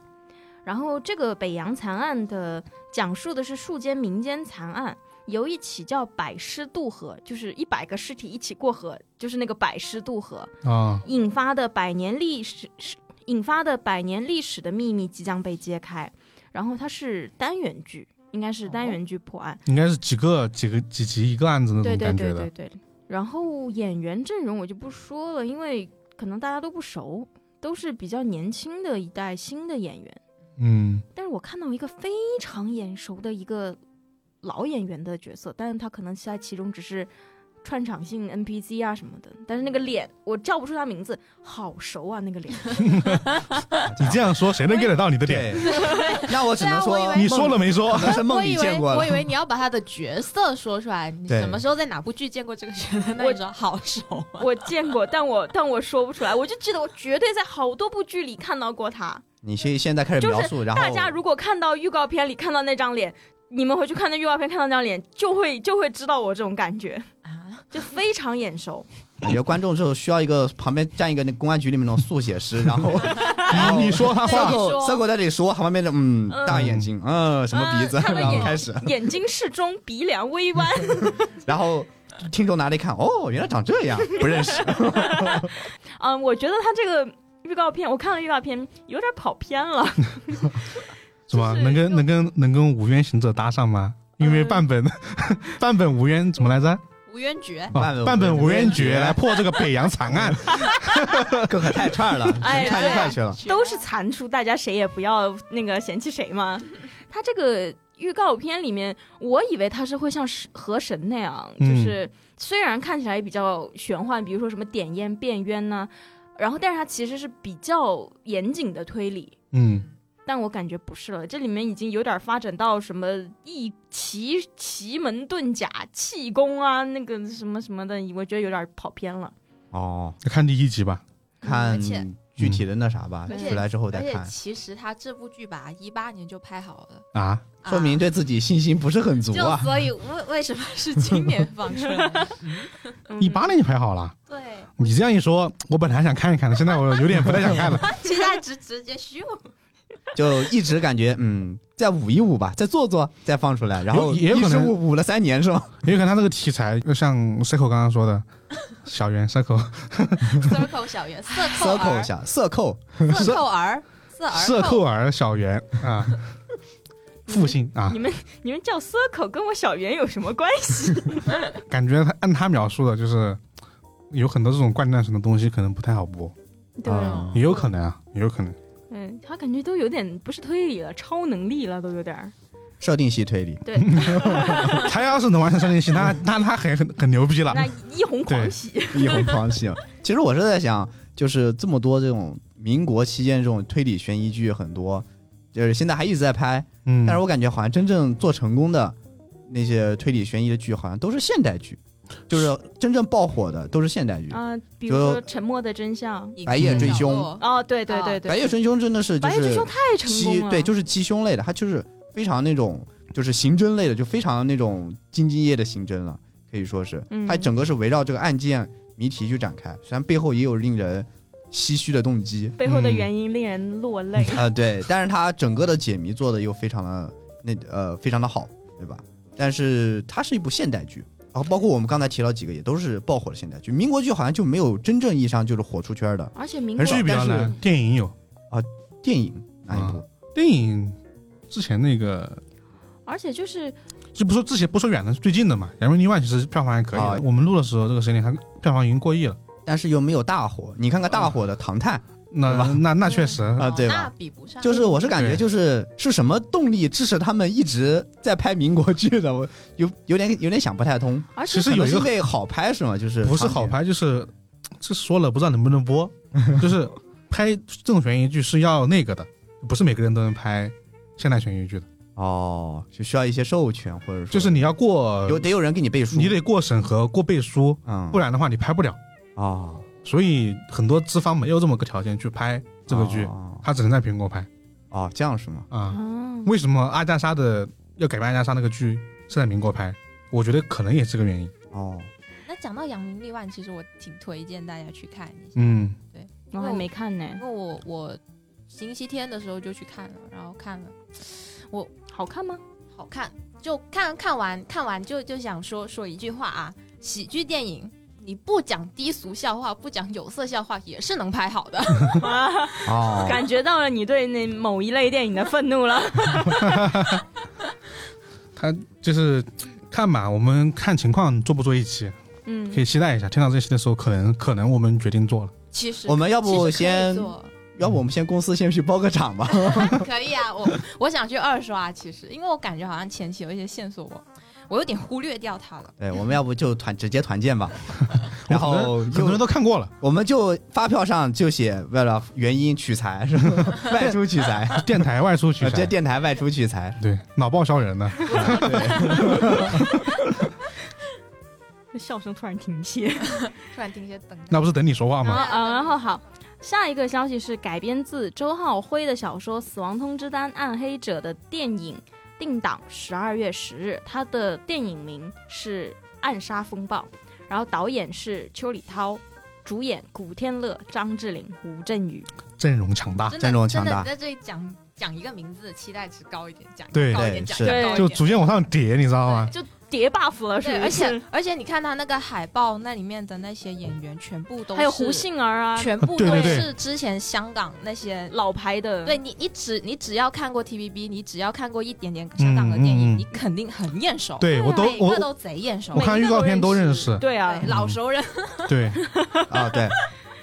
[SPEAKER 2] 然后这个北洋残案的讲述的是数间民间残案，由一起叫百尸渡河，就是一百个尸体一起过河，就是那个百尸渡河
[SPEAKER 1] 啊，
[SPEAKER 2] 引发的百年历史是引发的百年历史的秘密即将被揭开。然后它是单元剧，应该是单元剧破案。
[SPEAKER 1] 应该是几个几个几集一个案子那种
[SPEAKER 2] 对
[SPEAKER 1] 嗯
[SPEAKER 2] 对
[SPEAKER 1] 感
[SPEAKER 2] 对
[SPEAKER 1] 觉
[SPEAKER 2] 对
[SPEAKER 1] 的。
[SPEAKER 2] 对。然后演员阵容我就不说了，因为可能大家都不熟，都是比较年轻的一代新的演员。
[SPEAKER 1] 嗯，
[SPEAKER 2] 但是我看到一个非常眼熟的一个老演员的角色，但是他可能在其中只是串场性 NPC 啊什么的，但是那个脸我叫不出他名字，好熟啊那个脸。
[SPEAKER 1] 你这样说谁能 get 到你的点？
[SPEAKER 3] 对，那我只能
[SPEAKER 4] 对啊
[SPEAKER 3] 说
[SPEAKER 4] 我以为
[SPEAKER 1] 你说了没说
[SPEAKER 3] 可？能是
[SPEAKER 4] 我
[SPEAKER 3] 梦里
[SPEAKER 4] 以
[SPEAKER 3] 见
[SPEAKER 4] 为
[SPEAKER 3] 过
[SPEAKER 4] 我以
[SPEAKER 3] 的。
[SPEAKER 4] 为你要把他的角色说出来，你
[SPEAKER 3] 对
[SPEAKER 4] 什么时候在哪部剧见过这个角色？那
[SPEAKER 2] 我
[SPEAKER 4] 你说好 熟啊，
[SPEAKER 2] 我见过，但我但我说不出来，我就记得我绝对在好多部剧里看到过他。
[SPEAKER 3] 你现现在开始
[SPEAKER 2] 就是
[SPEAKER 3] 描述，然后
[SPEAKER 2] 大家如果看到预告片里看到那张脸，你们回去看那预告片看到那张脸，就会就会知道我这种感觉，
[SPEAKER 4] 啊，
[SPEAKER 2] 就非常眼熟。
[SPEAKER 3] 感觉观众就需要一个旁边站一个那公安局里面那种速写师，然后 然后
[SPEAKER 1] 你说他
[SPEAKER 3] 搜
[SPEAKER 1] 话，
[SPEAKER 3] 狗
[SPEAKER 4] 说
[SPEAKER 3] 搜狗在这里说，旁边的嗯
[SPEAKER 2] 嗯
[SPEAKER 3] 大眼睛，嗯什么鼻子，
[SPEAKER 2] 嗯他的
[SPEAKER 3] 然后
[SPEAKER 2] 眼
[SPEAKER 3] 开始，
[SPEAKER 2] 眼睛适中，鼻梁微弯，
[SPEAKER 3] 然后听众拿来一看，哦，原来长这样，不认识。
[SPEAKER 2] 嗯，我觉得他这个预告片，我看了预告片，有点跑偏了。
[SPEAKER 1] 是吧？
[SPEAKER 2] 就是
[SPEAKER 1] 能跟
[SPEAKER 2] 就
[SPEAKER 1] 能跟能跟无冤行者搭上吗？因为
[SPEAKER 2] 嗯
[SPEAKER 1] 半本 半本无冤怎么来着？
[SPEAKER 4] 无冤诀，
[SPEAKER 3] 半本
[SPEAKER 1] 啊半本
[SPEAKER 3] 无
[SPEAKER 1] 无
[SPEAKER 3] 冤
[SPEAKER 1] 冤
[SPEAKER 3] 诀
[SPEAKER 1] 诀来破这个北洋惨案。
[SPEAKER 3] 哥可太串了，
[SPEAKER 2] 哎呀
[SPEAKER 3] 串一块去了。
[SPEAKER 2] 都是蟾蜍，大家谁也不要那个嫌弃谁嘛。 他这个预告片里面，我以为他是会像是河神那样，就
[SPEAKER 1] 嗯
[SPEAKER 2] 是虽然看起来比较玄幻，比如说什么点烟变冤呐、然后但是它其实是比较严谨的推理。
[SPEAKER 1] 嗯，
[SPEAKER 2] 但我感觉不是了，这里面已经有点发展到什么一奇奇门遁甲、气功啊，那个什么什么的，我觉得有点跑偏了。
[SPEAKER 3] 哦，
[SPEAKER 1] 就看第一集吧。
[SPEAKER 4] 嗯
[SPEAKER 3] 看
[SPEAKER 4] 而且
[SPEAKER 3] 具体的那啥吧，
[SPEAKER 4] 嗯
[SPEAKER 3] 出来之后
[SPEAKER 4] 而
[SPEAKER 3] 再
[SPEAKER 4] 且
[SPEAKER 3] 看，
[SPEAKER 4] 其实他这部剧吧，一八年就拍好了，
[SPEAKER 1] 啊，
[SPEAKER 4] 啊
[SPEAKER 3] 说明对自己信心不是很足
[SPEAKER 4] 就
[SPEAKER 3] 啊。
[SPEAKER 4] 所以为为什么是今年放出 来？
[SPEAKER 2] 嗯
[SPEAKER 1] 一八年就拍好了。
[SPEAKER 4] 对，
[SPEAKER 1] 你这样一说，我本来想看一看的，现在我有点不太想 看了。
[SPEAKER 4] 现在直直接咻，
[SPEAKER 3] 就一直感觉嗯，再捂一捂吧，再做做，再放出来，然后
[SPEAKER 1] 也有可能
[SPEAKER 3] 一直捂捂了三年是 吧？
[SPEAKER 1] 因为可能它这个题材，就像 Circle 刚刚说的，小圆 Circle
[SPEAKER 4] circle 小 圆，色扣
[SPEAKER 3] 色扣一
[SPEAKER 4] 儿，
[SPEAKER 3] 下，色扣
[SPEAKER 4] 色扣儿，色儿
[SPEAKER 1] 社
[SPEAKER 4] 扣
[SPEAKER 1] 扣儿小圆 啊，复姓啊
[SPEAKER 2] 你，们你们叫 circle 跟我小圆有什么关系？
[SPEAKER 1] 感觉他按他描述的，就是有很多这种冠战神的东西，可能不太好播，
[SPEAKER 2] 对
[SPEAKER 4] 嗯
[SPEAKER 2] 啊，
[SPEAKER 1] 也有可能啊，也有可能。
[SPEAKER 2] 嗯，他感觉都有点不是推理了，超能力了，都有点儿。
[SPEAKER 3] 设定系 推理，
[SPEAKER 1] 他要是能完成三连戏， 那那他很很很牛逼
[SPEAKER 3] 啊
[SPEAKER 1] 了。
[SPEAKER 2] 那一红狂喜，
[SPEAKER 3] 一红狂喜。其实我是在想，就是这么多这种民国期间这种推理悬疑剧很多，就是现在还一直在拍，
[SPEAKER 1] 嗯，
[SPEAKER 3] 但是我感觉好像真正做成功的那些推理悬疑的剧，好像都是现代剧，就是真正爆火的都是现代剧。
[SPEAKER 2] 啊，比如说《沉默的真相》
[SPEAKER 3] 白夜追凶，
[SPEAKER 2] 哦，对对对对，
[SPEAKER 3] 白夜追凶真的是就
[SPEAKER 2] 白夜追
[SPEAKER 3] 是
[SPEAKER 2] 凶太成
[SPEAKER 3] 鸡
[SPEAKER 2] 功了，
[SPEAKER 3] 对，就是鸡胸类的，它就是非常那种就是刑侦类的，就非常那种兢兢业业的刑侦了，可以说是
[SPEAKER 2] 嗯
[SPEAKER 3] 它整个是围绕这个案件谜题去展开，虽然背后也有令人唏嘘的动机
[SPEAKER 2] 背后的原因令人落泪。
[SPEAKER 3] 啊、对，但是它整个的解谜做的又非常的那呃非常的好，对吧？但是它是一部现代剧。然后包括我们刚才提到几个也都是爆火的现代剧，民国剧好像就没有真正意义上就是火出圈的
[SPEAKER 2] 而且民
[SPEAKER 1] 而
[SPEAKER 2] 国
[SPEAKER 1] 剧比较
[SPEAKER 3] 但是
[SPEAKER 1] 难，电影有
[SPEAKER 3] 电影哪一部？
[SPEAKER 1] 电影之前那个。
[SPEAKER 2] 而且就是
[SPEAKER 1] 就不说之前不说远的，最近的嘛，《人民另外》其实票房还可以的。
[SPEAKER 3] 啊
[SPEAKER 1] 我们录的时候，这个时间它票房已经过亿了。
[SPEAKER 3] 但是又没有大火。你看看大火的《唐探》，对
[SPEAKER 1] 那
[SPEAKER 3] 吧
[SPEAKER 1] 那那确实，
[SPEAKER 3] 啊对吧
[SPEAKER 4] 那比不上，
[SPEAKER 3] 就是我是感觉
[SPEAKER 1] 对
[SPEAKER 3] 就是是什么动力支持他们一直在拍民国剧的？我有有点有点想不太通。
[SPEAKER 2] 而
[SPEAKER 1] 其
[SPEAKER 2] 且
[SPEAKER 1] 实有一
[SPEAKER 3] 可能
[SPEAKER 1] 个
[SPEAKER 3] 是因为好拍是吗？就是
[SPEAKER 1] 不是
[SPEAKER 3] 场景
[SPEAKER 1] 好，拍，就是这说了不知道能不能 播，就是拍这种悬疑剧是要那个的，不是每个人都能拍现代悬疑剧的，
[SPEAKER 3] 哦，就需要一些授权或者说
[SPEAKER 1] 就是你要过，
[SPEAKER 3] 有得有人给你背书，
[SPEAKER 1] 你得过审核、过背书，
[SPEAKER 3] 嗯
[SPEAKER 1] 不然的话你拍不了。
[SPEAKER 3] 哦
[SPEAKER 1] 所以很多资方没有这么个条件去拍这个剧，
[SPEAKER 3] 哦
[SPEAKER 1] 他只能在苹果拍
[SPEAKER 3] 哦这样是吗？
[SPEAKER 1] 啊。
[SPEAKER 2] 嗯
[SPEAKER 1] 为什么阿加莎的要改编阿加莎那个剧是在民国拍？我觉得可能也是个原因。
[SPEAKER 3] 哦，
[SPEAKER 4] 那讲到《扬名立万》，其实我挺推荐大家去看一下，
[SPEAKER 1] 嗯，
[SPEAKER 2] 我还没看呢
[SPEAKER 4] 因，为我我星期天的时候就去看了，然后看了
[SPEAKER 2] 好看吗？
[SPEAKER 4] 好看，就看看完看完就就想说说一句话啊，喜剧电影。你不讲低俗笑话，不讲有色笑话，也是能拍好的。
[SPEAKER 3] 哦，
[SPEAKER 2] 感觉到了你对那某一类电影的愤怒了。
[SPEAKER 1] 他就是看吧，我们看情况做不做一期，
[SPEAKER 2] 嗯，
[SPEAKER 1] 可以期待一下。听到这期的时候，可能可能我们决定做了。
[SPEAKER 4] 其实
[SPEAKER 3] 我们要不
[SPEAKER 4] 其实可以
[SPEAKER 3] 先
[SPEAKER 4] 做
[SPEAKER 3] 要不我们先公司先去包个场吧？
[SPEAKER 4] 可以啊，我我想去二刷，其实因为我感觉好像前期有一些线索我我有点忽略掉它了。
[SPEAKER 3] 对，我们要不就团直接团 建吧，然后
[SPEAKER 1] 很多人很多
[SPEAKER 3] 就
[SPEAKER 1] 人都看过了，
[SPEAKER 3] 我们就发票上就写为了原因取材是吧？ 外出取材。
[SPEAKER 1] 电台外出取
[SPEAKER 3] 啊，这
[SPEAKER 1] 材，
[SPEAKER 3] 电台外出 取材，
[SPEAKER 1] 对，脑爆笑人呢。
[SPEAKER 2] 这笑声突然停歇。
[SPEAKER 4] 突然听一些等
[SPEAKER 1] 那不是等你说话
[SPEAKER 2] 然后，
[SPEAKER 1] 吗？
[SPEAKER 2] 嗯、然后好，下一个消息是改编自周浩辉的小说《死亡通知单：暗黑者》的电影定档十二月十日，它的电影名是《暗杀风暴》，然后导演是邱礼涛，主演古天乐、张智霖、吴镇宇。
[SPEAKER 1] 阵容强大，
[SPEAKER 4] 真的
[SPEAKER 3] 阵容强大
[SPEAKER 4] 真的你在这里讲讲一个名字，期待值高一点，讲一个
[SPEAKER 1] 对
[SPEAKER 4] 高一
[SPEAKER 3] 对
[SPEAKER 4] 点，讲
[SPEAKER 3] 是
[SPEAKER 4] 一个高一点
[SPEAKER 1] 就逐渐往上叠，你知道吗？
[SPEAKER 4] 就
[SPEAKER 2] 叠 buff 了，是不
[SPEAKER 4] 对，
[SPEAKER 2] 是？
[SPEAKER 4] 而且而且你看他那个海报，那里面的那些演员全部都
[SPEAKER 2] 还有
[SPEAKER 4] 是
[SPEAKER 2] 胡，杏儿啊，嗯
[SPEAKER 4] 全部
[SPEAKER 1] 对
[SPEAKER 4] 都
[SPEAKER 1] 对对
[SPEAKER 4] 是之前香港那些。
[SPEAKER 2] 老牌的，
[SPEAKER 4] 对你，你只你只要看过 TVB，你只要看过一点点香港的
[SPEAKER 1] 嗯
[SPEAKER 4] 电
[SPEAKER 1] 嗯
[SPEAKER 4] 影，
[SPEAKER 1] 嗯
[SPEAKER 4] 你肯定很眼熟。
[SPEAKER 1] 对我都
[SPEAKER 4] 每
[SPEAKER 1] 我
[SPEAKER 4] 个都贼眼熟
[SPEAKER 1] 我。看预告片都认识，
[SPEAKER 2] 对啊
[SPEAKER 4] 对，，老熟人。
[SPEAKER 1] 对，
[SPEAKER 3] 啊，对。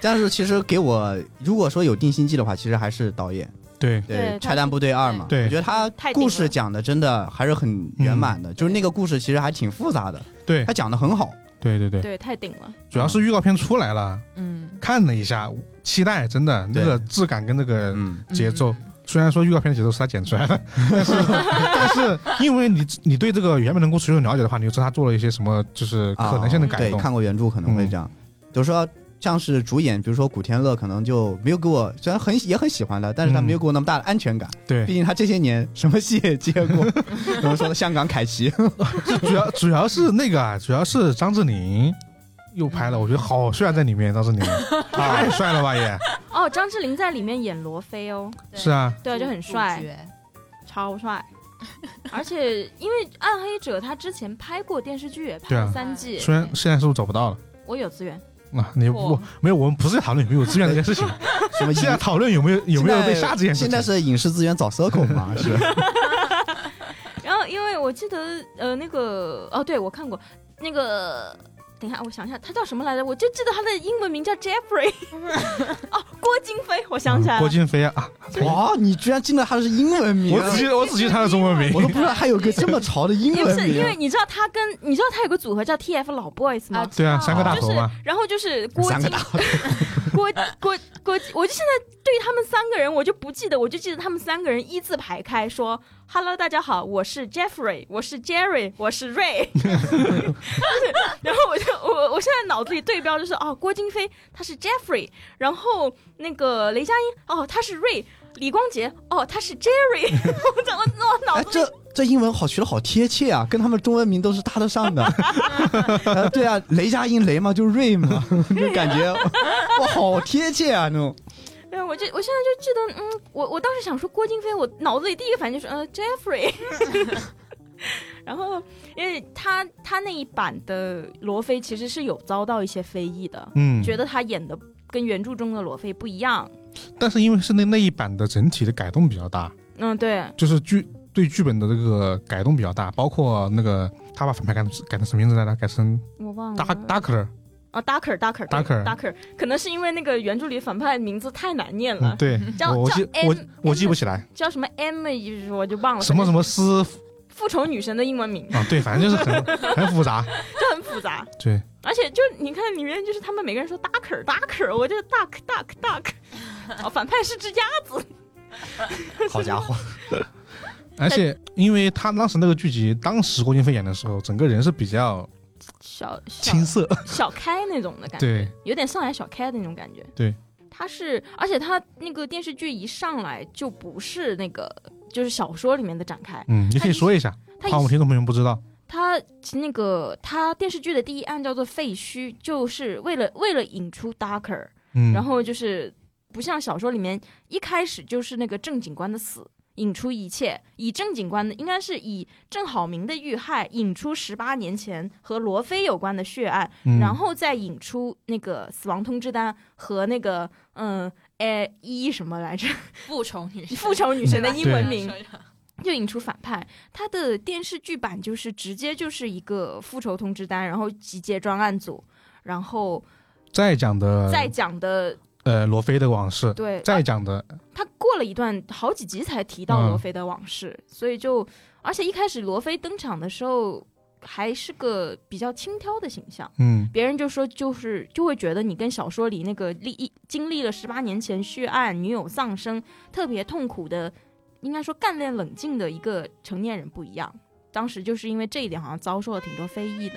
[SPEAKER 3] 但是其实给我，如果说有定心剂的话，其实还是导演
[SPEAKER 1] 对，
[SPEAKER 2] 对
[SPEAKER 3] 对《
[SPEAKER 2] 他
[SPEAKER 3] 拆弹部队二》嘛，
[SPEAKER 1] 对
[SPEAKER 3] 我觉得他
[SPEAKER 2] 太顶
[SPEAKER 3] 故
[SPEAKER 2] 了
[SPEAKER 3] 事讲的真的还是很圆满的，就是那个故事其实还挺复杂的，
[SPEAKER 1] 嗯对
[SPEAKER 3] 他，讲的很好。
[SPEAKER 1] 对，对，对，
[SPEAKER 2] 对，太顶了。
[SPEAKER 1] 主要是预告片出来了，
[SPEAKER 4] 嗯，
[SPEAKER 1] 看了一下，期待真的那
[SPEAKER 3] 对
[SPEAKER 1] 个质感跟那个
[SPEAKER 3] 嗯，
[SPEAKER 1] 节奏
[SPEAKER 4] 嗯。
[SPEAKER 1] 虽然说预告片的节奏是他剪出来 的，但是但是因为你你对这个原本的故事有了解的话，你就知道他做了一些什么就是可能性的改
[SPEAKER 3] 啊对，
[SPEAKER 1] 动。嗯
[SPEAKER 3] 看过原著可能会这样，就是说。像是主演，比如说古天乐，可能就没有给我，虽然很也很喜欢他，但是他
[SPEAKER 1] 嗯
[SPEAKER 3] 没有给我那么大的安全感。
[SPEAKER 1] 对
[SPEAKER 3] 毕，竟他这些年什么戏也接 过，怎么说呢？香港凯奇，
[SPEAKER 1] 主要 主要是那个啊，主要是张智霖又拍了，我觉得好帅在里面，张智霖啊太帅了吧也。
[SPEAKER 2] 哦，张智霖在里面演罗非哦，
[SPEAKER 4] 对
[SPEAKER 1] 是，啊，
[SPEAKER 2] 对啊，就很
[SPEAKER 4] 主
[SPEAKER 2] 帅，
[SPEAKER 4] 角
[SPEAKER 2] 超帅。而且因为《暗黑者》他之前拍过电视剧，也拍
[SPEAKER 1] 对啊
[SPEAKER 2] 了三季，
[SPEAKER 1] 虽然现在是不是找不到了
[SPEAKER 2] 我有资源。
[SPEAKER 1] 啊？你
[SPEAKER 4] 错
[SPEAKER 1] 我没有，我们不是在讨论有没有资源这件事情，
[SPEAKER 3] 什么
[SPEAKER 1] 现在讨论有没有有没有被杀这件事
[SPEAKER 3] 啊现在
[SPEAKER 1] 情。
[SPEAKER 3] 是影视资 源找 circle 嘛？是，
[SPEAKER 2] 然后因为我记得呃那个哦，对我看过那个。等一下，我想一下，他叫什么来着？我就记得他的英文名叫 Jeffrey。哦，郭京飞，我想起
[SPEAKER 1] 嗯
[SPEAKER 2] 来了
[SPEAKER 1] 郭。京飞啊，啊
[SPEAKER 3] 哇，你居然记得他是英文名
[SPEAKER 1] 我，只记得我只记得他的中文
[SPEAKER 3] 我
[SPEAKER 1] 名
[SPEAKER 3] 都不知道还有个这么潮的英
[SPEAKER 2] 因为
[SPEAKER 3] 文
[SPEAKER 2] 是
[SPEAKER 1] 啊
[SPEAKER 2] 因为
[SPEAKER 3] 名。
[SPEAKER 2] 你知道他跟你知道他有个组合叫 TF 老 boys 吗？
[SPEAKER 4] 啊，
[SPEAKER 1] 对啊
[SPEAKER 4] 知道
[SPEAKER 1] 三个大
[SPEAKER 2] 就
[SPEAKER 1] 头
[SPEAKER 2] 是
[SPEAKER 1] 嘛，
[SPEAKER 2] 然后就是郭
[SPEAKER 3] 三
[SPEAKER 2] 京
[SPEAKER 3] 个大
[SPEAKER 2] 郭郭郭，我就现在对他们三个人我就不记得，我就记得他们三个人一字排开说：“Hello，大家好，我是 Jeffrey，我是 Jerry，我是 Ray。” 然后我就我我现在脑子里对标就是哦，郭京飞他是 Jeffrey，然后那个雷佳音哦他是 Ray，李光洁哦他是 Jerry，我 怎么我脑
[SPEAKER 3] 哎，
[SPEAKER 2] 子里
[SPEAKER 3] 这这英文好学的好贴切啊，跟他们中文名都是搭得上 的。呃对啊，雷佳音雷嘛，就是瑞嘛， 就感 觉哇，好贴切啊那种。
[SPEAKER 2] 对，我就我现在就记得，嗯，我我当时想说郭京飞，我脑子里第一个反应就是呃 Jeffrey，然后因为他他那一版的罗非其实是有遭到一些非议的，
[SPEAKER 1] 嗯，
[SPEAKER 2] 觉得他演的跟原著中的罗非不一样。
[SPEAKER 1] 但是因为是那那一版的整体的改动比较大，
[SPEAKER 2] 嗯，对，
[SPEAKER 1] 就是剧对剧本的这个改动比较大，包括那个他把反派改成改成什么名字来着？改成
[SPEAKER 2] 我忘了。
[SPEAKER 1] Dark Darker，
[SPEAKER 2] 啊，Darker Darker
[SPEAKER 1] Darker
[SPEAKER 2] Darker，可能是因为那个原著里反派名字太难念了
[SPEAKER 1] 嗯，，对
[SPEAKER 2] 叫
[SPEAKER 1] 我我
[SPEAKER 2] 叫
[SPEAKER 1] 记
[SPEAKER 2] M-
[SPEAKER 1] 我
[SPEAKER 2] M-
[SPEAKER 1] 我记不起来
[SPEAKER 2] 叫什么 M，我就忘了。
[SPEAKER 1] 什么什
[SPEAKER 2] 么
[SPEAKER 1] 么斯
[SPEAKER 2] 复仇女神的英文名
[SPEAKER 1] 啊，对，反正就是 很很复杂，
[SPEAKER 2] 就很复杂。
[SPEAKER 1] 对，
[SPEAKER 2] 而且就你看里面就是他们每个人说 ducker ducker，我就 duck duck duck，哦，反派是只鸭子，
[SPEAKER 3] 好家伙，
[SPEAKER 1] 而且因为他当时那个剧集，当时郭京飞演的时候，整个人是比较
[SPEAKER 2] 小小
[SPEAKER 1] 青涩，
[SPEAKER 2] 小开那种的感觉，
[SPEAKER 1] 对，
[SPEAKER 2] 有点上来小开的那种感觉。
[SPEAKER 1] 对，
[SPEAKER 2] 他是，而且他那个电视剧一上来就不是那个，就是小说里面的展开，
[SPEAKER 1] 嗯，你可以说一下，
[SPEAKER 2] 他
[SPEAKER 1] 怕我们
[SPEAKER 2] 一
[SPEAKER 1] 听众朋友们不知道，
[SPEAKER 2] 他那个他电视剧的第一案叫做废墟，就是为了为了引出 ducker，
[SPEAKER 1] 嗯，
[SPEAKER 2] 然后就是不像小说里面一开始就是那个郑警官的死引出一切，以郑警官的应该是以郑好明的遇害引出十八年前和罗非有关的血案，
[SPEAKER 1] 嗯
[SPEAKER 2] 然后再引出那个死亡通知单和那个嗯。哎，一什么来着？
[SPEAKER 4] 复仇女神，
[SPEAKER 2] 复仇女神的英
[SPEAKER 1] 对
[SPEAKER 2] 文名，就引出反派。他的电视剧版就是直接就是一个复仇通知单，然后集结专案组，然后
[SPEAKER 1] 再讲的
[SPEAKER 2] 再讲的、
[SPEAKER 1] 呃罗非的往事，
[SPEAKER 2] 对
[SPEAKER 1] 嗯再讲的
[SPEAKER 2] 他过了一段好几集才提到罗非的往事，所以就而且一开始罗非登场的时候还是个比较轻佻的形象，
[SPEAKER 1] 嗯
[SPEAKER 2] 别人就说就是就会觉得你跟小说里那个历经历了十八年前血案、女友丧生、特别痛苦的，应该说干练冷静的一个成年人不一样。当时就是因为这一点，好像遭受了挺多非议的。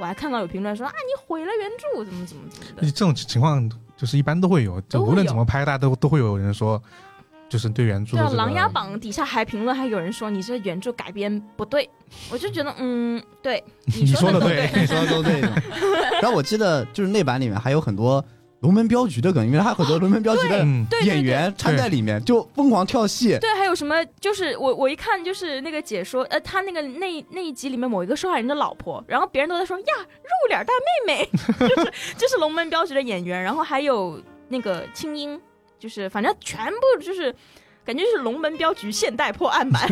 [SPEAKER 2] 我还看到有评论说啊，你毁了原著，怎么怎么怎么的
[SPEAKER 1] 这。种情况就是一般都会有，就
[SPEAKER 2] 都会
[SPEAKER 1] 无论
[SPEAKER 2] 有
[SPEAKER 1] 怎么拍，大家都都会有人说，就是对原著
[SPEAKER 2] 对
[SPEAKER 1] 的
[SPEAKER 2] 啊，《
[SPEAKER 1] 这
[SPEAKER 2] 琅琊
[SPEAKER 1] 个
[SPEAKER 2] 榜》底下还评论还有人说你这原著改编不 对，我就觉得嗯，对，
[SPEAKER 1] 你
[SPEAKER 2] 说
[SPEAKER 1] 说
[SPEAKER 2] 的
[SPEAKER 1] 的
[SPEAKER 2] 都
[SPEAKER 1] 对，
[SPEAKER 3] 你说的都对的。然后我记得就是那版里面还有很多龙门镖局的梗，因为他很多龙门镖局的
[SPEAKER 1] 嗯，
[SPEAKER 2] 对对
[SPEAKER 3] 演
[SPEAKER 2] 对。
[SPEAKER 3] 员掺在里面，就疯狂跳戏。
[SPEAKER 2] 对，还有什么？就是我我一看就是那个解说，呃，他那个那那一集里面某一个受害人的老婆，然后别人都在说呀，肉脸大 妹妹，就是就是龙门镖局的演员，然后还有那个青音，就是反正全部就是感觉就是龙门镖局现代破 案版，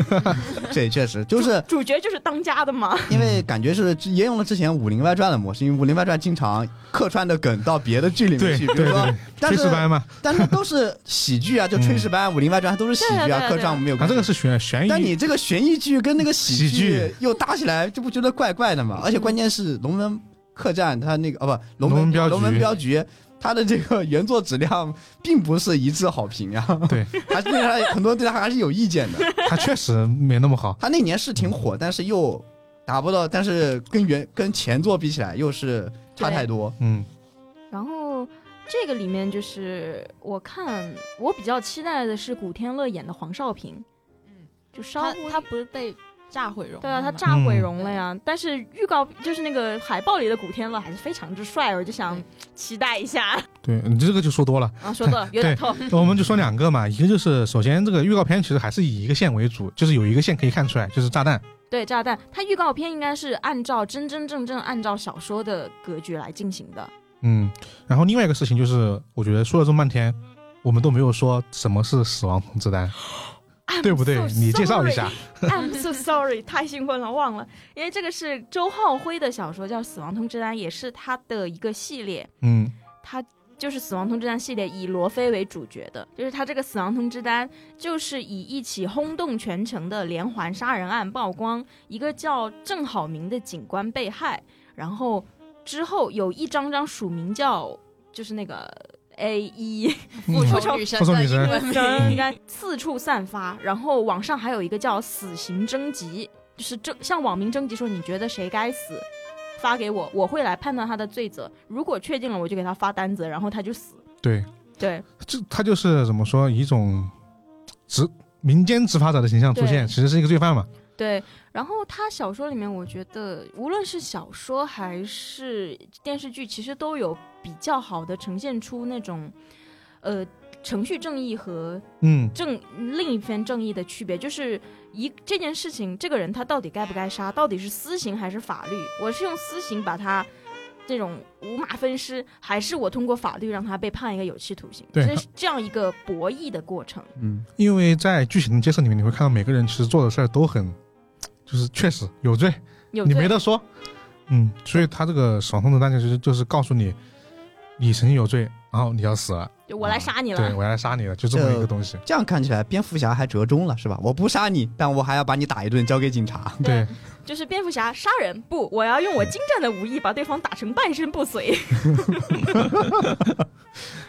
[SPEAKER 3] 对，确实就是
[SPEAKER 2] 主角就是当家的嘛。
[SPEAKER 3] 因为感觉是沿用了之前《武林外传》的模式，因为《武林外传》经常客串的梗到别的剧里面
[SPEAKER 1] 对
[SPEAKER 3] 去，
[SPEAKER 1] 对
[SPEAKER 3] 比如说
[SPEAKER 1] 对，，
[SPEAKER 3] 但
[SPEAKER 1] 炊事
[SPEAKER 3] 是
[SPEAKER 1] 班嘛，
[SPEAKER 3] 但是都是喜剧啊，就《炊事班》《武林外传》它都是喜剧
[SPEAKER 2] 对啊
[SPEAKER 3] 啊，
[SPEAKER 2] 对啊
[SPEAKER 3] 客串没有
[SPEAKER 1] 他
[SPEAKER 3] 关
[SPEAKER 1] 这
[SPEAKER 3] 系
[SPEAKER 1] 个。是悬悬疑，
[SPEAKER 3] 但你这个悬疑剧跟那个喜
[SPEAKER 1] 哎喜
[SPEAKER 3] 剧
[SPEAKER 1] 剧嗯
[SPEAKER 3] 又搭起来，就不觉得怪怪的嘛？而且关键是龙门客栈，它那个哦不，
[SPEAKER 1] 龙
[SPEAKER 3] 龙门
[SPEAKER 1] 门镖局
[SPEAKER 3] 龙门镖局，它的这个原作质量并不是一致好评呀、
[SPEAKER 1] 对，
[SPEAKER 3] 还是对它很多对它还是有意见的。
[SPEAKER 1] 他确实没那么好。
[SPEAKER 3] 它那年是挺火，但是又达不到，但是跟原跟前作比起来又是差太多。
[SPEAKER 1] 嗯，
[SPEAKER 2] 然后这个里面就是我看我比较期待的是古天乐演的黄少平，
[SPEAKER 4] 嗯，
[SPEAKER 2] 就稍
[SPEAKER 4] 他
[SPEAKER 2] 微
[SPEAKER 4] 他不是嗯被炸毁容
[SPEAKER 2] 对啊，
[SPEAKER 4] 了
[SPEAKER 2] 他
[SPEAKER 4] 吗
[SPEAKER 2] 炸毁容了呀！但是预告就是那个海报里的古天乐还是非常之帅，我就想
[SPEAKER 4] 对
[SPEAKER 2] 期待 一下。
[SPEAKER 1] 对你这个就说多 了，
[SPEAKER 2] 啊，说的有点透，
[SPEAKER 1] 我们就说两个嘛，一个就是首先这个预告片其实还是以一个线为主，就是有一个线可以看出来，就是炸弹。
[SPEAKER 2] 对炸弹，它预告片应该是按照真真正正按照小说的格局来进行的。
[SPEAKER 1] 嗯，然后另外一个事情就是，我觉得说了这么半天，我们都没有说什么是死亡通知单，对不对？
[SPEAKER 2] so
[SPEAKER 1] 你介绍一下。
[SPEAKER 2] I'm so sorry，太兴奋了，忘了，因为这个是周浩辉的小说叫《死亡通知单》，也是他的一个系列。
[SPEAKER 1] 嗯
[SPEAKER 2] 就是《死亡通知单》系列以罗非为主角的，就是他这个《死亡通知单》就是以一起轰动全城的连环杀人案曝光，一个叫郑好明的警官被害，然后之后有一张张署名叫就是那个 A 一
[SPEAKER 1] 嗯
[SPEAKER 4] 复仇女神
[SPEAKER 1] 复仇女神
[SPEAKER 4] 的英文
[SPEAKER 2] 女生应该四处散发，然后网上还有一个叫“死刑征集”，就是征向网民征集说你觉得谁该死，发给我，我会来判断他的罪责。如果确定了，我就给他发单子，然后他就死。
[SPEAKER 1] 对，
[SPEAKER 2] 对
[SPEAKER 1] 这他就是怎么说，一种执民间执法者的形象出现，
[SPEAKER 2] 对
[SPEAKER 1] 其实是一个罪犯嘛。
[SPEAKER 2] 对，然后他小说里面，我觉得无论是小说还是电视剧，其实都有比较好的呈现出那种，呃，程序正义和
[SPEAKER 1] 嗯，
[SPEAKER 2] 正另一篇正义的区别，就是一这件事情，这个人他到底该不该杀，到底是私刑还是法律？我是用私刑把他这种五马分尸，还是我通过法律让他被判一个有期徒刑？
[SPEAKER 1] 对
[SPEAKER 2] 这是这样一个博弈的过程。
[SPEAKER 3] 嗯，
[SPEAKER 1] 因为在剧情的介绍里面，你会看到每个人其实做的事儿都很，就是确实有罪，
[SPEAKER 2] 有
[SPEAKER 1] 你
[SPEAKER 2] 罪
[SPEAKER 1] 没得说。嗯，所以他这个手控的大家就是就是告诉你，你曾经有罪，然后你要死了，
[SPEAKER 2] 就我来杀你了。
[SPEAKER 1] 对我要来杀你了，就这么一个东西。
[SPEAKER 3] 这样看起来蝙蝠侠还折中了是吧？我不杀你，但我还要把你打一顿，交给警察。
[SPEAKER 1] 对，
[SPEAKER 2] 就是蝙蝠侠杀人不，我要用我精湛的武艺把对方打成半身不遂。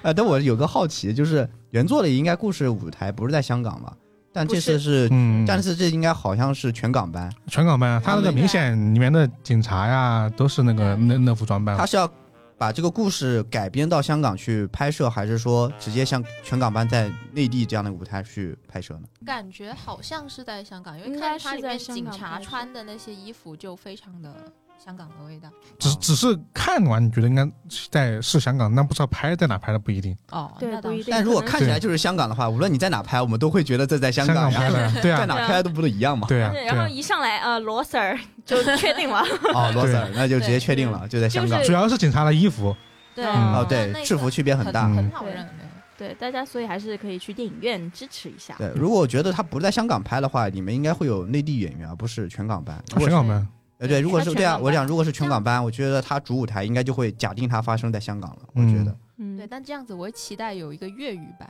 [SPEAKER 3] 呃，但我有个好奇，就是原作里应该故事舞台不是在香港吧？但这次
[SPEAKER 2] 不
[SPEAKER 3] 是，
[SPEAKER 1] 嗯，
[SPEAKER 3] 但是这应该好像是全港班，
[SPEAKER 1] 全港班啊，他那个明显里面的警察呀，都是那个那那服装班
[SPEAKER 3] 他，是要把这个故事改编到香港去拍摄，还是说直接像全港班在内地这样的舞台去拍摄呢？
[SPEAKER 4] 感觉好像是在香港，因为
[SPEAKER 2] 应
[SPEAKER 4] 看
[SPEAKER 2] 该
[SPEAKER 4] 它
[SPEAKER 2] 是
[SPEAKER 4] 里
[SPEAKER 2] 在
[SPEAKER 4] 面
[SPEAKER 2] 香
[SPEAKER 4] 警
[SPEAKER 2] 港
[SPEAKER 4] 察
[SPEAKER 2] 拍摄
[SPEAKER 4] 穿的那些衣服就非常的香港的味道。
[SPEAKER 1] 只只是看完你觉得应该是在是香港，那不知道拍在哪拍的不一定。
[SPEAKER 4] 哦，
[SPEAKER 2] 对
[SPEAKER 4] 那
[SPEAKER 2] 不
[SPEAKER 4] 倒
[SPEAKER 2] 一
[SPEAKER 4] 是
[SPEAKER 2] 定
[SPEAKER 3] 但如果看起来就是香港的话，无论你在哪拍，我们都会觉得这在 香
[SPEAKER 1] 香港
[SPEAKER 3] 呀
[SPEAKER 1] 拍，的，对
[SPEAKER 3] 在
[SPEAKER 1] 啊，
[SPEAKER 3] 哪拍都不都一样嘛。
[SPEAKER 1] 对啊，
[SPEAKER 2] 对，
[SPEAKER 1] 对
[SPEAKER 2] 然后
[SPEAKER 1] 啊。
[SPEAKER 2] 一上来呃，罗 Sir 就确定 了。
[SPEAKER 3] 哦，罗 Sir，那就直接确定了，就在香港
[SPEAKER 2] 就是。
[SPEAKER 1] 啊主要是警察的衣服，
[SPEAKER 4] 对
[SPEAKER 1] 嗯
[SPEAKER 3] 哦，
[SPEAKER 1] 啊
[SPEAKER 3] 对
[SPEAKER 4] 那，个
[SPEAKER 3] 制服区别很大。
[SPEAKER 1] 嗯
[SPEAKER 4] 很好
[SPEAKER 2] 对
[SPEAKER 4] 认的。
[SPEAKER 2] 对大家，所以还是可以去电影院支持一下。
[SPEAKER 3] 对，如果我觉得他不是在香港拍的话，里面应该会有内地演员，而不是全港班。如果
[SPEAKER 1] 全
[SPEAKER 3] 是
[SPEAKER 1] 港班，
[SPEAKER 3] 呃，对，如果是
[SPEAKER 2] 全
[SPEAKER 3] 对啊，
[SPEAKER 2] 港
[SPEAKER 3] 我
[SPEAKER 2] 班
[SPEAKER 3] 想如果是全港班，我觉得他主舞台应该就会假定它发生在香港了。我觉得
[SPEAKER 1] 嗯
[SPEAKER 2] 嗯
[SPEAKER 4] 对，但这样子我会期待有一个粤语版，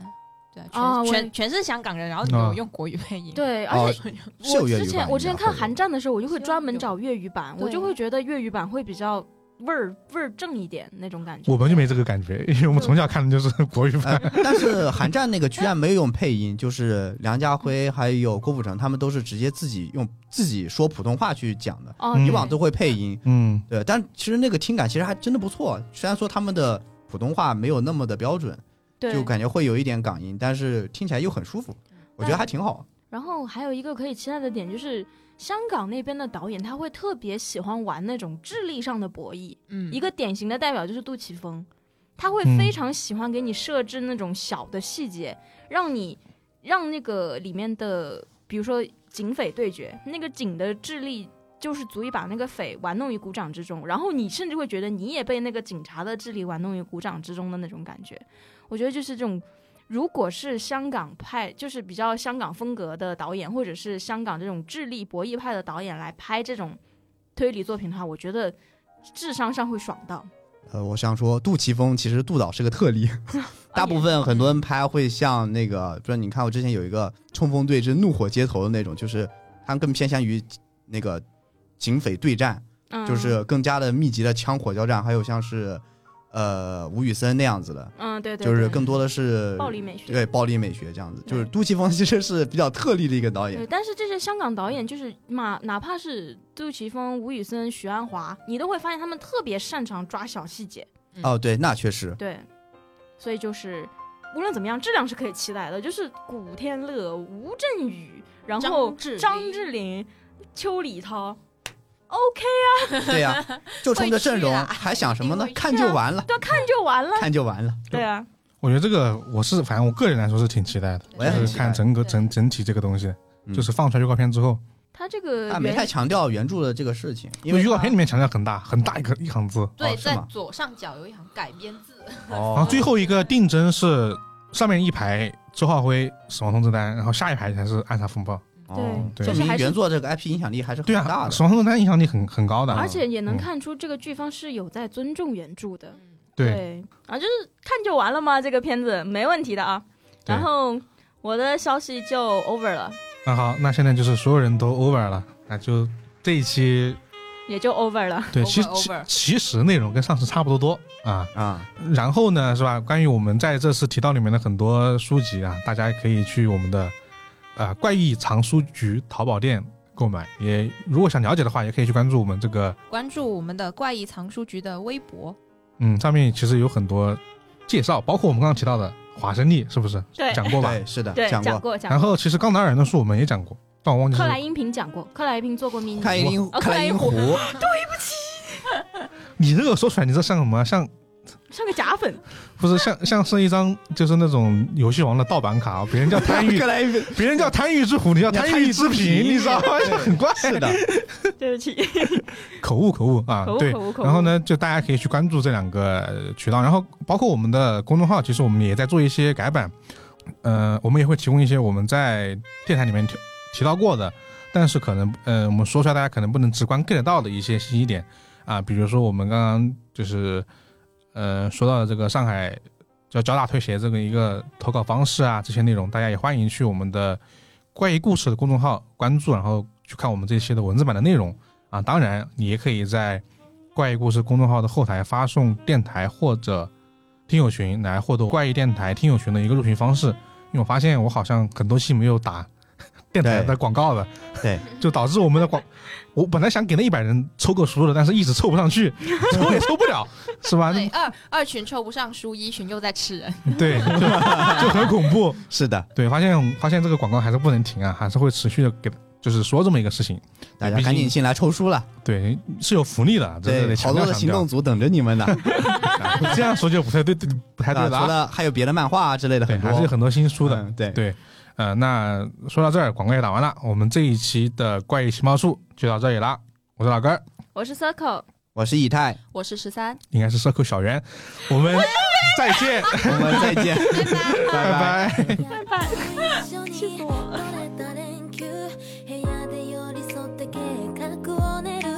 [SPEAKER 4] 对啊，全、
[SPEAKER 2] 哦我也
[SPEAKER 4] 全全是香港人，然后你给我
[SPEAKER 1] 啊
[SPEAKER 4] 用国语配音。
[SPEAKER 2] 对，
[SPEAKER 3] 哦
[SPEAKER 2] 而且
[SPEAKER 3] 是有
[SPEAKER 2] 我
[SPEAKER 3] 粤
[SPEAKER 2] 之
[SPEAKER 3] 语版
[SPEAKER 2] 前我之前看
[SPEAKER 3] 应该会
[SPEAKER 2] 韩
[SPEAKER 3] 有
[SPEAKER 2] 战的时候，我就会
[SPEAKER 4] 是
[SPEAKER 2] 专门
[SPEAKER 4] 有
[SPEAKER 2] 找粤语版，我
[SPEAKER 4] 对
[SPEAKER 2] 就会觉得粤语版会比较味儿味儿正一点那种感觉。
[SPEAKER 1] 我们就没这个感觉， 因为我们从小看的就是国语版。
[SPEAKER 3] 呃，但是韩战那个居然没有用配音，就是梁家辉还有郭富城他们都是直接自己用自己说普通话去讲的，
[SPEAKER 2] 哦，
[SPEAKER 1] 嗯
[SPEAKER 3] 以
[SPEAKER 2] 对
[SPEAKER 3] 往都会配音。
[SPEAKER 1] 嗯，
[SPEAKER 3] 对，但其实那个听感其实还真的不错，虽然说他们的普通话没有那么的标准，
[SPEAKER 2] 对
[SPEAKER 3] 就感觉会有一点港音，但是听起来又很舒服，我觉得还挺好。
[SPEAKER 2] 然后还有一个可以期待的点就是，香港那边的导演他会特别喜欢玩那种智力上的博弈。
[SPEAKER 4] 嗯，
[SPEAKER 2] 一个典型的代表就是杜琪峰，他会
[SPEAKER 1] 嗯
[SPEAKER 2] 非常喜欢给你设置那种小的细节，让你让那个里面的，比如说警匪对决，那个警的智力就是足以把那个匪玩弄于股掌之中，然后你甚至会觉得你也被那个警察的智力玩弄于股掌之中的那种感觉。我觉得就是这种。如果是香港派，就是比较香港风格的导演，或者是香港这种智力博弈派的导演来拍这种推理作品的话，我觉得智商上会爽到。
[SPEAKER 3] 呃，我想说，杜琪峰其实杜导是个特 例，大部分很多人拍会像那个，不是你看我之前有一个冲锋队之怒火街头的那种，就是他们更偏向于那个警匪对战，
[SPEAKER 2] 嗯
[SPEAKER 3] 就是更加的密集的枪火交战，还有像是呃吴宇森那样子的，
[SPEAKER 2] 嗯，对对，
[SPEAKER 3] 就是
[SPEAKER 2] 对
[SPEAKER 3] 更多的是
[SPEAKER 2] 暴力美学。
[SPEAKER 3] 对暴力美学这样子。
[SPEAKER 2] 对
[SPEAKER 3] 就是杜琪峰其实是比较特例的一个导演
[SPEAKER 2] 对，，但是这些香港导演，就是马，哪怕是杜琪峰、吴宇森、许鞍华，你都会发现他们特别擅长抓小细节。
[SPEAKER 3] 哦，对，那确 实。
[SPEAKER 2] 对，所以就是无论怎么样，质量是可以期待的。就是古天乐、吴镇宇，然后
[SPEAKER 4] 张智霖
[SPEAKER 2] 张智霖、邱礼涛，OK，
[SPEAKER 3] 对呀、就冲着阵容
[SPEAKER 4] 会去啊
[SPEAKER 3] 还想什么呢
[SPEAKER 4] 一定会？去啊
[SPEAKER 3] 看就完了，
[SPEAKER 2] 对啊，看就完了。
[SPEAKER 3] 看就完了。
[SPEAKER 2] 对啊，
[SPEAKER 1] 我觉得这个我是反正我个人来说是挺期待的，
[SPEAKER 3] 我也很
[SPEAKER 1] 就
[SPEAKER 3] 期
[SPEAKER 1] 是
[SPEAKER 3] 待
[SPEAKER 1] 看整个
[SPEAKER 4] 对
[SPEAKER 1] 整整体这个东西，
[SPEAKER 3] 嗯
[SPEAKER 1] 就是放出来预告片之后，
[SPEAKER 2] 他这个
[SPEAKER 3] 啊他没
[SPEAKER 2] 呃原
[SPEAKER 3] 太强调原著的这个事情，因
[SPEAKER 1] 因为
[SPEAKER 3] 为
[SPEAKER 1] 预告片里面强调很大很大一个一行字，
[SPEAKER 4] 对，
[SPEAKER 3] 哦是
[SPEAKER 4] 在
[SPEAKER 3] 吗
[SPEAKER 4] 左上角有一行改编字，
[SPEAKER 1] 然后
[SPEAKER 3] 哦
[SPEAKER 1] 啊最后一个定帧是上面一排周浩辉死亡通知单，然后下一排才是暗杀风暴。
[SPEAKER 3] 哦，
[SPEAKER 1] 对
[SPEAKER 3] 证
[SPEAKER 2] 就是
[SPEAKER 3] 明
[SPEAKER 2] 还是
[SPEAKER 3] 原作这个 IP 影响力还是很
[SPEAKER 1] 对
[SPEAKER 3] 大
[SPEAKER 1] 啊，
[SPEAKER 3] 的。
[SPEAKER 1] 死亡通知单影响力很很高的，
[SPEAKER 2] 而
[SPEAKER 3] 啊
[SPEAKER 2] 且也能
[SPEAKER 1] 嗯
[SPEAKER 2] 看出这个剧方是有在尊重原著的。
[SPEAKER 4] 嗯，
[SPEAKER 1] 对，
[SPEAKER 2] 啊，就是看就完了吗？这个片子没问题的啊。
[SPEAKER 1] 对
[SPEAKER 2] 然后我的消息就 over 了，
[SPEAKER 1] 那好，那现在就是所有人都 over 了，那就这一期
[SPEAKER 2] 也就 over 了。
[SPEAKER 1] 对
[SPEAKER 4] Over，
[SPEAKER 1] 其其
[SPEAKER 4] over
[SPEAKER 1] 其实内容跟上次差不多多啊。
[SPEAKER 3] 啊，
[SPEAKER 1] 然后呢，是吧？关于我们在这次提到里面的很多书籍啊，大家可以去我们的呃怪异藏书局淘宝店购买。也如果想了解的话，也可以去关注我们这个
[SPEAKER 4] 关注我们的怪异藏书局的微博，
[SPEAKER 1] 嗯，上面其实有很多介绍，包括我们刚刚提到的华生利，是不是
[SPEAKER 2] 对
[SPEAKER 1] 讲过吧？
[SPEAKER 3] 对，是的，
[SPEAKER 2] 对，
[SPEAKER 3] 讲
[SPEAKER 2] 讲
[SPEAKER 3] 过。
[SPEAKER 2] 过讲
[SPEAKER 1] 然后其实冈达尔人的书我们也讲过，但我忘记
[SPEAKER 2] 克
[SPEAKER 1] 是
[SPEAKER 2] 莱因瓶讲过，克莱因瓶做过 mini，
[SPEAKER 3] 看一
[SPEAKER 2] 哦
[SPEAKER 3] 看来
[SPEAKER 2] 看一
[SPEAKER 3] 银
[SPEAKER 2] 壶
[SPEAKER 3] 湖，
[SPEAKER 1] 你这个说出来，你这像什么？像
[SPEAKER 2] 像个假 粉，
[SPEAKER 1] 不是像像是一张就是那种游戏王的盗版卡，别人叫贪 欲，
[SPEAKER 3] 看来银
[SPEAKER 1] 别人叫贪欲之虎，你叫贪欲之
[SPEAKER 3] 贪欲之
[SPEAKER 1] 瓶，
[SPEAKER 3] 瓶
[SPEAKER 1] 你知道吗？就很怪，
[SPEAKER 3] 是的，
[SPEAKER 2] 对不起，
[SPEAKER 1] 口误口误啊
[SPEAKER 2] 口，误
[SPEAKER 1] 对
[SPEAKER 2] 口。误口误。
[SPEAKER 1] 然后？呢，就大家可以去关注这两个呃渠道，然后包括我们的公众号，其实我们也在做一些改版，呃，我们也会提供一些我们在电台里面提提到过的，但是可能呃，我们说出来大家可能不能直观 get 到的一些信息点啊，比如说我们刚刚就是呃说到的这个上海叫脚打退鞋这个一个投稿方式啊，这些内容大家也欢迎去我们的怪异故事的公众号关注，然后去看我们这些的文字版的内容啊，当然你也可以在。怪异故事公众号的后台发送电台或者听友群来获得怪异电台听友群的一个入群方式。因为我发现我好像很多期没有打 电台的广告了，
[SPEAKER 3] 对，
[SPEAKER 1] 就导致我们的广，我本来想给那一百人凑个数的，但是一直凑不上去， 凑也凑不了，是吧？
[SPEAKER 4] 对，二二群凑不上书，一群又在吃人，
[SPEAKER 1] 对，就就很恐怖。
[SPEAKER 3] 是的，
[SPEAKER 1] 对，发现发现这个广告还是不能停啊，还是会持续的给，就是说这么一个事情。
[SPEAKER 3] 大家赶紧进来抽书了，
[SPEAKER 1] 对，是有福利的，这是得，
[SPEAKER 3] 对好
[SPEAKER 1] 强
[SPEAKER 3] 多
[SPEAKER 1] 调
[SPEAKER 3] 的
[SPEAKER 1] 强
[SPEAKER 3] 行
[SPEAKER 1] 调
[SPEAKER 3] 动。组等着你们呢。
[SPEAKER 1] 这样说就不太对，对不太
[SPEAKER 3] 啊
[SPEAKER 1] 对了
[SPEAKER 3] 除
[SPEAKER 1] 啊。
[SPEAKER 3] 了还有别的漫画啊之类的
[SPEAKER 1] 对，
[SPEAKER 3] 很多，
[SPEAKER 1] 还是有很多新书的。
[SPEAKER 3] 嗯对，
[SPEAKER 1] 对，呃，那说到这儿，广告也打完了，我们这一期的怪异情报术就到这里啦。我是老根儿，
[SPEAKER 2] 我是 Circle，
[SPEAKER 3] 我是以太，
[SPEAKER 4] 我是十三，
[SPEAKER 1] 应该是社畜小圆，我们再见，
[SPEAKER 3] 我们再 见，拜
[SPEAKER 1] 拜拜。
[SPEAKER 3] 拜。
[SPEAKER 2] 拜拜。
[SPEAKER 8] 气死我了。部屋で寄り添って計画を練る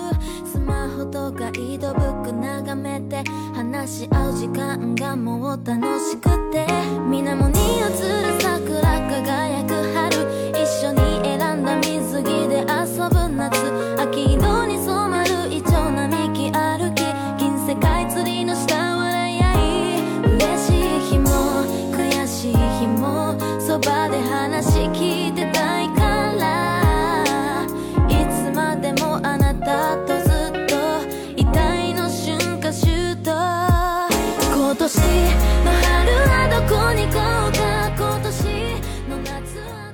[SPEAKER 8] スマホとガイドブック眺めて話し合う時間がもう楽しくて水面に映る桜輝く春一緒に選んだ水着で遊ぶ夏秋色に染まるイチョウ並木歩き銀世界釣りの下笑い合い嬉しい日も悔しい日もそばで話聞いてたいからいつまでもあなたとずっと遺体の瞬間シュート今年の春はどこに行こうか今年の夏は